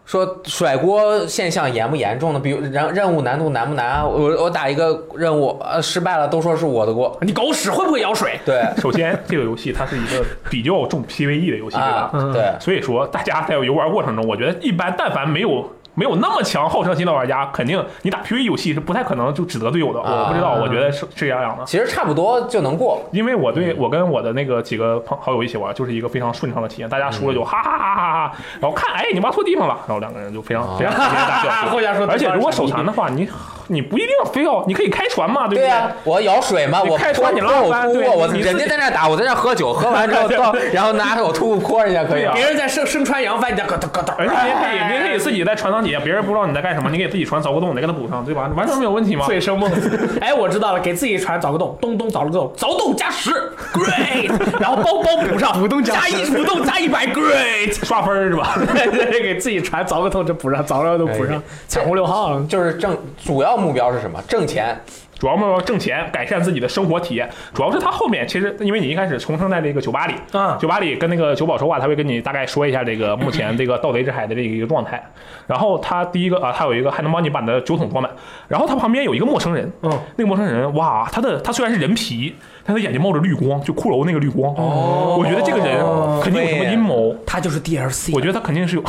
B: 说甩锅现象严不严重呢？比如，然后任务难度难不难啊？我我打一个任务，呃，失败了都说是我的锅。
A: 你狗屎会不会咬水？
B: 对
C: 首先，这个游戏它是一个比较重 PVE 的游戏，对吧嗯
B: 啊？，对，
C: 所以说，大家在游玩过程中，我觉得一般但凡没有没有那么强好胜心的玩家，肯定你打 PVE 游戏是不太可能就指责队友的。
B: 啊
C: 我不知道，我觉得是是这样的。
B: 其实差不多就能过。
C: 因为我对
B: 嗯
C: 我跟我的那个几个朋好友一起玩，就是一个非常顺畅的体验。大家输了
B: 嗯
C: 就哈哈哈哈哈哈，然后看哎你挖错地方了，然后两个人就非常
B: 啊
C: 非常开心地大笑
A: 后家说
C: 而且如果手残的话，你你不一定非要，你可以开船嘛，对不
B: 对啊
C: 对？
B: 呀、我舀水嘛，
C: 你
B: 我
C: 开
B: 泼
C: 窗你
B: 泼
C: 拉
B: 我
C: 翻
B: 吐
C: 对
B: 沫，我
C: 你自
B: 人
C: 己
B: 家在那打，我在那喝酒，喝完之后倒，然后拿口吐泼人家可以
C: 对
B: 吗
C: 啊？哎
A: 别人在身身穿洋帆，你在咯噔咯噔。啊
C: 而且你也可以，你也可以自己在船舱底下，别人不知道你在干什么，你给自己船凿个洞，你再给它补上，对吧？完全没有问题 嘛。
A: 醉生梦死。哎，我知道了，给自己船凿个洞，咚咚凿了个洞，凿洞加十，great，然后 包包补上，
D: 补洞加
A: 加一
D: 10
A: 补洞加一百，great。
C: 刷分儿是吧？
A: 对对，给自己船凿个洞就补上，凿了个洞补上，彩虹六号了。
B: 就是挣，主要目标是什么？挣钱。
C: 主要目标挣钱，改善自己的生活体验。主要是他后面其实，因为你一开始重生在这个酒吧里，
A: 啊
C: 酒吧里跟那个酒保说话，他会跟你大概说一下这个目前这个盗贼之海的这一个状态。
A: 嗯
C: 然后他第一个啊，他有一个还能帮你把你的酒桶装满。然后他旁边有一个陌生人，
A: 嗯，
C: 那个陌生人哇，他的他虽然是人皮，但他眼睛冒着绿光，就骷髅那个绿光。
B: 哦
C: 我觉得这个人肯定有什么阴谋。
A: 他就是 DLC，
C: 我觉得他肯 定是有。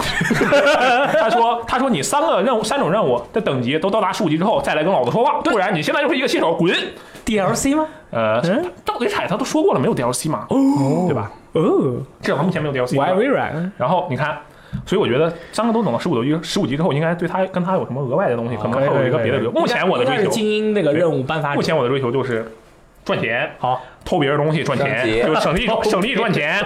C: 他说：“他说你三个任务，三种任务的等级都到达十五级之后，再来跟老子说话，不然你现在就是一个新手，滚！”
A: DLC 吗？
C: 呃
A: 嗯，
C: 盗贼彩他都说过了，没有 DLC 嘛，对吧？
A: 哦，
C: 至少他目前没有 DLC
A: 我爱
C: 嘛。
A: 微软。
C: 然后你看，所以我觉得三个都等到十五级，十五级之后，应该对他跟他有什么额外的东
A: 哦
C: 西，可能还有一个别的追求。目前我的
A: 应该
C: 追
A: 是
C: 求，
A: 精英那个任务颁发者
C: 目前我的追求就是赚钱，
A: 好，
C: 偷别人东西赚
B: 升级
C: 钱，就是省 力省力赚钱。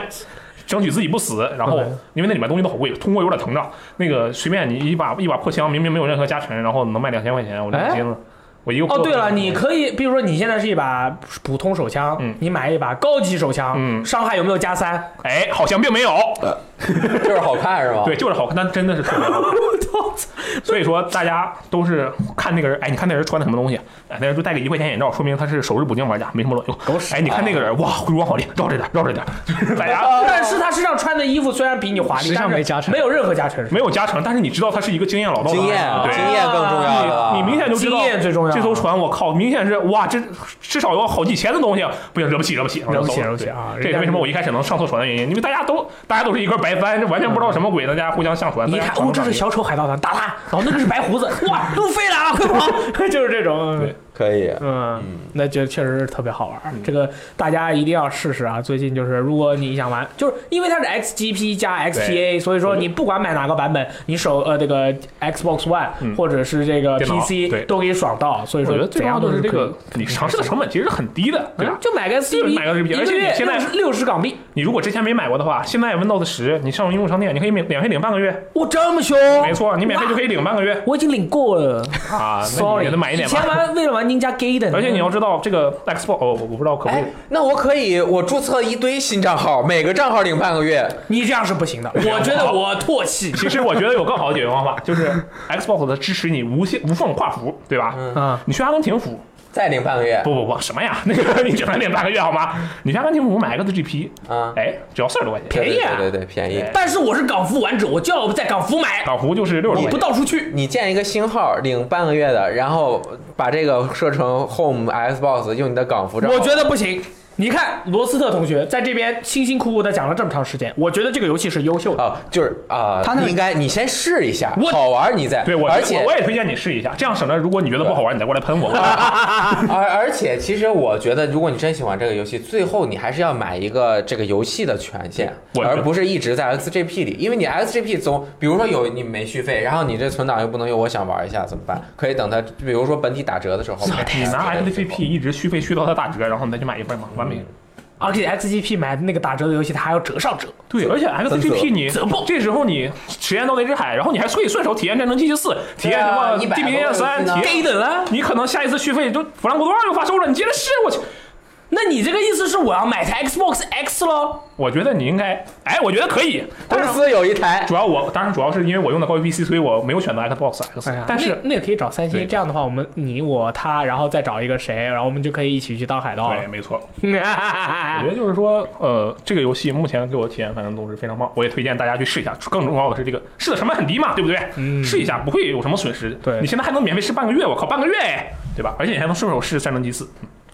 C: 争取自己不死，然后
A: OK
C: 因为那里面东西都好贵，通货有点膨胀。那个随便你一把一把破枪，明明没有任何加成，然后能卖两千块钱，我就
A: 哎
C: 开心了。我一个破
A: 哦，对了，你
C: 嗯
A: 可以，比如说你现在是一把普通手枪，
C: 嗯
A: 你买一把高级手枪，
C: 嗯
A: 伤害有没有加三？
C: 哎，好像并没有，
B: 就是好看是吧？
C: 对，，就是好看，但真的是特别好看。所以说大家都是看那个人，哎，你看那人穿的什么东西，哎，那人就戴个一块钱眼罩，说明他是首日补丁玩家，没什么卵用。哎，你看那个
A: 啊
C: 人，哇，回光返亮，绕着点，绕着点， 就是大 家。
A: 但是他身上穿的衣服虽然比你华丽，
D: 时尚
A: 但是
D: 没加成
A: 没有任何加成。
C: 没有加成，但是你知道他是一个经验老道的
B: 经验啊
C: 玩家对，啊
B: 经验更重要了。啊
C: 你明显就知道
A: 经验最重要
C: 这艘船，我靠，明显是哇，这至少有好几千的东西，不行，惹不起，惹不起，
A: 惹不起惹不
C: 然后就走了
A: 起啊
C: 对这
A: 人
C: 也
A: 家
C: 是为什么我一开始能上错船的原因，因为大家都大家都是一块白帆，这完全不知道什么鬼，大家互相上船。
A: 你一
C: 大家
A: 看，
C: 船
A: 哦
C: 都，
A: 这是
C: 上
A: 小
C: 去
A: 丑海盗团，打他！然后那个是白胡子，哇，路飞来了，啊快跑！ 就是这种
C: 对，
B: 可以。啊
A: 嗯，那觉得确实是特别好玩儿。这个大家一定要试试啊！最近就是，如果你想玩，就是因为它是 XGP 加 XPA，所以说你不管买哪个版本，你手呃这个 Xbox One、
C: 嗯
A: 或者是这个
C: 电脑
A: PC
C: 对
A: 都可以爽到。所以
C: 我
A: 说
C: 觉得最
A: 怎
C: 重要
A: 样
C: 的
A: 都
C: 是
A: 是
C: 这
A: 可以
C: 个，你尝试的成本其实很低的，对吧
A: 嗯？就买个 CP，
C: 买个 CP，
A: 一
C: 而且
A: 月
C: 你现在
A: 六十港币，
C: 你如果之前没买过的话，现在 Windows 十，你上应用商店，你可以免免费领半个月。
A: 哇，这么凶！
C: 没错，你免费就可以领半个月
A: 我已经领过了
C: 啊。那你
A: ，sorry，
C: 给他买一点
A: 以前
C: 吧。
A: 玩为了玩 Ninja Gaiden，
C: 而且你要知道，这个 Xbox，哦，我我不知道可不可以
B: 哎。，那我可以，我注册一堆新账号，每个账号领半个月。
A: 你这样是不行 的，我觉得我唾弃。
C: 其实我觉得有更好的解决方法， 就是 Xbox 的支持你无线无缝跨服，对吧？
B: 嗯
A: 啊，
C: 你去阿根廷服，
B: 再领半个月
C: 不不不，什么呀？ 那个你只能领半个月好吗？你去阿根廷服买 XGP，
B: 嗯啊，
C: 哎，只要四十多块钱。
A: 便宜啊
B: 对对对，对便宜。
C: 哎
A: 但是我是港服玩者，我就要在港服买，
C: 港服就是六十
A: 我不
C: 多块钱。
A: 到处去。
B: 你建一个新号，领半个月的，然后把这个设成 Home Xbox，用你的港服账号。
A: 我觉得不行，你看罗斯特同学在这边辛辛苦苦的讲了这么长时间，我觉得这个游戏是优秀的。
B: 啊，就是啊，
D: 他那个
B: 应该你先试一下
A: 我，
B: 好玩你再。
C: 对我，
B: 而且
C: 我我也推荐你试一下，这样省得如果你觉得不好玩，你再过来喷 我。
B: 而而且，其实我觉得，如果你真喜欢这个游戏，最后你还是要买一个这个游戏的权限，
C: 我
B: 而不是一直在 XGP 里，因为你 XGP 总，比如说有你没续费，然后你这存档又不能用，我想玩一下怎么办？可以等它，比如说本体打折的时候，
C: 你拿 XGP 一直续费续到它打折，然后你再去买一份嘛，完美。
A: 而且 XGP 买那个打折的游戏，它还要折上折。
C: 对，而且 XGP 你
A: 责爆
C: 这时候你实验《盗贼之海》，然后你还可以顺手体验《战争机器四》，体验什么
B: 对啊
C: 《地平
B: 100
C: 线三》，
B: 多个游戏呢
C: 体验等了。你可能下一次续费就《弗兰克多二》又发售了，你接着试。我去，
A: 那你这个意思是我要买台 Xbox X 喽？
C: 我觉得你应该，哎，我觉得可以。但
B: 公
C: 是
B: 司有一台
C: 主要我当然主要是因为我用的高于 PC，所以我没有选择 Xbox X，、但是
A: 那那个可以找三
C: 对
A: 星，这样的话，我们你我他，然后再找一个谁，然后我们就可以一起去当海盗
C: 对，
A: 了。
C: 没错。啊 我
A: 对，
C: 觉得就是说，呃，这个游戏目前给我体验反正都是非常棒，我也推荐大家去试一下。更重要的是，这个试的成本很低嘛，对不对？嗯，试一下不会有什么损失。
A: 对
C: 你现在还能免费试半个月，我靠，半个月哎，对吧？而且你还能顺手试《战争机四》。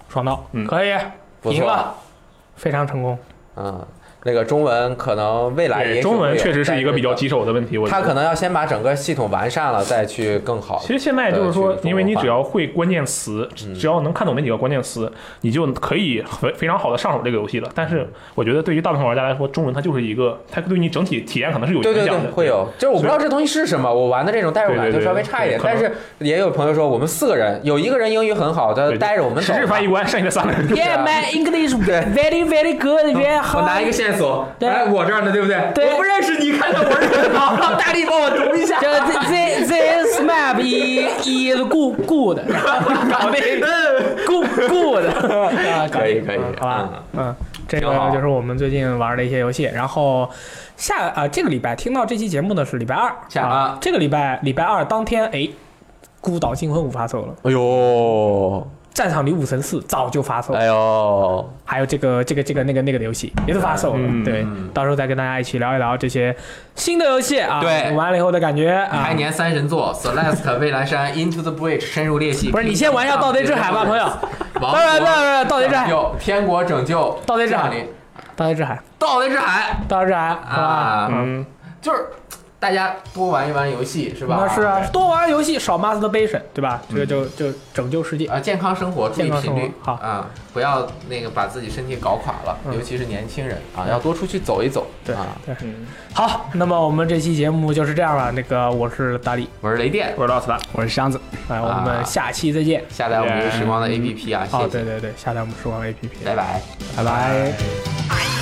A: 爽到
C: 嗯，
A: 可以，
B: 不
A: 赢
B: 错
A: 了，，非常成功。
B: 嗯，那个中文可能未来也
C: 对，
B: 许
C: 中文
B: 会有
C: 确实是一个比较。
B: 但
C: 棘手的问题，我觉
B: 他
C: 得。
B: 可能要先把整个系统完善了，再去更好。
C: 其实现在就是说
B: 对，去嗯
C: 因为你
B: 中文化
C: 只要会关键词，只只要能看懂那几个关键词，你就可以非非常好的上手这个游戏了。但
B: 嗯
C: 是我觉得对于大部分玩家来说，中文它就是一个，它对你整体体验可能是有
B: 对
C: 影
B: 对
C: 响
B: 对，
C: 的。
B: 会有，就是我不知道这东西是什么，我玩的这种代入感就稍微差一点。
C: 对对
B: 但
C: 对对
B: 是也有朋友说，我们四个人有一个人英语很好的，
C: 对
B: 带着我们走
C: 十
B: 吧。
C: 日翻译官，剩下三 个人就
A: Yeah, my English very very good, very
B: 我拿一
A: hard.
B: 个线索，
A: 对
B: 哎，我这儿呢，对不对？
A: 对
B: 我不认识你，看看我是什么，让大力帮我读一下。
A: 这这这 this map is is good good，good good 啊，
B: 可以可以，
A: 好吧。
B: 嗯
A: 嗯，这
B: 挺好
A: 个就是我们最近玩的一些游戏。然后下啊、这个礼拜听到这期节目呢是礼拜二，
B: 下
A: 啊
B: 啊，
A: 这个礼拜礼拜二当天，哎，《孤岛惊魂五》发售了，《
B: 哎呦，
A: 战场女武神四》早就发售了，
B: 哎呦，
A: 还有这个这个这个那个那个的游戏也都发售了。
C: 嗯
A: 对，到时候再跟大家一起聊一聊这些新的游戏啊，
B: 对
A: 玩了以后的感觉啊
B: 开。年三神作，Celeste、蔚蓝山、Into the Breach 深入裂隙。
A: 不是你先玩一下《盗贼之海》吧，朋友，《
B: 王
A: 当然
B: 国
A: 当然盗贼之海
B: 拯救天国拯救，
A: 盗贼之海
B: 降临，
A: 盗贼之海》《
B: 盗贼之海
A: 盗贼之海》好吧。
B: 啊，
C: 嗯，
B: 就是大家多玩一玩游戏是吧？嗯
A: 那是啊，多玩游戏少 masturbation，对吧？这个就就拯救世界。
B: 啊，健康生活，注意
A: 健康
B: 频
A: 生活
B: 率，
A: 好嗯
B: 啊，不要那个把自己身体搞垮了，尤其是年轻人啊，要多出去走一走。
A: 对
B: 啊，
A: 对，好，那么我们这期节目就是这样了。那个我是大力，
B: 我是雷电，
C: 我是老斯达。
D: 我是箱子，
A: 哎，我
B: 啊
A: 们下期再见。
B: 下
A: 嗯
B: 载我们这个时光的 APP 啊，谢
A: 哦，
B: 谢
A: 对，对对，下载我们时光 APP，
B: 拜拜。
A: 拜拜。
E: I